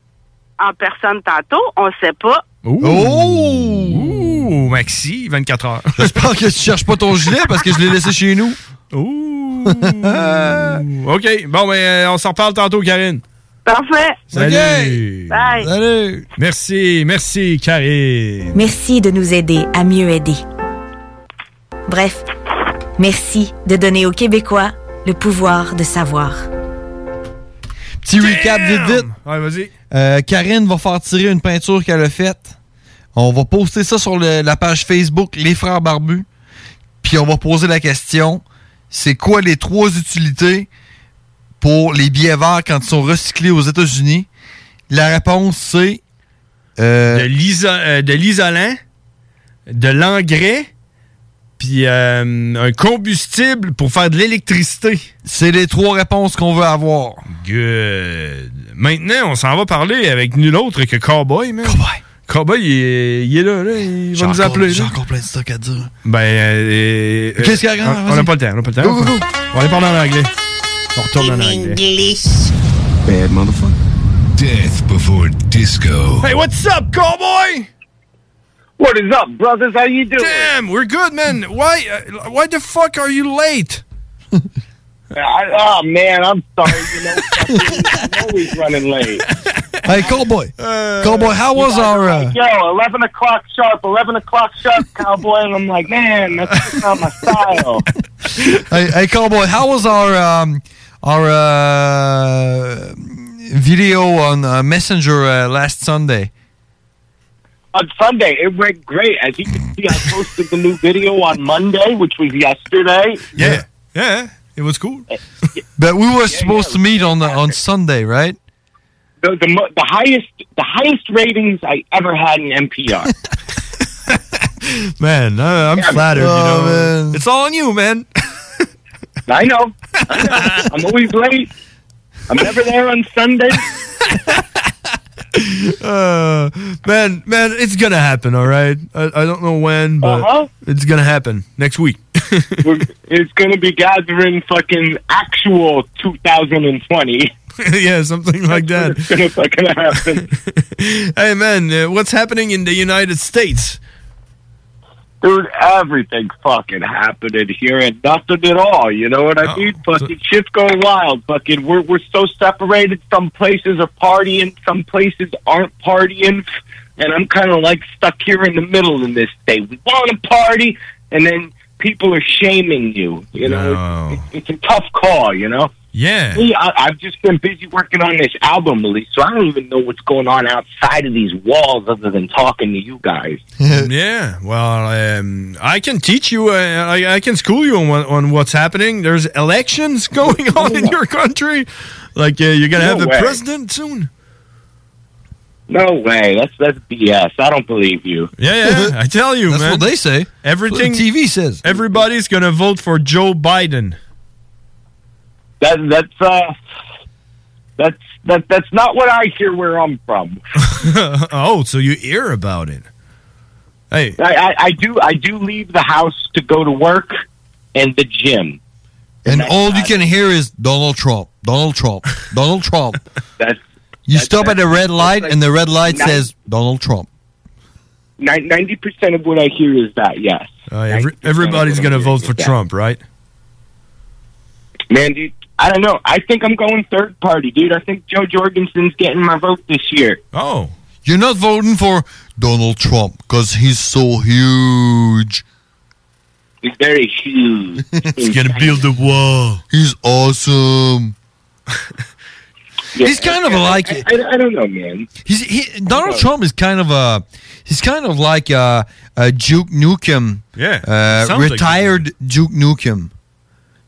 [SPEAKER 29] en personne tantôt, on sait pas.
[SPEAKER 16] Oh,
[SPEAKER 15] Oh! Maxi, 24 heures.
[SPEAKER 16] J'espère que tu cherches pas ton gilet parce que je l'ai laissé chez nous.
[SPEAKER 15] OK. Bon, ben, euh, on s'en reparle tantôt, Karine.
[SPEAKER 29] Parfait.
[SPEAKER 15] Salut.
[SPEAKER 29] Bye.
[SPEAKER 16] Salut.
[SPEAKER 15] Merci, merci, Karine.
[SPEAKER 32] Merci de nous aider à mieux aider. Bref, merci de donner aux Québécois le pouvoir de savoir.
[SPEAKER 16] Petit recap vite vite.
[SPEAKER 15] Ouais, vas-y.
[SPEAKER 16] Euh, Karine va faire tirer une peinture qu'elle a faite. On va poster ça sur le- la page Facebook Les Frères Barbus. Puis on va poser la question c'est quoi les trois utilités pour les billets verts quand ils sont recyclés aux États-Unis? La réponse, c'est...
[SPEAKER 15] De l'iso- euh, de l'isolant, de l'engrais, puis euh, un combustible pour faire de l'électricité.
[SPEAKER 16] C'est les trois réponses qu'on veut avoir.
[SPEAKER 15] Good. Maintenant, on s'en va parler avec nul autre que Cowboy, man. Cowboy. Cowboy, il est, il est là, là, il
[SPEAKER 16] J'ai
[SPEAKER 15] va nous
[SPEAKER 16] encore-
[SPEAKER 15] appeler.
[SPEAKER 16] J'ai
[SPEAKER 15] là.
[SPEAKER 16] encore plein de stock à dire.
[SPEAKER 15] Ben, euh, euh,
[SPEAKER 16] Qu'est-ce qu'il y a, grand?
[SPEAKER 15] on- On n'a
[SPEAKER 16] Vas-y.
[SPEAKER 15] pas le temps, on n'a pas le temps.
[SPEAKER 16] Go, go, go.
[SPEAKER 15] On va aller parler en anglais. On retourne en anglais.
[SPEAKER 5] English.
[SPEAKER 9] Bad motherfucker. Death before disco.
[SPEAKER 15] Hey, what's up, cowboy? What is up, brothers? How you doing? Damn, we're good, man. Why, uh, why the fuck are you late?
[SPEAKER 33] I, oh man, I'm sorry. You know, I'm always running late.
[SPEAKER 16] Hey, Cowboy. Cowboy, how was our... uh,
[SPEAKER 33] Yo, eleven o'clock sharp. Eleven o'clock sharp, cowboy. And I'm like, man, that's just not my style.
[SPEAKER 16] hey, hey, Cowboy, how was our um, our uh, video on uh, Messenger uh, last Sunday?
[SPEAKER 33] On Sunday, it went great. As you can see, I posted the new video on Monday, which was yesterday.
[SPEAKER 15] Yeah, yeah, it was cool.
[SPEAKER 33] Eh,
[SPEAKER 16] But we were supposed to meet on on Sunday, right?
[SPEAKER 33] The, the mo- the highest the highest ratings I ever had in NPR.
[SPEAKER 16] Man,
[SPEAKER 15] uh,
[SPEAKER 16] I, I'm flattered. you know, it's all on you, man.
[SPEAKER 33] I know. I know. I'm always late. I'm never there on Sunday.
[SPEAKER 15] Uh, man, man, it's gonna happen. All right, I, I don't know when, but
[SPEAKER 33] Uh-huh.
[SPEAKER 15] it's gonna happen next week.
[SPEAKER 33] We're, it's going to be gathering fucking actual 2020.
[SPEAKER 15] yeah, something like that.
[SPEAKER 33] It's going to fucking happen.
[SPEAKER 15] hey, man, uh, what's happening in the United States?
[SPEAKER 33] Dude, everything fucking happening here and nothing at all. You know what I mean? Fucking shit's going wild. Fucking, we're, we're so separated. Some places are partying, some places aren't partying. And I'm kind of like stuck here in the middle in this state. We want to party, and then people are shaming you. You know, it's, it's a tough call, you know?
[SPEAKER 15] Yeah.
[SPEAKER 33] Me, I, I've just been busy working on this album release, so I don't even know what's going on outside of these walls other than talking to you guys.
[SPEAKER 15] yeah. Well, um, I can teach you. Uh, I, I can school you on what, on what's happening. There's elections going on in your country. Like uh, you're gonna
[SPEAKER 33] Oh. No
[SPEAKER 15] have a
[SPEAKER 33] way.
[SPEAKER 15] president soon.
[SPEAKER 33] No way. That's that's BS. I don't believe you.
[SPEAKER 15] Yeah, yeah. I tell you,
[SPEAKER 33] That's
[SPEAKER 15] man.
[SPEAKER 33] what they say.
[SPEAKER 15] Everything
[SPEAKER 33] That's what
[SPEAKER 16] TV says.
[SPEAKER 15] Everybody's gonna vote for Joe Biden.
[SPEAKER 33] That that's uh that's that that's not what I hear where I'm from.
[SPEAKER 15] oh, so you hear about it? Hey,
[SPEAKER 33] I, I, I do I do leave the house to go to work and the gym.
[SPEAKER 16] And all you can hear is Donald Trump, Donald Trump, Donald Trump.
[SPEAKER 33] that's
[SPEAKER 16] you stop at a red light,
[SPEAKER 33] like
[SPEAKER 16] and the red light
[SPEAKER 33] nine-
[SPEAKER 16] says Donald Trump.
[SPEAKER 33] Ninety percent of what I hear is that. Yes,
[SPEAKER 15] Uh, every, everybody's gonna vote for Trump, right?
[SPEAKER 33] man. Dude, I don't know. I think I'm going third party, dude. I think Joe Jorgensen's getting my vote this year.
[SPEAKER 15] Oh,
[SPEAKER 16] you're not voting for Donald Trump because he's so huge.
[SPEAKER 33] He's very huge.
[SPEAKER 16] he's gonna build a wall. He's awesome. he's kind of like
[SPEAKER 33] I, I, I don't know, man.
[SPEAKER 16] He's he, Donald Trump is kind of a he's kind of like a, a Duke Nukem.
[SPEAKER 15] Yeah,
[SPEAKER 16] uh,
[SPEAKER 15] sounds like
[SPEAKER 16] retired Duke Nukem.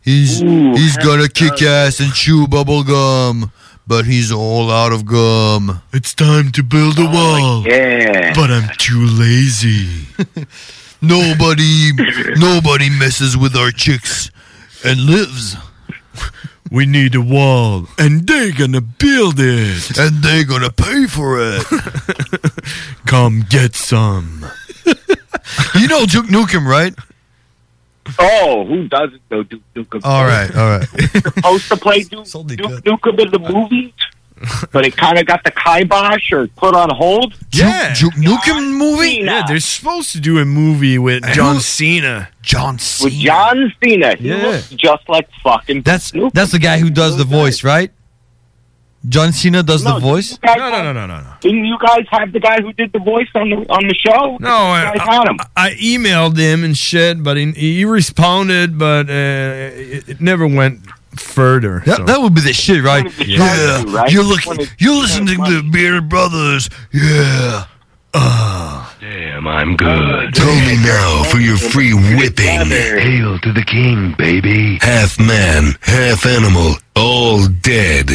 [SPEAKER 16] He's
[SPEAKER 15] Ooh,
[SPEAKER 16] he's
[SPEAKER 15] that
[SPEAKER 16] gonna kick ass and chew bubble gum, but he's all out of gum. It's time to build a wall.
[SPEAKER 33] yeah.
[SPEAKER 16] but I'm too lazy. nobody nobody messes with our chicks and lives. We need a wall, and they're gonna build it, and they're gonna pay for it. Come get some. you know Duke Nukem, right?
[SPEAKER 33] Oh, who doesn't know Duke Nukem?
[SPEAKER 16] All right, all right.
[SPEAKER 33] supposed to play Duke, Duke Nukem in the movies, but it kind of got the kibosh or put on hold.
[SPEAKER 15] Yeah,
[SPEAKER 16] Duke Nukem movie.
[SPEAKER 15] Yeah, they're supposed to do a movie with John Cena.
[SPEAKER 16] John
[SPEAKER 33] With John Cena, he
[SPEAKER 15] Yeah.
[SPEAKER 33] looks just like fucking.
[SPEAKER 16] That's that's the guy who does the voice, right? John Cena does the voice.
[SPEAKER 33] No, no, no,
[SPEAKER 15] no, no, no.
[SPEAKER 33] Didn't you guys have the guy who did the voice on the on the show?
[SPEAKER 15] No, I,
[SPEAKER 33] you guys had him.
[SPEAKER 15] I, I emailed him and shit, but he, he responded, but uh, it, it never went further.
[SPEAKER 16] That, that would be the shit, right?
[SPEAKER 15] Yeah.
[SPEAKER 16] You're looking. You're listening to the Beard Brothers. Yeah.
[SPEAKER 9] Damn, am, I'm good.
[SPEAKER 24] Call me now for your free whipping.
[SPEAKER 9] Hail to the king, baby.
[SPEAKER 24] Half man, half animal, all dead.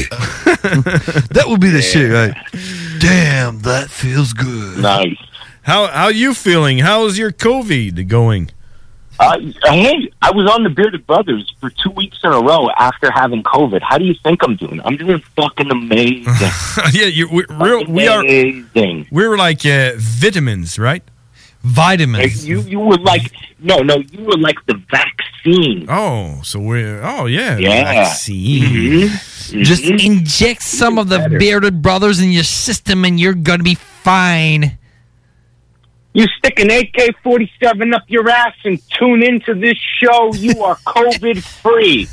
[SPEAKER 12] that would be the shit, right?
[SPEAKER 24] Damn, that feels good.
[SPEAKER 15] Nice. How how you feeling? How's your COVID going?
[SPEAKER 33] Uh, hey, I was on the Bearded Brothers for two weeks in a row after having COVID. How do you think I'm doing? I'm doing fucking amazing.
[SPEAKER 15] yeah, you, we, real, we are.
[SPEAKER 33] Amazing.
[SPEAKER 15] We're like uh, vitamins, right?
[SPEAKER 33] Like,
[SPEAKER 15] Vitamins.
[SPEAKER 33] you you were like no no you were like the vaccine.
[SPEAKER 15] Oh, so we're oh yeah, the
[SPEAKER 33] Yeah. Mm-hmm.
[SPEAKER 15] vaccine.
[SPEAKER 16] Just inject some of the bearded brothers in your system and you're gonna be fine.
[SPEAKER 33] You stick an AK forty seven up your ass and tune into this show. You are COVID free.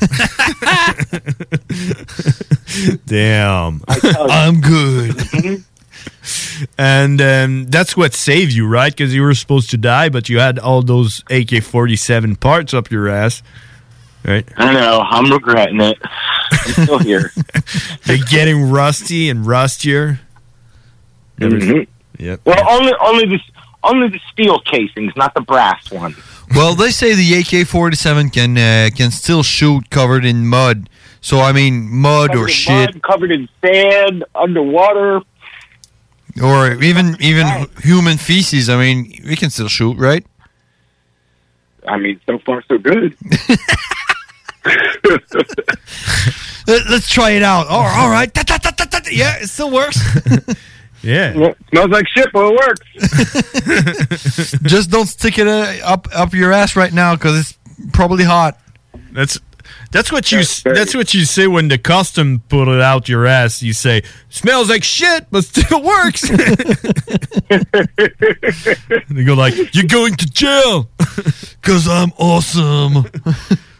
[SPEAKER 15] Damn, I'm good. and um, that's what saved you, right? Because you were supposed to die, but you had all those AK forty seven parts up your ass, right?
[SPEAKER 33] I know. I'm regretting it. I'm still here.
[SPEAKER 15] They're getting rusty and rustier. Never-
[SPEAKER 33] Mhm.
[SPEAKER 15] Yep.
[SPEAKER 33] Well, only only the only the steel casings, not the brass one.
[SPEAKER 16] Well, they say the AK-47 can uh, can still shoot covered in mud. So I mean, mud
[SPEAKER 33] Covered
[SPEAKER 16] or
[SPEAKER 33] in
[SPEAKER 16] shit,
[SPEAKER 33] mud, covered in sand, underwater.
[SPEAKER 16] or even even human feces. I mean, we can still shoot, right?
[SPEAKER 33] I mean, so far so good.
[SPEAKER 16] Let, us try it out. Oh, all right. Ta- ta- ta- ta- ta- ta- Yeah, it still works.
[SPEAKER 15] yeah.
[SPEAKER 33] smells like shit, but it works.
[SPEAKER 16] Just don't stick it uh, up up your ass right now because it's probably hot.
[SPEAKER 15] That's that's what you that's, what you say when the custom put it out your ass. You say smells like shit, but still works. they go like, "You're going to jail," because I'm awesome.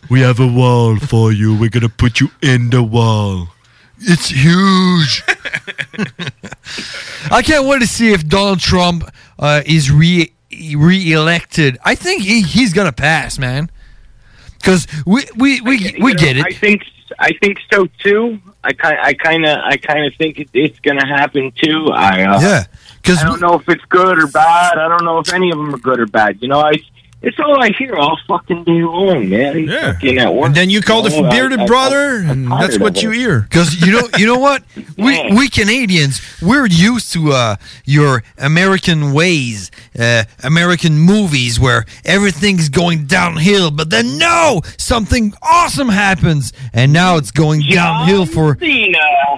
[SPEAKER 12] We have a wall for you. We're gonna put you in the wall.
[SPEAKER 16] It's huge. I can't wait to see if Donald Trump uh, is re re-elected. I think he, he's gonna pass, man. Because we we we, we
[SPEAKER 33] You know,
[SPEAKER 16] get it.
[SPEAKER 33] I think I think so too. I kind I kind of I kind of think it, it's going to happen too. I uh,
[SPEAKER 16] yeah, because
[SPEAKER 33] I don't know if it's good or bad. I don't know if any of them are good or bad. You know, I it's all I hear all fucking day long, man. Yeah. Fucking at work.
[SPEAKER 15] And then you call the
[SPEAKER 33] You know, I-
[SPEAKER 15] bearded
[SPEAKER 33] I-
[SPEAKER 15] brother,
[SPEAKER 33] I'm
[SPEAKER 15] and
[SPEAKER 33] tired
[SPEAKER 15] that's
[SPEAKER 33] of
[SPEAKER 15] what
[SPEAKER 33] it.
[SPEAKER 15] you hear.
[SPEAKER 16] Because you know, you know what? We we Canadians, we're used to uh, your American ways, uh, American movies where everything's going downhill, but then no, something awesome happens, and now it's going downhill for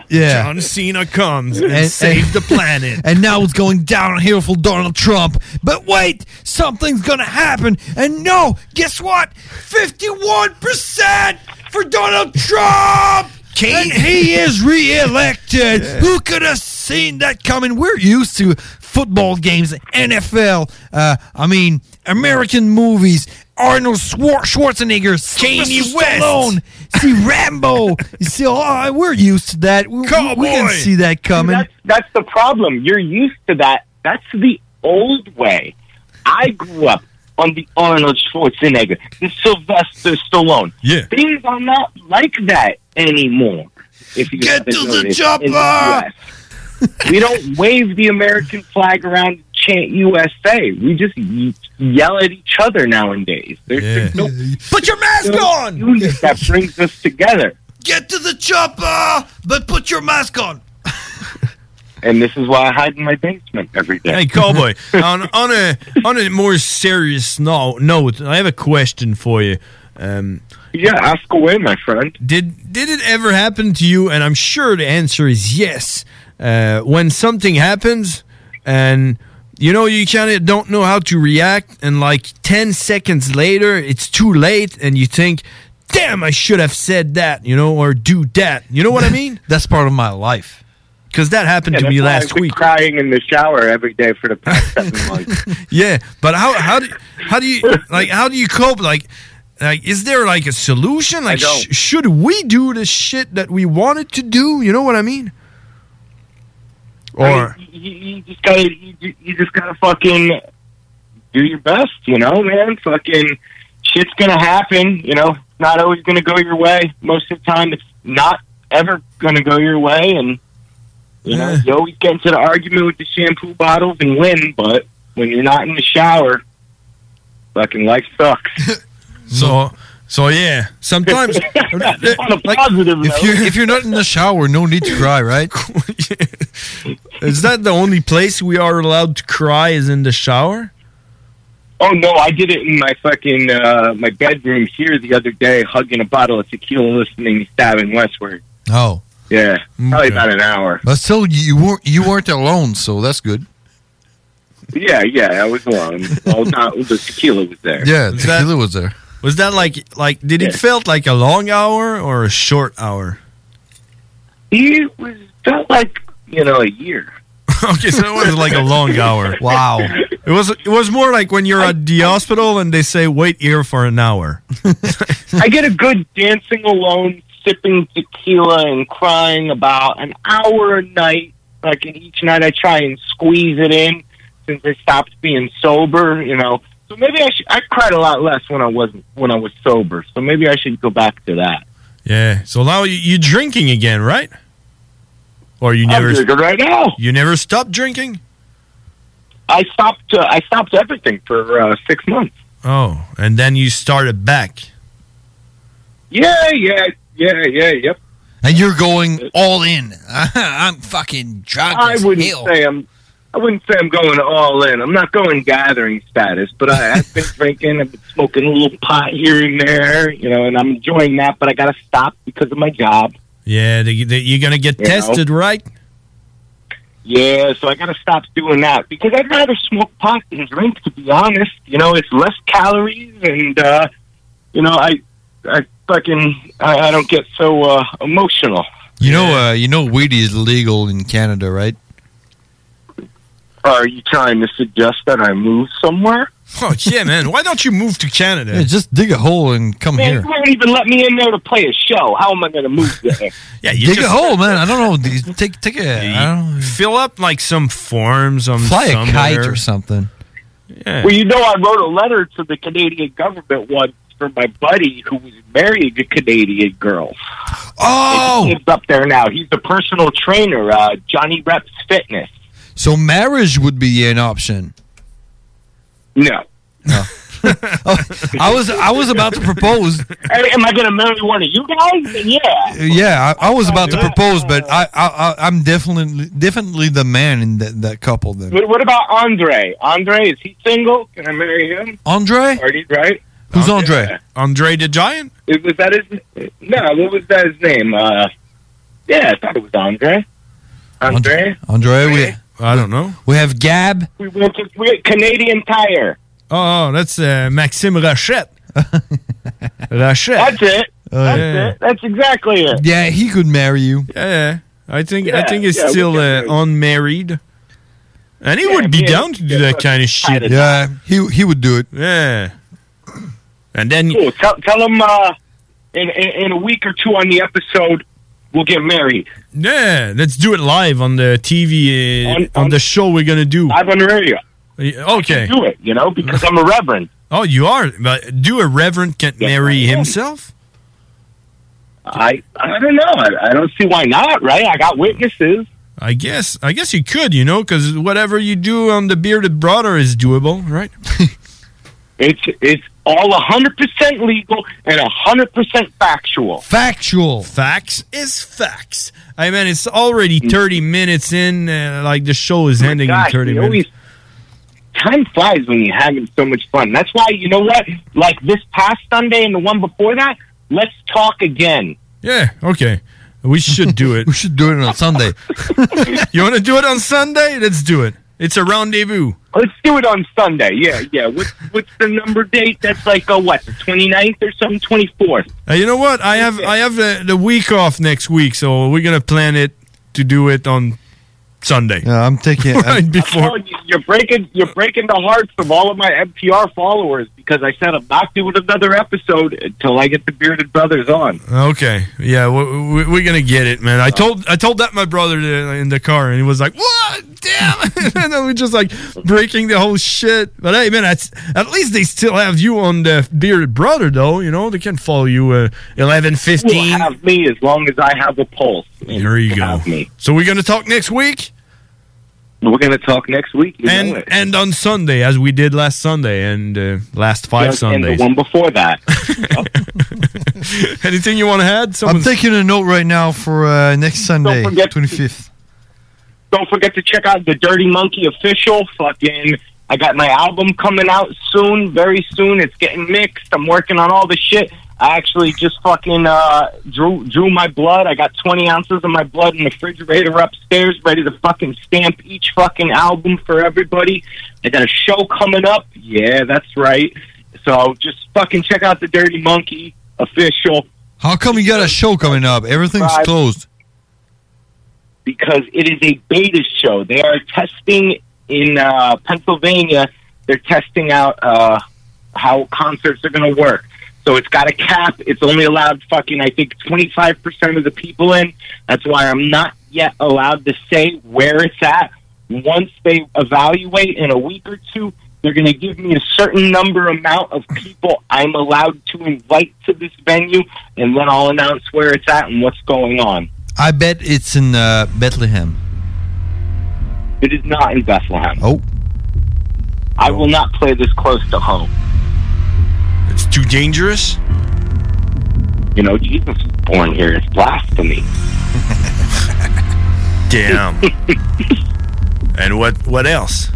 [SPEAKER 16] Yeah.
[SPEAKER 15] John Cena comes and,
[SPEAKER 16] And- and-
[SPEAKER 15] saves the planet.
[SPEAKER 16] and now it's going downhill for Donald Trump. But wait, something's gonna happen, and no, guess what? Fifty-one percent for Donald Trump, and he is re-elected. Who could have seen that coming? We're used to football games, NFL. Uh, I mean, American movies. Arnold Schwar- Schwarzenegger,
[SPEAKER 15] Kanye
[SPEAKER 16] Sylvester
[SPEAKER 15] West.
[SPEAKER 16] Stallone, see Rambo. You see, oh, we're used to that. We, we- we can
[SPEAKER 33] Cowboy.
[SPEAKER 16] see that coming.
[SPEAKER 33] That's, that's the problem. You're used to that. That's the old way. I grew up on the Arnold Schwarzenegger, the Sylvester Stallone.
[SPEAKER 15] Yeah.
[SPEAKER 33] Things are not like that anymore. If you
[SPEAKER 16] Get
[SPEAKER 33] haven't
[SPEAKER 16] to the
[SPEAKER 33] noticed, in
[SPEAKER 16] chopper!
[SPEAKER 33] US. we don't wave the American flag around and chant USA. We just ye- yell at each other nowadays. There's, there's no
[SPEAKER 16] Put your mask on!
[SPEAKER 33] unit that brings us together.
[SPEAKER 16] Get to the chopper, but put your mask on.
[SPEAKER 33] And this is why I hide in my basement every day.
[SPEAKER 15] Hey, cowboy. on, on a on a more serious no, note, I have a question for you. Um,
[SPEAKER 33] yeah, ask away, my friend.
[SPEAKER 15] Did did it ever happen to you? And I'm sure the answer is yes. Uh, when something happens, and you know you kind of don't know how to react, and like ten seconds later, it's too late, and you think, "Damn, I should have said that," you know, or do that. You know what I mean?
[SPEAKER 16] that's part of my life.
[SPEAKER 15] Because that happened
[SPEAKER 33] Yeah,
[SPEAKER 15] to me
[SPEAKER 33] that's why I've
[SPEAKER 15] last
[SPEAKER 33] been
[SPEAKER 15] week.
[SPEAKER 33] Crying in the shower every day for the past seven months.
[SPEAKER 15] Yeah, but how how do how do you like how do you cope? Like, like is there like a solution? Like, sh- should we do the shit that we wanted to do? You know what I mean? Or
[SPEAKER 33] I mean, you, you you just gotta, you, you just gotta fucking do your best, you know, man. Fucking shit's gonna happen, you know. It's not always gonna go your way. Most of the time, it's not ever gonna go your way, and you know, you always get into the argument with the shampoo bottles and win, but when you're not in the shower, fucking life sucks.
[SPEAKER 15] So, so yeah. Sometimes,
[SPEAKER 16] Like, if you're if you're not in the shower, no need to cry, right?
[SPEAKER 15] is that the only place we are allowed to cry is in the shower?
[SPEAKER 33] Oh no, I did it in my fucking uh, my bedroom here the other day, hugging a bottle of tequila, listening to Stabbing Westward.
[SPEAKER 16] Oh,
[SPEAKER 33] Yeah, probably about an hour.
[SPEAKER 16] but still, you weren't you weren't alone, so that's good.
[SPEAKER 33] Yeah, yeah, I was alone. well, not the tequila was there.
[SPEAKER 16] Yeah, tequila was there.
[SPEAKER 15] Was that like like did it
[SPEAKER 33] Yeah.
[SPEAKER 15] felt like a long hour or a short hour?
[SPEAKER 33] It was felt like you know a year.
[SPEAKER 15] okay, so it was like a long hour. Wow. It was it was more like when you're at the hospital and they say wait here for an hour.
[SPEAKER 33] I get a good dancing alone, sipping tequila and crying about an hour a night. Like and each night, I try and squeeze it in since I stopped being sober. You know, so maybe I should. I cried a lot less when I wasn't when I was sober. So maybe I should go back to that.
[SPEAKER 15] Yeah. So now you, you're drinking again, right? Or you never
[SPEAKER 33] drinking right now.
[SPEAKER 15] You never stopped drinking?
[SPEAKER 33] I stopped. Uh, I stopped everything for uh, six months.
[SPEAKER 15] Oh, and then you started back.
[SPEAKER 33] Yeah, yeah, yeah, yeah, yep.
[SPEAKER 16] And you're going all in. I'm fucking drunk.
[SPEAKER 33] I
[SPEAKER 16] as
[SPEAKER 33] wouldn't
[SPEAKER 16] hell.
[SPEAKER 33] say I'm. I wouldn't say I'm going all in. I'm not going gathering status, but I, I've been drinking. I've been smoking a little pot here and there, you know, and I'm enjoying that. But I got to stop because of my job.
[SPEAKER 15] Yeah, they, they, you're gonna get
[SPEAKER 33] You know?
[SPEAKER 15] tested, right?
[SPEAKER 33] Yeah, so I got to stop doing that because I'd rather smoke pot than drink. To be honest, you know, it's less calories, and uh, you know, I, I fucking, I, I don't get so uh, emotional.
[SPEAKER 16] You know, uh, you know, weed is legal in Canada, right?
[SPEAKER 33] Are you trying to suggest that I move somewhere?
[SPEAKER 15] Oh yeah, man. Why don't you move to Canada?
[SPEAKER 16] Yeah, just dig a hole and come
[SPEAKER 33] Man,
[SPEAKER 16] here.
[SPEAKER 33] you won't even let me in there to play a show. How am I going to move there?
[SPEAKER 15] yeah,
[SPEAKER 16] dig a hole, man. I don't know. dude. Take take a I don't know,
[SPEAKER 15] Fill up like some forms on
[SPEAKER 16] fly a
[SPEAKER 15] somewhere.
[SPEAKER 16] kite or something.
[SPEAKER 15] Yeah.
[SPEAKER 33] Well, you know, I wrote a letter to the Canadian government once for my buddy who was marrying a Canadian girl.
[SPEAKER 16] Oh,
[SPEAKER 33] he's up there now. He's the personal trainer, uh, Johnny Reps Fitness.
[SPEAKER 16] So marriage would be an option.
[SPEAKER 33] No.
[SPEAKER 16] No. Oh, I was I was about to propose.
[SPEAKER 33] Hey, am I going to marry one of you guys? Then Yeah.
[SPEAKER 16] Uh, Yeah, I, I was about to propose, but I, I, I I'm definitely definitely the man in that, that couple. Then
[SPEAKER 33] What, what about Andre? Andre, is he single? Can I marry him?
[SPEAKER 16] Andre,
[SPEAKER 33] Already, right?
[SPEAKER 16] who's Andre?
[SPEAKER 15] Andre the Giant.
[SPEAKER 33] Is- Was that his? No, what was that his name? Uh, yeah, I thought it was Andre. Andre.
[SPEAKER 16] Andre, we
[SPEAKER 15] I don't know.
[SPEAKER 16] We have Gab.
[SPEAKER 33] We went to we went Canadian Tire.
[SPEAKER 15] Oh, that's uh, Maxime Rachette. Rachette.
[SPEAKER 33] That's it.
[SPEAKER 16] Oh,
[SPEAKER 33] That's
[SPEAKER 15] yeah.
[SPEAKER 33] it. That's exactly it.
[SPEAKER 16] Yeah, he could marry you.
[SPEAKER 15] Yeah, yeah. I think I
[SPEAKER 33] Yeah,
[SPEAKER 15] think he's
[SPEAKER 33] yeah, we
[SPEAKER 15] still
[SPEAKER 33] can
[SPEAKER 15] uh, unmarried, and he would be
[SPEAKER 33] yeah,
[SPEAKER 15] down to do that kind of shit.
[SPEAKER 16] Yeah, he he would do it.
[SPEAKER 15] Yeah. And then
[SPEAKER 33] Cool. Tell, tell him uh, in, in in a week or two on the episode we'll get married.
[SPEAKER 15] yeah, let's do it live on the TV uh, on, the show we're gonna do
[SPEAKER 33] live on the radio.
[SPEAKER 15] Okay,
[SPEAKER 33] Do it, you know, because I'm a reverend.
[SPEAKER 15] Oh, you are. But do a reverend can marry himself?
[SPEAKER 33] I I don't know. I, I don't see why not. Right? I got witnesses.
[SPEAKER 15] I guess. I guess you could. You know, because whatever you do on the bearded brother is doable, right?
[SPEAKER 33] It's it's all hundred percent legal and hundred percent factual.
[SPEAKER 16] Factual.
[SPEAKER 15] Facts is facts. I mean, it's already 30 minutes in. Uh, like, the show is ending
[SPEAKER 33] God,
[SPEAKER 15] in 30
[SPEAKER 33] you
[SPEAKER 15] minutes.
[SPEAKER 33] always- time flies when you're having so much fun. That's why you know what? Like this past Sunday and the one before that, let's talk again.
[SPEAKER 15] Yeah, okay. We should do it. we
[SPEAKER 16] should do it on Sunday.
[SPEAKER 15] you want to do it on Sunday? Let's do it. It's a rendezvous.
[SPEAKER 33] Let's do it on Sunday. Yeah, yeah. What's what's the number date? That's like uh, what the 29th or something, twenty fourth.
[SPEAKER 15] Uh, you know what? I have I have the, the week off next week, so we're gonna plan it to do it on Sunday.
[SPEAKER 16] Yeah, I'm taking.
[SPEAKER 15] Right
[SPEAKER 16] I'm-
[SPEAKER 15] before-
[SPEAKER 33] you, you're breaking you're breaking the hearts of all of my NPR followers because I said I'm not doing another episode until I get the Bearded Brothers on.
[SPEAKER 15] Okay, yeah, we, we, are gonna get it, man. I told I told that my brother uh, in the car, and he was like, "What? Damn!" and then we just like breaking the whole shit. But hey, man, that's, at least they still have you on the bearded brother, though. You know, they can follow you uh, eleven fifteen.
[SPEAKER 33] You'll have me as long as I have a pulse.
[SPEAKER 15] There you go. So we're gonna talk next week.
[SPEAKER 33] We're going to talk next week. You know
[SPEAKER 15] And
[SPEAKER 33] it.
[SPEAKER 15] and on Sunday, as we did last Sunday and uh, last five
[SPEAKER 33] Yes, and
[SPEAKER 15] Sundays.
[SPEAKER 33] the one before that.
[SPEAKER 15] Anything you want to add?
[SPEAKER 16] I'm taking a note right now for uh, next Sunday, 25th.
[SPEAKER 33] Don't forget to check out the Dirty Monkey official. Fucking, I got my album coming out soon, very soon. It's getting mixed. I'm working on all the shit. I actually just fucking uh, drew drew my blood. I got 20 ounces of my blood in the refrigerator upstairs, ready to fucking stamp each fucking album for everybody. I got a show coming up. Yeah, that's right. So just fucking check out the Dirty Monkey official.
[SPEAKER 16] How Oh, come you got a show coming up? Everything's
[SPEAKER 33] Right.
[SPEAKER 16] closed.
[SPEAKER 33] because it is a beta show. They are testing in uh, Pennsylvania. They're testing out uh, how concerts are going to work. So it's got a cap. It's only allowed fucking I think twenty five percent of the people in. That's why I'm not yet allowed to say where it's at. Once they evaluate in a week or two, they're going to give me a certain number amount of people I'm allowed to invite to this venue, and then I'll announce where it's at and what's going on.
[SPEAKER 16] I bet it's in uh, Bethlehem.
[SPEAKER 33] It is not in Bethlehem.
[SPEAKER 16] Oh.
[SPEAKER 33] I will not play this close to home.
[SPEAKER 15] It's too dangerous?
[SPEAKER 33] You know, Jesus was born here. It's blasphemy.
[SPEAKER 15] Damn. and what what else?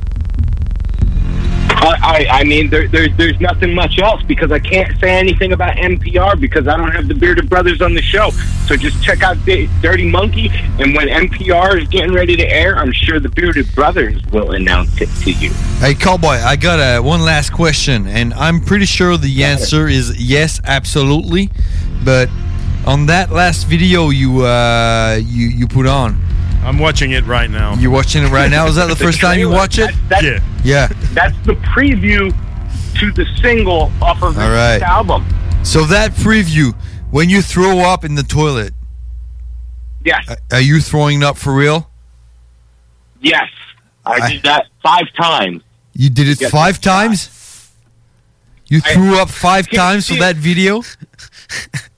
[SPEAKER 33] I, I, I mean, there, there, there's nothing much else because I can't say anything about NPR because I don't have the Bearded Brothers on the show. So just check out D- Dirty Monkey, and when NPR is getting ready to air, I'm sure the Bearded Brothers will announce it to you.
[SPEAKER 16] Hey, Cowboy, I got uh, one last question, and I'm pretty sure the answer is yes, absolutely. But on that last video you uh, you you put on,
[SPEAKER 15] I'm watching it right now.
[SPEAKER 16] You're watching it right now. Is that the first time you
[SPEAKER 33] trailer.
[SPEAKER 16] watch it?
[SPEAKER 33] That-
[SPEAKER 15] yeah.
[SPEAKER 16] Yeah.
[SPEAKER 33] That's the preview to the single off of
[SPEAKER 16] All
[SPEAKER 33] this
[SPEAKER 16] right.
[SPEAKER 33] album.
[SPEAKER 16] So that preview, when you throw up in the toilet,
[SPEAKER 33] Yes,
[SPEAKER 16] are you throwing up for real?
[SPEAKER 33] yes. I, did that five times.
[SPEAKER 16] You did it
[SPEAKER 33] Yes,
[SPEAKER 16] five times. You threw up five times for that video.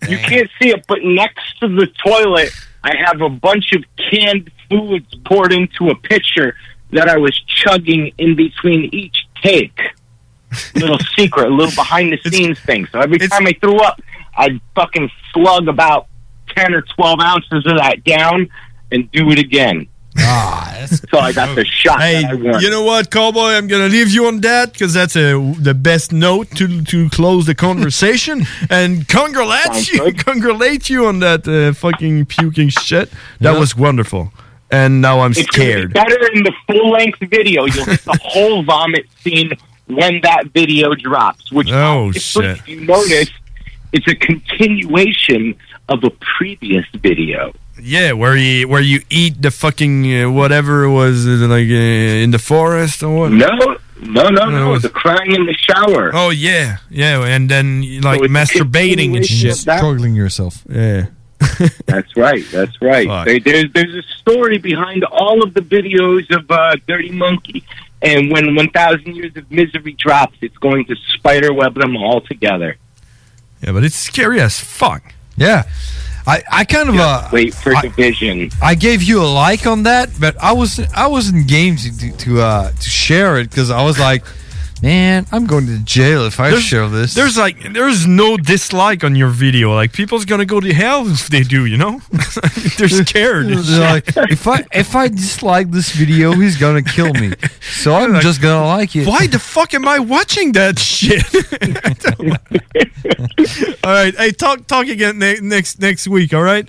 [SPEAKER 33] You can't see it, but next to the toilet, I have a bunch of canned foods poured into a pitcher that I was chugging in between each take. little secret, a little behind the scenes thing. So every time I threw up, I'd fucking slug about 10 or 12 ounces of that down and do it again.
[SPEAKER 16] Ah,
[SPEAKER 33] so I got the shot that I wanted.
[SPEAKER 15] You know what, Cowboy? I'm gonna leave you on that because that's a, the best note to to close the conversation. and
[SPEAKER 33] Sounds
[SPEAKER 15] congratulate you, congratulate you on that uh, fucking puking shit. That
[SPEAKER 33] Yeah.
[SPEAKER 15] was wonderful. And now I'm
[SPEAKER 33] It's gonna be
[SPEAKER 15] scared.
[SPEAKER 33] better in the full length video. You'll get the whole vomit scene when that video drops, which
[SPEAKER 15] Oh,
[SPEAKER 33] obviously,
[SPEAKER 15] shit.
[SPEAKER 33] if you notice, it's a continuation of a previous video.
[SPEAKER 15] Yeah, where you where you eat the fucking uh, whatever it was uh, like uh, in the forest or what?
[SPEAKER 33] No, no, no,
[SPEAKER 15] No,
[SPEAKER 33] no.
[SPEAKER 15] it's-
[SPEAKER 33] The crying in the shower.
[SPEAKER 15] Oh yeah, yeah, and then like
[SPEAKER 33] So it's a
[SPEAKER 15] masturbating
[SPEAKER 33] continuation
[SPEAKER 15] and shit,
[SPEAKER 33] of that? Struggling
[SPEAKER 16] yourself.
[SPEAKER 15] Yeah.
[SPEAKER 33] That's right. That's right.
[SPEAKER 15] Fuck.
[SPEAKER 33] There- there's there's a story behind all of the videos of uh, Dirty Monkey, and when 1,000 Years of Misery drops, it's going to spiderweb them all together.
[SPEAKER 15] Yeah, but it's scary as fuck.
[SPEAKER 16] Yeah, I I kind of uh,
[SPEAKER 33] Wait for division.
[SPEAKER 16] I gave you a like on that, but I was I wasn't game to to, to, uh, to share it because I was like, man, I'm going to jail if I share this.
[SPEAKER 15] There's like there's no dislike on your video. Like people's gonna go to hell if they do. You know, they're scared.
[SPEAKER 16] They're like, if I if I dislike this video, he's gonna kill me. So I'm just gonna like it.
[SPEAKER 15] Why the fuck am I watching that shit? all right, hey, talk talk again ne- next next week. All right.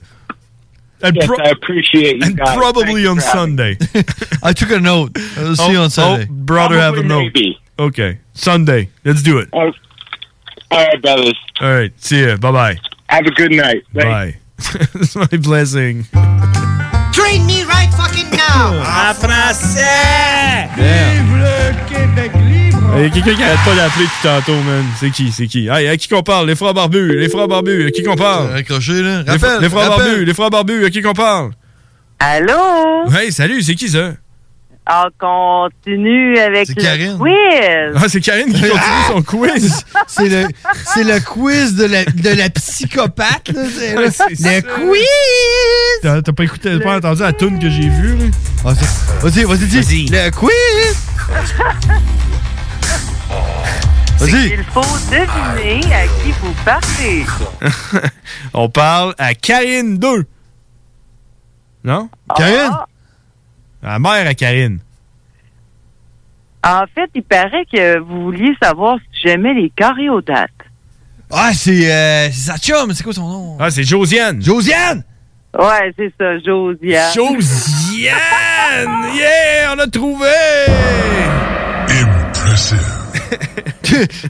[SPEAKER 15] And
[SPEAKER 33] Yes, I appreciate you
[SPEAKER 15] And
[SPEAKER 33] guys. Thank
[SPEAKER 15] probably
[SPEAKER 33] you
[SPEAKER 15] on
[SPEAKER 33] for having
[SPEAKER 15] Sunday.
[SPEAKER 16] I took a note. I'll see
[SPEAKER 15] Oh,
[SPEAKER 16] you on Sunday.
[SPEAKER 15] Oh, brother, have a
[SPEAKER 33] Probably
[SPEAKER 15] note.
[SPEAKER 33] maybe. Oh,
[SPEAKER 15] Okay, Sunday. Let's do it.
[SPEAKER 33] All right, brothers.
[SPEAKER 15] All right. See ya. Bye bye.
[SPEAKER 33] Have a good night.
[SPEAKER 15] Bye. It's my blessing.
[SPEAKER 5] Train me right fucking now!
[SPEAKER 15] Ah,
[SPEAKER 5] En français! Vive le Québec libre!
[SPEAKER 15] Il y a quelqu'un qui arrête pas d'appeler tout tantôt, man. C'est qui, c'est qui? Hey, à qui qu'on parle? Les frères barbus, les frères barbus, à qui qu'on parle?
[SPEAKER 16] Raccroché, là.
[SPEAKER 15] Les, fr-
[SPEAKER 16] Rappel,
[SPEAKER 15] les frères
[SPEAKER 16] rappel.
[SPEAKER 15] barbus, les frères barbus, à qui qu'on parle?
[SPEAKER 25] Allô?
[SPEAKER 15] Hey, salut, c'est qui ça?
[SPEAKER 12] On Ah, continue avec
[SPEAKER 16] C'est
[SPEAKER 12] le
[SPEAKER 16] Karine.
[SPEAKER 12] quiz.
[SPEAKER 15] Ah, c'est Karine qui continue son quiz.
[SPEAKER 16] C'est le, c'est le quiz de la, de la psychopathe. là, c'est-
[SPEAKER 15] Ouais, c'est
[SPEAKER 16] le
[SPEAKER 15] ça.
[SPEAKER 16] quiz!
[SPEAKER 15] T'as t'as pas écouté, t'as pas entendu la toune que j'ai vue, là?
[SPEAKER 16] Ah, Vas-y, vas-y, dis. Le quiz! Ah. Vas-y!
[SPEAKER 12] Il faut deviner à qui vous parlez.
[SPEAKER 15] On parle à Karine 2. Non? Karine? La mère à Karine.
[SPEAKER 12] En fait, il paraît que vous vouliez savoir si j'aimais les cariodates.
[SPEAKER 16] Ah, c'est euh, c'est sa chum, c'est quoi son nom?
[SPEAKER 15] Ah, c'est Josiane.
[SPEAKER 16] Josiane!
[SPEAKER 12] Ouais, c'est ça, Josiane.
[SPEAKER 15] Josiane! Yeah! On a trouvé!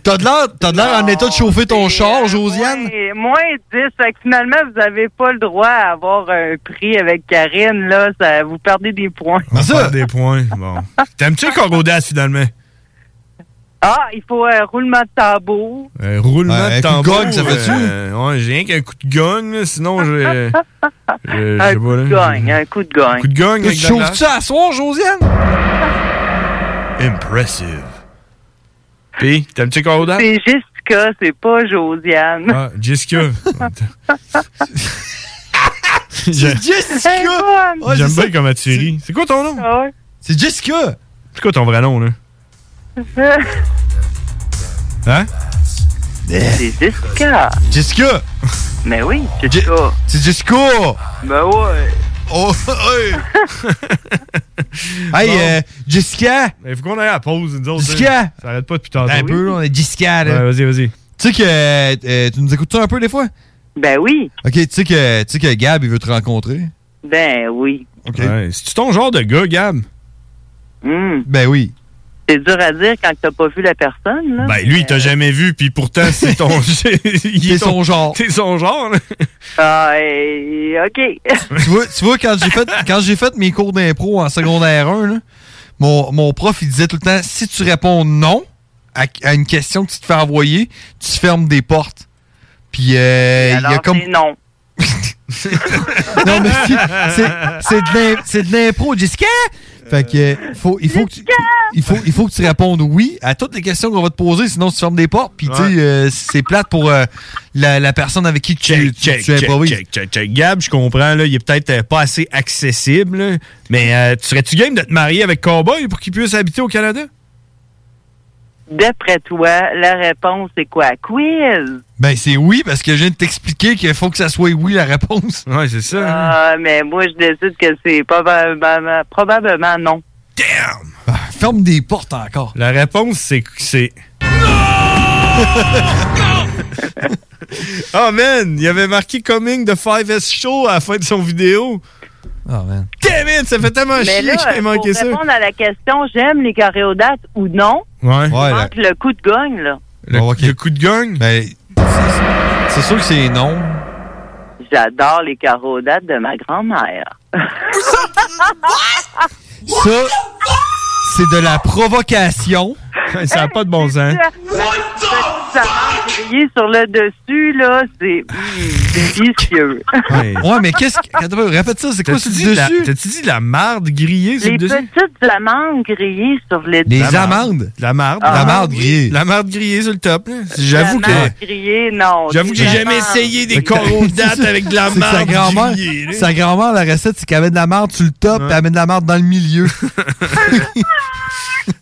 [SPEAKER 16] t'as de l'air, t'as de l'air en état de chauffer ton char, Josiane?
[SPEAKER 12] Et moins 10. Fait que finalement, vous n'avez pas le droit à avoir un prix avec Karine. Là, ça, vous perdez des points.
[SPEAKER 15] On perd des points. Bon. T'aimes-tu encore audace finalement?
[SPEAKER 12] Ah, il faut un roulement de tambour.
[SPEAKER 15] Euh, roulement
[SPEAKER 16] Ouais, un
[SPEAKER 15] de
[SPEAKER 16] coup de
[SPEAKER 15] tambour.
[SPEAKER 16] gong, ça fait-tu?
[SPEAKER 15] euh, ouais, j'ai rien qu'un coup de gong, là, sinon j'ai. euh,
[SPEAKER 12] Un coup de gagne, un coup de gagne.
[SPEAKER 15] Coup de gagne.
[SPEAKER 16] Tu chauffes-tu à soir, Josiane?
[SPEAKER 15] Impressive. Pis, t'aimes-tu encore audace?
[SPEAKER 12] C'est Jessica, c'est pas Josiane.
[SPEAKER 15] Ah, Jessica. J'aime
[SPEAKER 12] Jessica!
[SPEAKER 16] Ouais,
[SPEAKER 15] j'aime
[SPEAKER 16] c'est
[SPEAKER 15] bien
[SPEAKER 16] ça.
[SPEAKER 15] comment tu ris. C'est quoi ton nom?
[SPEAKER 16] C'est Jessica!
[SPEAKER 15] C'est quoi ton vrai nom, là? Hein?
[SPEAKER 12] C'est Jessica.
[SPEAKER 16] Jessica!
[SPEAKER 12] Mais oui, Jessica.
[SPEAKER 16] C'est Jessica!
[SPEAKER 12] Ben ouais.
[SPEAKER 16] Oh, hey! Hey, euh, Jessica!
[SPEAKER 15] Il Ben, faut qu'on aille à la pause, nous autres.
[SPEAKER 16] Jessica! Ben,
[SPEAKER 15] hein. Ça arrête pas depuis tantôt.
[SPEAKER 16] Un peu, là, on est Jessica, là.
[SPEAKER 15] Ouais, vas-y, vas-y.
[SPEAKER 16] Tu sais que euh, euh, tu nous écoutes un peu des fois?
[SPEAKER 12] Ben oui.
[SPEAKER 16] Ok, tu sais que, tu sais que Gab, il veut te rencontrer.
[SPEAKER 12] Ben oui.
[SPEAKER 15] Ouais, C'est-tu ton genre de gars, Gab?
[SPEAKER 12] Hmm.
[SPEAKER 16] Ben oui.
[SPEAKER 12] C'est dur à dire quand t'as pas vu la personne, là.
[SPEAKER 15] Ben, lui, il t'a jamais vu, puis pourtant, c'est ton. T'es
[SPEAKER 16] son genre.
[SPEAKER 15] T'es son genre, là.
[SPEAKER 12] Ah, eh, OK.
[SPEAKER 16] tu vois, tu vois, quand j'ai fait quand j'ai fait mes cours d'impro en secondaire 1, là, mon, mon prof il disait tout le temps si tu réponds non à, à une question que tu te fais envoyer, tu fermes des portes. Puis euh, il y a
[SPEAKER 12] Alors,
[SPEAKER 16] comme
[SPEAKER 12] c'est non.
[SPEAKER 16] non mais si, c'est c'est de l'im- c'est de l'impro Jessica. Fait que euh, faut il faut que tu, il faut il faut que tu répondes oui à toutes les questions qu'on va te poser sinon tu fermes des portes puis tu sais euh, c'est plate pour euh, la, la personne avec qui tu tu,
[SPEAKER 15] check,
[SPEAKER 16] tu
[SPEAKER 15] check,
[SPEAKER 16] improvises.
[SPEAKER 15] check, check, check. Gab, je comprends, là, il est peut-être euh, pas assez accessible, là, mais euh, tu serais-tu game de te marier avec Cowboy pour qu'il puisse habiter au Canada?
[SPEAKER 12] D'après toi, la réponse, c'est quoi? Quiz.
[SPEAKER 16] Ben c'est oui parce que je viens de t'expliquer qu'il faut que ça soit oui la réponse.
[SPEAKER 15] Ouais, c'est ça.
[SPEAKER 12] Ah, mais moi, je décide que c'est probablement, probablement non.
[SPEAKER 16] Ferme des portes encore.
[SPEAKER 15] La réponse, c'est que c'est. oh man, il avait marqué Coming de 5S Show à la fin de son vidéo.
[SPEAKER 16] Oh man.
[SPEAKER 15] Damn it, ça fait tellement
[SPEAKER 12] Mais
[SPEAKER 15] chier
[SPEAKER 12] là,
[SPEAKER 15] que j'ai
[SPEAKER 12] pour
[SPEAKER 15] manqué ça.
[SPEAKER 12] répondre à la question, j'aime les caréodates ou non,
[SPEAKER 15] Ouais.
[SPEAKER 16] ouais
[SPEAKER 12] manque le coup de gagne, là.
[SPEAKER 16] le,
[SPEAKER 15] coup de gang?
[SPEAKER 16] Ben, c'est- c'est sûr que c'est non.
[SPEAKER 12] J'adore les caréodates de ma grand-mère.
[SPEAKER 16] Ça, c'est de la provocation.
[SPEAKER 15] ça n'a pas de bon sens.
[SPEAKER 12] Ça a brillé sur le dessus, là, c'est mm, délicieux.
[SPEAKER 15] Ouais,
[SPEAKER 16] Ouais, mais qu'est-ce que. attends, Répète ça, c'est quoi
[SPEAKER 15] T'as-tu
[SPEAKER 16] c'est
[SPEAKER 15] dit de la-
[SPEAKER 16] dessus?
[SPEAKER 15] T'as-tu dit de la marde grillée sur
[SPEAKER 12] Les
[SPEAKER 15] le dessus?
[SPEAKER 12] petites amandes grillées sur le
[SPEAKER 16] Les
[SPEAKER 12] dessus.
[SPEAKER 16] amandes.
[SPEAKER 15] De La marde.
[SPEAKER 12] Ah,
[SPEAKER 16] La marde grillée.
[SPEAKER 15] La marde grillée sur le top. là. J'avoue que.
[SPEAKER 12] L'amande grillée, non.
[SPEAKER 15] J'avoue que j'ai
[SPEAKER 12] c'est
[SPEAKER 15] jamais
[SPEAKER 12] l'amande.
[SPEAKER 15] essayé des corodates avec de la
[SPEAKER 16] C'est que Sa
[SPEAKER 15] marde
[SPEAKER 16] grand-mère,
[SPEAKER 15] grillée, là.
[SPEAKER 16] sa grand-mère, la recette, c'est qu'elle met de la marde sur le top et elle met de la marde dans le milieu.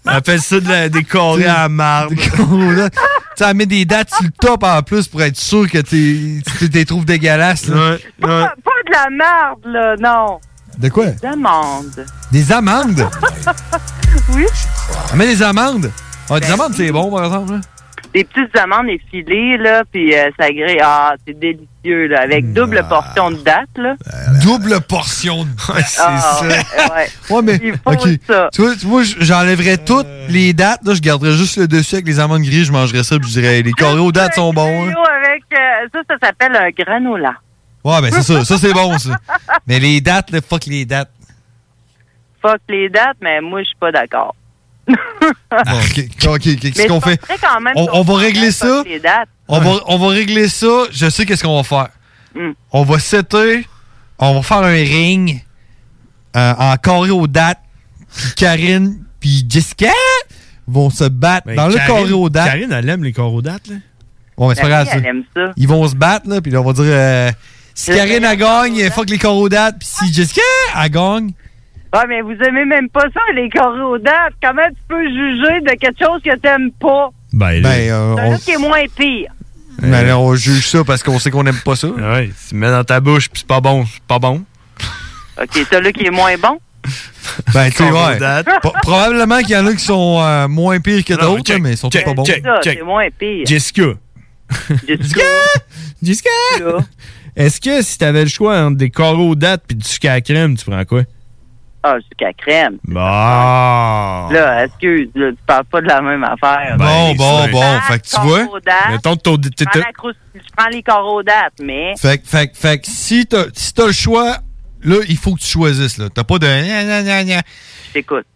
[SPEAKER 15] On appelle ça de la, des corées à la marde.
[SPEAKER 16] Là, tu sais, elle met des dates sur le top en plus pour être sûr que t'es- tu te trouves dégueulasse. là.
[SPEAKER 15] Ouais, ouais.
[SPEAKER 12] Pas, pas de la merde, là, non.
[SPEAKER 16] De quoi?
[SPEAKER 12] Des amandes.
[SPEAKER 16] Des amandes?
[SPEAKER 12] Oui.
[SPEAKER 16] Elle met des amandes? Ah, des amandes, c'est bon, par exemple. là.
[SPEAKER 12] Des petites amandes effilées, là, puis euh, ça grille. Ah, c'est délicieux, là, avec double
[SPEAKER 16] Ah.
[SPEAKER 12] portion de date, là.
[SPEAKER 16] Double portion de
[SPEAKER 15] Ouais, c'est
[SPEAKER 12] Ah,
[SPEAKER 15] ça.
[SPEAKER 12] ouais, ouais.
[SPEAKER 16] Ouais, mais.
[SPEAKER 12] Ils font
[SPEAKER 16] OK.
[SPEAKER 12] ça.
[SPEAKER 16] Tu vois, tu vois, j- j'enlèverais toutes les dates. Là, je garderais juste le dessus avec les amandes grises. Je mangerais ça. Puis je dirais, les carrés aux dates sont bons. hein.
[SPEAKER 12] Yo, Avec, euh, ça, ça s'appelle un granola.
[SPEAKER 16] Ouais, ben c'est ça. Ça, c'est bon, ça. Mais les dates, le fuck les dates.
[SPEAKER 12] Fuck les dates, mais moi, je suis pas d'accord.
[SPEAKER 16] Bon, Ah, OK. OK. Qu'est-ce
[SPEAKER 12] Mais
[SPEAKER 16] qu'on
[SPEAKER 12] je
[SPEAKER 16] fait?
[SPEAKER 12] penserais quand même
[SPEAKER 16] On-
[SPEAKER 12] qu'on
[SPEAKER 16] on va régler
[SPEAKER 12] fuck
[SPEAKER 16] ça.
[SPEAKER 12] les dates.
[SPEAKER 16] On va, on va régler ça. Je sais qu'est-ce qu'on va faire.
[SPEAKER 12] Mm.
[SPEAKER 16] On va setter. On va faire un ring euh, en carré aux dates. puis Karine, puis Jessica vont se battre
[SPEAKER 15] Ben,
[SPEAKER 16] dans
[SPEAKER 15] Karine-
[SPEAKER 16] le corrodate.
[SPEAKER 15] Karine, elle aime les corrodates, là.
[SPEAKER 16] Bon, mais c'est pas
[SPEAKER 15] Ben oui,
[SPEAKER 16] grave. ça.
[SPEAKER 15] elle aime ça.
[SPEAKER 16] Ils vont se battre, là, puis là, on va dire euh, si
[SPEAKER 15] Le
[SPEAKER 16] Karine, elle gagne, fuck les corrodates, puis si Jessica, elle gagne.
[SPEAKER 12] Ouais, mais vous aimez même pas ça, les corrodates. Comment tu peux juger de quelque chose que t'aimes pas?
[SPEAKER 15] Ben,
[SPEAKER 16] euh,
[SPEAKER 12] C'est
[SPEAKER 16] on,
[SPEAKER 12] là qui est moins pire.
[SPEAKER 16] ben là, on juge ça parce qu'on sait qu'on aime pas ça.
[SPEAKER 15] Ouais, tu mets dans ta bouche, puis c'est pas bon, c'est pas bon.
[SPEAKER 12] OK, celui qui est moins bon.
[SPEAKER 16] Ben, tu sais, ouais.
[SPEAKER 15] Corrodate.
[SPEAKER 16] Pro- Probablement qu'il y en a qui sont euh, moins pires que
[SPEAKER 15] Non, mais
[SPEAKER 16] d'autres, là,
[SPEAKER 15] check,
[SPEAKER 16] mais ils sont tous
[SPEAKER 15] check,
[SPEAKER 16] pas bons.
[SPEAKER 15] check,
[SPEAKER 12] Ça, c'est moins pire.
[SPEAKER 15] Jessica. Jessica! Jessica! Est-ce que si t'avais le choix entre des corrodates puis du sucre à la crème, tu prends quoi?
[SPEAKER 12] Ah, jusqu'à crème.
[SPEAKER 15] Bah.
[SPEAKER 12] Là, excuse, là, tu parles pas de la même affaire.
[SPEAKER 15] Bon, bon, bon.
[SPEAKER 12] Ah,
[SPEAKER 16] Fait que tu
[SPEAKER 12] corrodates.
[SPEAKER 16] vois, mettons que
[SPEAKER 12] Je
[SPEAKER 16] t'as-
[SPEAKER 12] prends la crous- je prends les corrodates, mais...
[SPEAKER 16] Fait, que- fait, que- fait que si t'as si t'as le choix, là, il faut que tu choisisses. là. T'as pas de. gna, gna, gna, gna.
[SPEAKER 12] T'écoutes.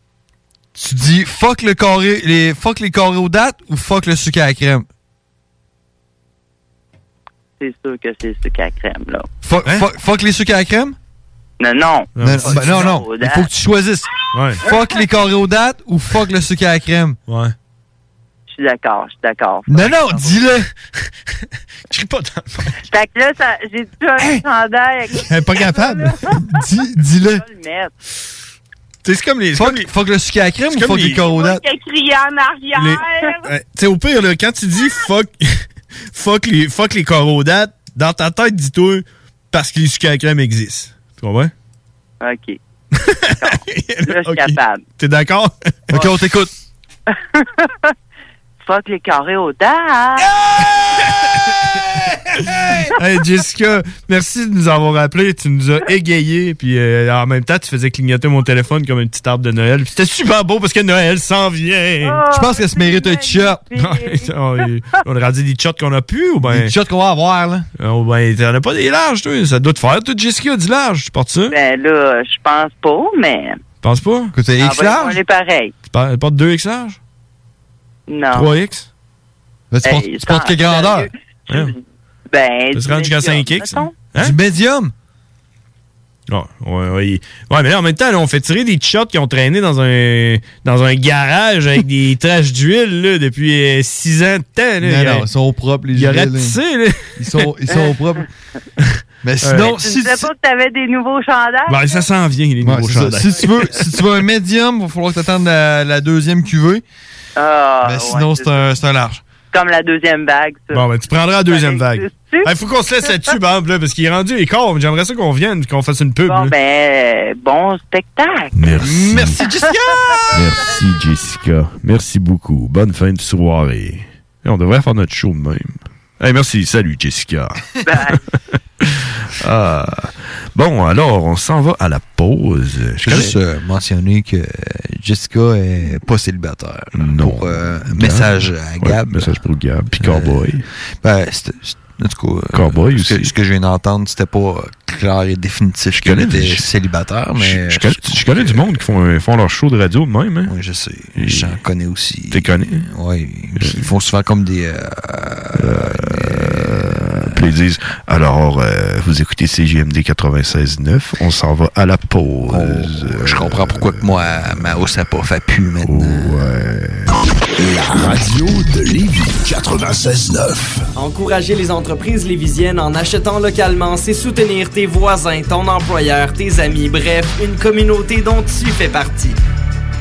[SPEAKER 16] Tu dis fuck le carré, les fuck les carrés aux dates ou fuck le sucre à la crème.
[SPEAKER 12] C'est sûr que c'est sucre à crème, là.
[SPEAKER 16] Fuck,
[SPEAKER 15] Hein?
[SPEAKER 16] fuck- fuck les sucres à la crème?
[SPEAKER 12] Non, non.
[SPEAKER 16] Non, non, ben non, non. Il faut que tu choisisses. Fuck les carrés aux dates ou fuck le sucre à la crème.
[SPEAKER 15] Ouais.
[SPEAKER 12] Je suis d'accord, je suis d'accord.
[SPEAKER 16] Non, non, dis-le.
[SPEAKER 15] Je suis pas dans
[SPEAKER 12] Fait que là, ça- j'ai tout un chandail avec...
[SPEAKER 16] Elle est pas capable. Dis-
[SPEAKER 12] Je
[SPEAKER 16] Dis-le.
[SPEAKER 12] vais le mettre.
[SPEAKER 15] C'est comme les.
[SPEAKER 16] Fuck, fuck le sucre à la crème ou
[SPEAKER 15] comme
[SPEAKER 16] fuck les
[SPEAKER 15] les-
[SPEAKER 16] carrés aux dates?
[SPEAKER 12] Il a crié en arrière.
[SPEAKER 15] Ouais, tu sais, au pire, là, quand tu dis fuck, fuck les, fuck les corrodates, dans ta tête, dis-toi parce que les sucres à la crème existent. Tu comprends?
[SPEAKER 12] OK. D'accord. Là, je suis capable.
[SPEAKER 15] T'es d'accord?
[SPEAKER 16] Ok, on t'écoute.
[SPEAKER 12] Fuck les carrés aux dates.
[SPEAKER 15] Hey, Jessica, merci de nous avoir appelés. Tu nous as égayés. Puis euh, en même temps, tu faisais clignoter mon téléphone comme un petit arbre de Noël. Puis c'était super beau parce que Noël s'en vient.
[SPEAKER 12] Oh,
[SPEAKER 16] Je pense qu'elle se mérite un shot.
[SPEAKER 15] on, on a rendu des shots qu'on a pu ou ben.
[SPEAKER 16] Des shots qu'on va avoir, là.
[SPEAKER 15] Oh, ben, t'en as pas des larges, toi. Ça doit te faire, toi, Jessica, du large. Tu portes ça?
[SPEAKER 12] Ben là, je pense pas, mais...
[SPEAKER 15] Tu penses pas? Écoute,
[SPEAKER 12] Ah, ben, On est pareil.
[SPEAKER 15] Tu par- tu portes 2X large?
[SPEAKER 12] Non.
[SPEAKER 15] 3X?
[SPEAKER 16] Ben,
[SPEAKER 12] tu Hey, portes- tu portes quelle grandeur? Ah. Ben, sérieux? Ben,
[SPEAKER 15] Tu
[SPEAKER 12] du
[SPEAKER 15] te rends jusqu'à
[SPEAKER 12] médium,
[SPEAKER 15] 5X?
[SPEAKER 12] mettons.
[SPEAKER 16] Du médium?
[SPEAKER 15] Ouais, Hein? Ah, ouais, ouais. Ouais, mais là, en même temps, là, on fait tirer des shots qui ont traîné dans un, dans un garage avec des trash d'huile là, depuis 6 ans de temps. Là,
[SPEAKER 16] Non, non, ils sont au propre, les
[SPEAKER 15] Ils auraient
[SPEAKER 16] gilets, là.
[SPEAKER 15] tissé, là.
[SPEAKER 16] Ils sont, ils sont au propre. Mais sinon,
[SPEAKER 12] Mais tu
[SPEAKER 16] si
[SPEAKER 12] disais pas que t'avais des nouveaux chandails?
[SPEAKER 15] Ben, ça s'en vient, les nouveaux
[SPEAKER 16] c'est ça.
[SPEAKER 15] chandails.
[SPEAKER 16] Si tu veux, si tu veux un médium, il va falloir que tu attendes la, la deuxième cuvée.
[SPEAKER 12] Ah,
[SPEAKER 16] Mais
[SPEAKER 12] ouais,
[SPEAKER 16] sinon,
[SPEAKER 12] c'est
[SPEAKER 16] c'est un, c'est un large.
[SPEAKER 12] comme la deuxième vague, ça.
[SPEAKER 15] Bon, ben, tu prendras la deuxième vague.
[SPEAKER 12] Il
[SPEAKER 15] Hey, faut qu'on se laisse là-dessus, Barb, là, parce qu'il est rendu écart. mais J'aimerais ça qu'on vienne et qu'on fasse une pub. là.
[SPEAKER 12] Ben, bon spectacle.
[SPEAKER 15] Merci.
[SPEAKER 12] Merci, Jessica!
[SPEAKER 5] Merci Jessica. Merci beaucoup. Bonne fin de soirée. Et on devrait faire notre show de même. Hey, merci. Salut Jessica. Ah. Bon, alors, on s'en va à la pause.
[SPEAKER 16] Je veux juste euh, mentionner que Jessica est pas célibataire.
[SPEAKER 5] Non.
[SPEAKER 16] Pour, euh, message à Gab.
[SPEAKER 5] message pour Gab. Puis Cowboy.
[SPEAKER 16] Ben, c'était- c'était- en tout cas, euh,
[SPEAKER 5] Cowboy
[SPEAKER 16] ce, que, ce que je viens d'entendre, c'était pas euh, clair et définitif qu'elle
[SPEAKER 5] connais des-
[SPEAKER 16] était célibataire, mais
[SPEAKER 5] je, je connais, je connais du monde qui font, euh, font leur show de radio de même. Hein?
[SPEAKER 16] Oui, je sais. J'en connais aussi.
[SPEAKER 5] T'es Euh, connais?
[SPEAKER 16] Oui. Ils font souvent comme des. euh,
[SPEAKER 5] Puis ils disent Alors, euh, vous écoutez CGMD 96.9, on s'en va à la pause.
[SPEAKER 16] Oh, je comprends pourquoi que moi, ma hausse à pof a pu maintenant.
[SPEAKER 5] La radio de Lévis 96.9.
[SPEAKER 34] Encourager les entreprises lévisiennes en achetant localement, c'est soutenir tes voisins, ton employeur, tes amis, bref, une communauté dont tu fais partie.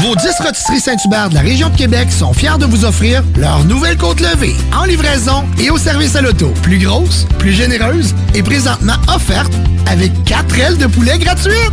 [SPEAKER 1] Vos 10 rotisseries Saint-Hubert de la région de Québec sont fiers de vous offrir leur nouvelle côte levée en livraison et au service à l'auto. Plus grosse, plus généreuse et présentement offerte avec 4 ailes de poulet gratuites.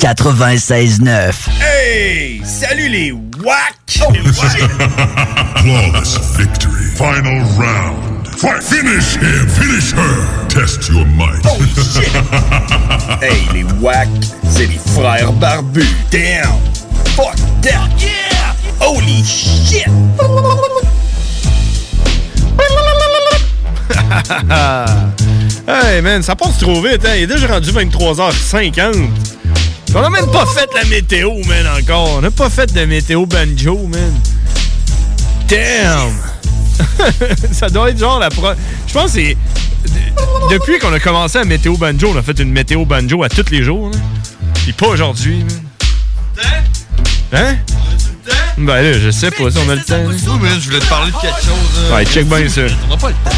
[SPEAKER 17] 96.9.
[SPEAKER 5] Hey! Salut les WAC!
[SPEAKER 6] Oh, Flawless victory. Final round. Fight. Finish him. Finish her. Test your might.
[SPEAKER 16] Oh,
[SPEAKER 5] hey, les WAC, c'est les frères barbus. Damn! Fuck that! Yeah! Holy shit!
[SPEAKER 15] hey man, ça passe trop vite, hein? Il est déjà rendu 23h50. Puis On n'a même pas fait la météo, man, encore. On n'a pas fait de météo banjo, man. Damn! ça doit être genre la pro... Je pense que c'est... de- Depuis qu'on a commencé à météo banjo, on a fait une météo banjo à tous les jours. là. Puis pas aujourd'hui, man. Hein? Ben là, je sais pas si on a le temps.
[SPEAKER 16] je voulais te parler de quelque chose. hein.
[SPEAKER 15] Ouais, check bien ça.
[SPEAKER 16] On n'a pas le temps.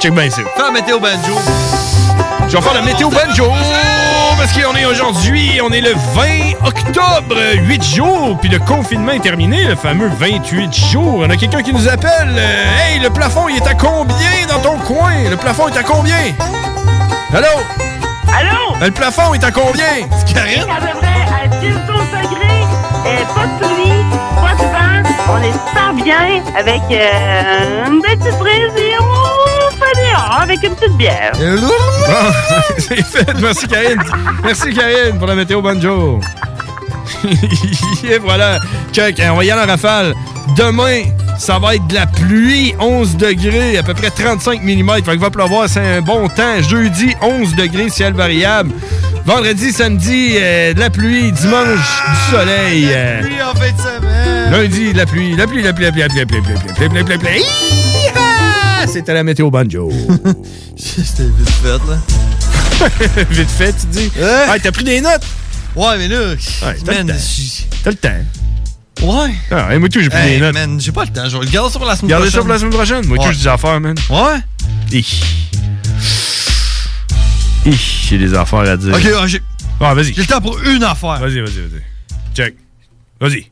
[SPEAKER 15] Check bien ça.
[SPEAKER 16] Fais la météo banjo.
[SPEAKER 15] Je vais faire la météo banjo Oh, parce qu'on est aujourd'hui, on est le 20 octobre, 8 jours, puis le confinement est terminé, le fameux 28 jours. On a quelqu'un qui nous appelle. euh, hey, le plafond, il est à combien dans ton coin? Le plafond est à combien? Allô? Ben,
[SPEAKER 5] Allô?
[SPEAKER 15] Le plafond est à combien? C'est Karine?
[SPEAKER 5] à peu près à 10 degrés, euh, pas de pluie, pas de vent. On est sans bien avec euh, une belle petite brise et on fait dehors avec une petite bière.
[SPEAKER 15] Bon, c'est fait. Merci, Karine. Merci, Karine, pour la météo banjo. Et voilà. Check, on va y aller en rafale. Demain, ça va être de la pluie, 11 degrés, à peu près 35 mm. Fait qu'il va pleuvoir, c'est un bon temps. Jeudi, 11 degrés, ciel variable. Vendredi, samedi, euh, de la pluie. Dimanche, du soleil. Euh,
[SPEAKER 16] Lui, en fin de semaine.
[SPEAKER 15] lundi, de la pluie. La pluie, la pluie, la pluie, la pluie, la pluie, la pluie, la pluie, la pluie, la pluie. Hi-ha! Ah, C'était la météo banjo.
[SPEAKER 16] C'était vite fait, là.
[SPEAKER 15] vite fait, tu dis. Hey, t'as pris des notes.
[SPEAKER 16] Ouais, mais là,
[SPEAKER 15] t'as le
[SPEAKER 16] man,
[SPEAKER 15] temps.
[SPEAKER 16] j-
[SPEAKER 15] T'as le temps.
[SPEAKER 16] ouais.
[SPEAKER 15] Ah, et moi, tout, j'ai pris
[SPEAKER 16] Hey,
[SPEAKER 15] des notes.
[SPEAKER 16] man, j'ai pas le temps. Je vais le garder ça pour la semaine
[SPEAKER 15] Gardez
[SPEAKER 16] prochaine.
[SPEAKER 15] ça pour la semaine prochaine. Moi, tout,
[SPEAKER 16] Ouais.
[SPEAKER 15] j'ai des affaires, man.
[SPEAKER 16] Ouais?
[SPEAKER 15] Ich, J'ai des affaires à dire.
[SPEAKER 16] Ok, ouais, j'ai.
[SPEAKER 15] Ah, vas-y.
[SPEAKER 16] J'ai le temps pour une affaire.
[SPEAKER 15] Vas-y, vas-y, vas-y. Check. Vas-y.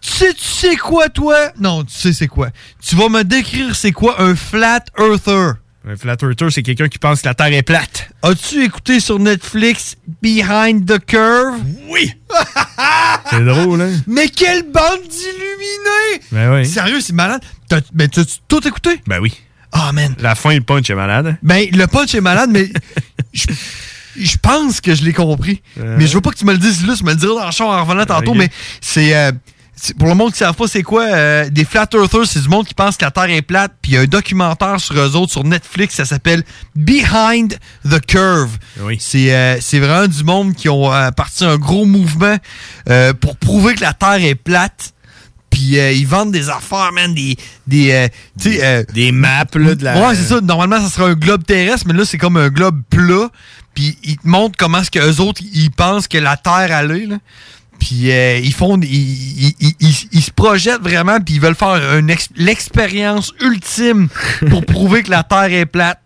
[SPEAKER 16] Tu sais, tu sais quoi, toi? Non, tu sais c'est quoi. Tu vas me décrire c'est quoi un flat earther.
[SPEAKER 15] Un flat earther, c'est quelqu'un qui pense que la Terre est plate.
[SPEAKER 16] As-tu écouté sur Netflix Behind the Curve?
[SPEAKER 15] Oui! Ah! C'est drôle, hein?
[SPEAKER 16] Mais quelle bande d'illuminés!
[SPEAKER 15] Ben oui.
[SPEAKER 16] Sérieux, c'est malade. T'as- Mais tu tout écouté?
[SPEAKER 15] Ben oui.
[SPEAKER 16] Ah, man.
[SPEAKER 15] La fin, le punch est malade.
[SPEAKER 16] Ben, le punch est malade, mais je je pense que je l'ai compris. Mais je veux pas que tu me le dises là, tu me le diras dans le char en revenant tantôt,
[SPEAKER 15] Ok.
[SPEAKER 16] mais c'est... euh, c'est- pour le monde qui ne savent pas c'est quoi, euh, des Flat Earthers, c'est du monde qui pense que la Terre est plate, puis il y a un documentaire sur eux autres sur Netflix, ça s'appelle Behind the Curve. C'est euh, c'est vraiment du monde qui ont euh, parti un gros mouvement euh, pour prouver que la Terre est plate. Puis euh, ils vendent des affaires, man, des. Des, euh, tu sais, euh,
[SPEAKER 15] des maps, là, de la-
[SPEAKER 16] Ouais, c'est ça. Normalement, ça serait un globe terrestre, mais là, c'est comme un globe plat. Puis ils te montrent comment est-ce qu'eux autres, ils pensent que la Terre allait, là. Puis euh, ils font. Ils, ils- ils- ils- ils se projettent vraiment, puis ils veulent faire une ex- l'expérience ultime pour prouver que la Terre est plate.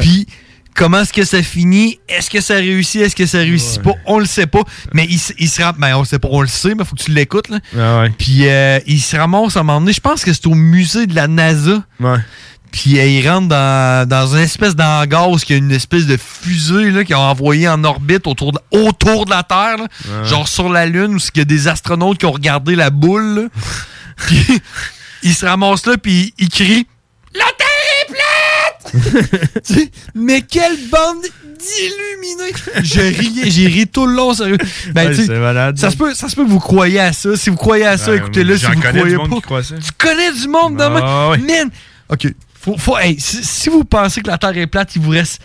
[SPEAKER 16] Puis. Comment est-ce que ça finit? Est-ce que ça réussit? Est-ce que ça réussit pas? On le sait pas. Mais il, s- il se rend. Mais on le sait pas. On le sait, mais faut que tu l'écoutes. là. Puis euh, il se ramasse à un moment donné. Je pense que c'est au musée de la NASA. Puis euh, il rentre dans, dans une espèce d'hangar où il y a une espèce de fusée là, qu'ils ont envoyée en orbite autour de, autour de la Terre. là.
[SPEAKER 15] Ouais.
[SPEAKER 16] Genre sur la Lune où il y a des astronautes qui ont regardé la boule. là. puis il se ramasse là, puis il crie La Terre est plate! Tu sais, mais quelle bande d'illuminés! Je riais, j'ai ri tout le long, sérieux. Ben,
[SPEAKER 15] Ouais,
[SPEAKER 16] tu sais,
[SPEAKER 15] c'est malade.
[SPEAKER 16] Ça se peut, ça se peut que vous croyez à ça. Si vous croyez à ça,
[SPEAKER 15] Ben,
[SPEAKER 16] écoutez-le. Si
[SPEAKER 15] j'en
[SPEAKER 16] vous
[SPEAKER 15] connais
[SPEAKER 16] croyez
[SPEAKER 15] du monde
[SPEAKER 16] pas.
[SPEAKER 15] qui croit ça.
[SPEAKER 16] Tu connais du monde de même.
[SPEAKER 15] Ah ouais.
[SPEAKER 16] Man! OK. Faut, faut, hey, si, si vous pensez que la Terre est plate, il vous reste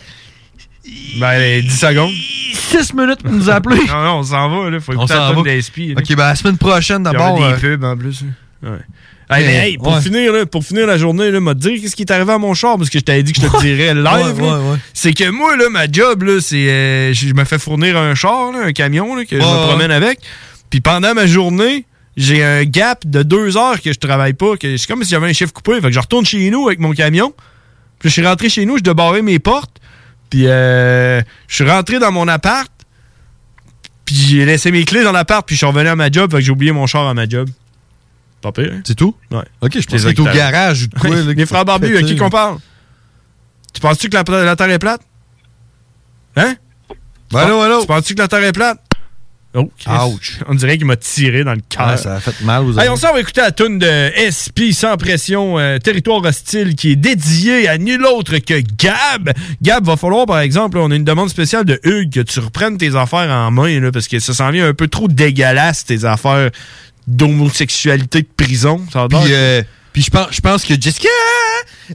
[SPEAKER 15] Ben, allez, 10 secondes.
[SPEAKER 16] 6 minutes pour nous appeler.
[SPEAKER 15] non, non, on s'en va, là. Faut
[SPEAKER 16] On
[SPEAKER 15] écouter
[SPEAKER 16] s'en
[SPEAKER 15] la tonne
[SPEAKER 16] va.
[SPEAKER 15] d'Espi.
[SPEAKER 16] OK, ben, la semaine prochaine, d'abord.
[SPEAKER 15] Il y aura
[SPEAKER 16] euh,
[SPEAKER 15] des pubs, en plus. hein. là. Ouais. Hey, mais,
[SPEAKER 16] Mais,
[SPEAKER 15] hey, pour,
[SPEAKER 16] ouais.
[SPEAKER 15] finir, là, pour finir la journée, là, m'a te dire qu'est-ce qui est arrivé à mon char, parce que je t'avais dit que je te le dirais live.
[SPEAKER 16] Ouais,
[SPEAKER 15] là.
[SPEAKER 16] ouais, ouais.
[SPEAKER 15] C'est que moi, là, ma job, là, c'est. euh, je je me fais fournir un char, là, un camion, là, que je
[SPEAKER 16] Ouais, ouais.
[SPEAKER 15] me promène avec. Puis pendant ma journée, j'ai un gap de deux heures que je travaille pas. que C'est comme si j'avais un chiffre coupé. Fait que je retourne chez nous avec mon camion. Puis je suis rentré chez nous, je débarrais mes portes. Puis euh, je suis rentré dans mon appart. Puis j'ai laissé mes clés dans l'appart, puis je suis revenu à ma job, fait que j'ai oublié mon char à ma job. Pas pire. hein?
[SPEAKER 16] C'est tout?
[SPEAKER 15] Ouais.
[SPEAKER 16] OK, je pensais que
[SPEAKER 15] Les
[SPEAKER 16] t'es au garage ou de quoi, là,
[SPEAKER 15] Les frères barbus, à qui
[SPEAKER 16] péter.
[SPEAKER 15] qu'on parle? Tu penses-tu que la, pla- la Terre est plate? Hein?
[SPEAKER 16] Ben allô, allô?
[SPEAKER 15] Tu penses-tu que la Terre est plate? Oh, Chris. On dirait qu'il m'a tiré dans le cœur.
[SPEAKER 16] Ouais, Ah, ça a fait mal aux
[SPEAKER 15] Hey,
[SPEAKER 16] oreilles.
[SPEAKER 15] on s'en va écouter la tune de SP sans pression, euh, territoire hostile, qui est dédiée à nul autre que Gab. Gab, va falloir, par exemple, là, on a une demande spéciale de Hugues que tu reprennes tes affaires en main, là, parce que ça s'en vient un peu trop dégueulasse, tes affaires d'homosexualité de prison. Ça a l'air.
[SPEAKER 16] Puis, euh, puis je pense, je pense que Jessica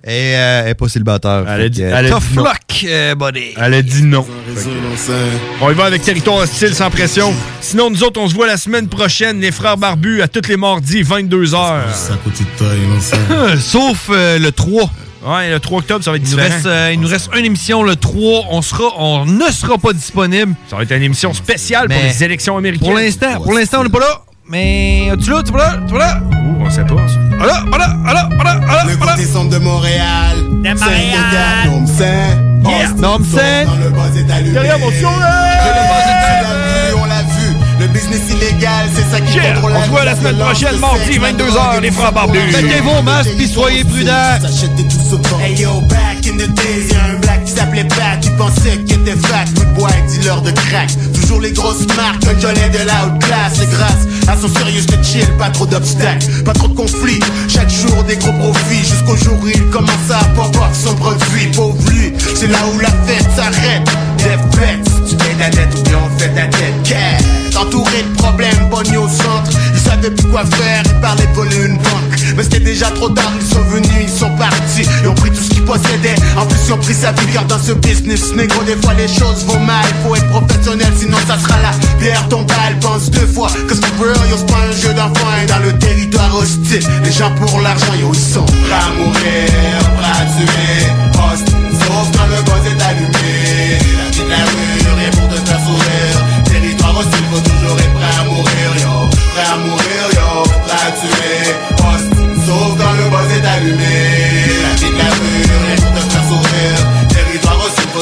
[SPEAKER 16] est, euh, est pas célibataire.
[SPEAKER 15] Elle a dit- elle a dit non.
[SPEAKER 16] luck, euh, buddy.
[SPEAKER 15] Elle a dit non. On y va avec Territoire Hostile sans pression. Sinon, nous autres, on se voit la semaine prochaine, les frères barbus, à tous les mardis, 22h.
[SPEAKER 16] Sauf euh, le 3.
[SPEAKER 15] Ouais, le 3 octobre, ça va être
[SPEAKER 16] Il nous,
[SPEAKER 15] différent.
[SPEAKER 16] reste, euh, il nous reste une émission, le 3. On, sera, on ne sera pas disponible.
[SPEAKER 15] Ça va être une émission spéciale pour les élections américaines.
[SPEAKER 16] Pour l'instant, pour l'instant, on n'est pas là. Mais tu là, tu là, tu là.
[SPEAKER 15] on sait pas.
[SPEAKER 16] Voilà, voilà, voilà, voilà, voilà. Le côté
[SPEAKER 35] centre de Montréal.
[SPEAKER 16] De
[SPEAKER 35] Montréal. Non,
[SPEAKER 16] Yeah. Dôme Saint.
[SPEAKER 35] Dans le buzz est allumé.
[SPEAKER 16] Derrière mon fion,
[SPEAKER 35] Que le buzz est allumé, on l'a vu. Le business illégal, c'est ça qui
[SPEAKER 15] Yeah.
[SPEAKER 35] contrôle
[SPEAKER 15] On se voit la
[SPEAKER 35] vie,
[SPEAKER 15] semaine
[SPEAKER 35] le lance,
[SPEAKER 15] prochaine,
[SPEAKER 35] le
[SPEAKER 15] mardi,
[SPEAKER 35] sexe, la
[SPEAKER 15] 22
[SPEAKER 35] drogue,
[SPEAKER 15] heures, les
[SPEAKER 35] le
[SPEAKER 15] francs
[SPEAKER 35] sang,
[SPEAKER 15] barbus.
[SPEAKER 35] la
[SPEAKER 15] Mettez vos
[SPEAKER 35] drogue,
[SPEAKER 15] masques,
[SPEAKER 35] le
[SPEAKER 15] puis soyez
[SPEAKER 35] pays,
[SPEAKER 15] prudents.
[SPEAKER 35] ils s'achètent des trucs souvent. Hey yo, back in the days, y'a un black qui s'appelait Pat, qui pensait qu'il était fat, coup de bois avec dealer de crack. Toujours les grosses marques, un collet de la haute classe, et grâce à son sérieux, je te chill, pas trop d'obstacles, pas trop de conflits. Chaque jour, des gros profits, jusqu'au jour où il commence à pas voir son produit. Pauvre lui, c'est là où la fête s'arrête. Des fêtes, tu payes la dette ou bien on fait la tête. Yeah. Entouré de problèmes, Bonnie au centre, il savait plus quoi faire, il parlait voler une banque. Mais c'était déjà trop tard, ils sont venus, ils sont partis Ils ont pris tout ce qu'ils possédaient En plus ils ont pris sa vie car dans ce business Négro des fois les choses vont mal Faut être professionnel sinon ça sera la bière tombale Pense deux fois que c'est real Yo c'est pas un jeu d'enfant Et dans le territoire hostile Les gens pour l'argent yo ils sont Prêts à mourir, prêts à tuer Hostile, sauf quand le buzz est allumé La vie de la rue, rien pour te faire sourire Territoire hostile, faut toujours être prêt à mourir yo Prêt à mourir yo, prêt à tuer Hostile Sauf quand le buzz est allumé La vie de la rue, rien pour te faire sourire Territoire aussi, faut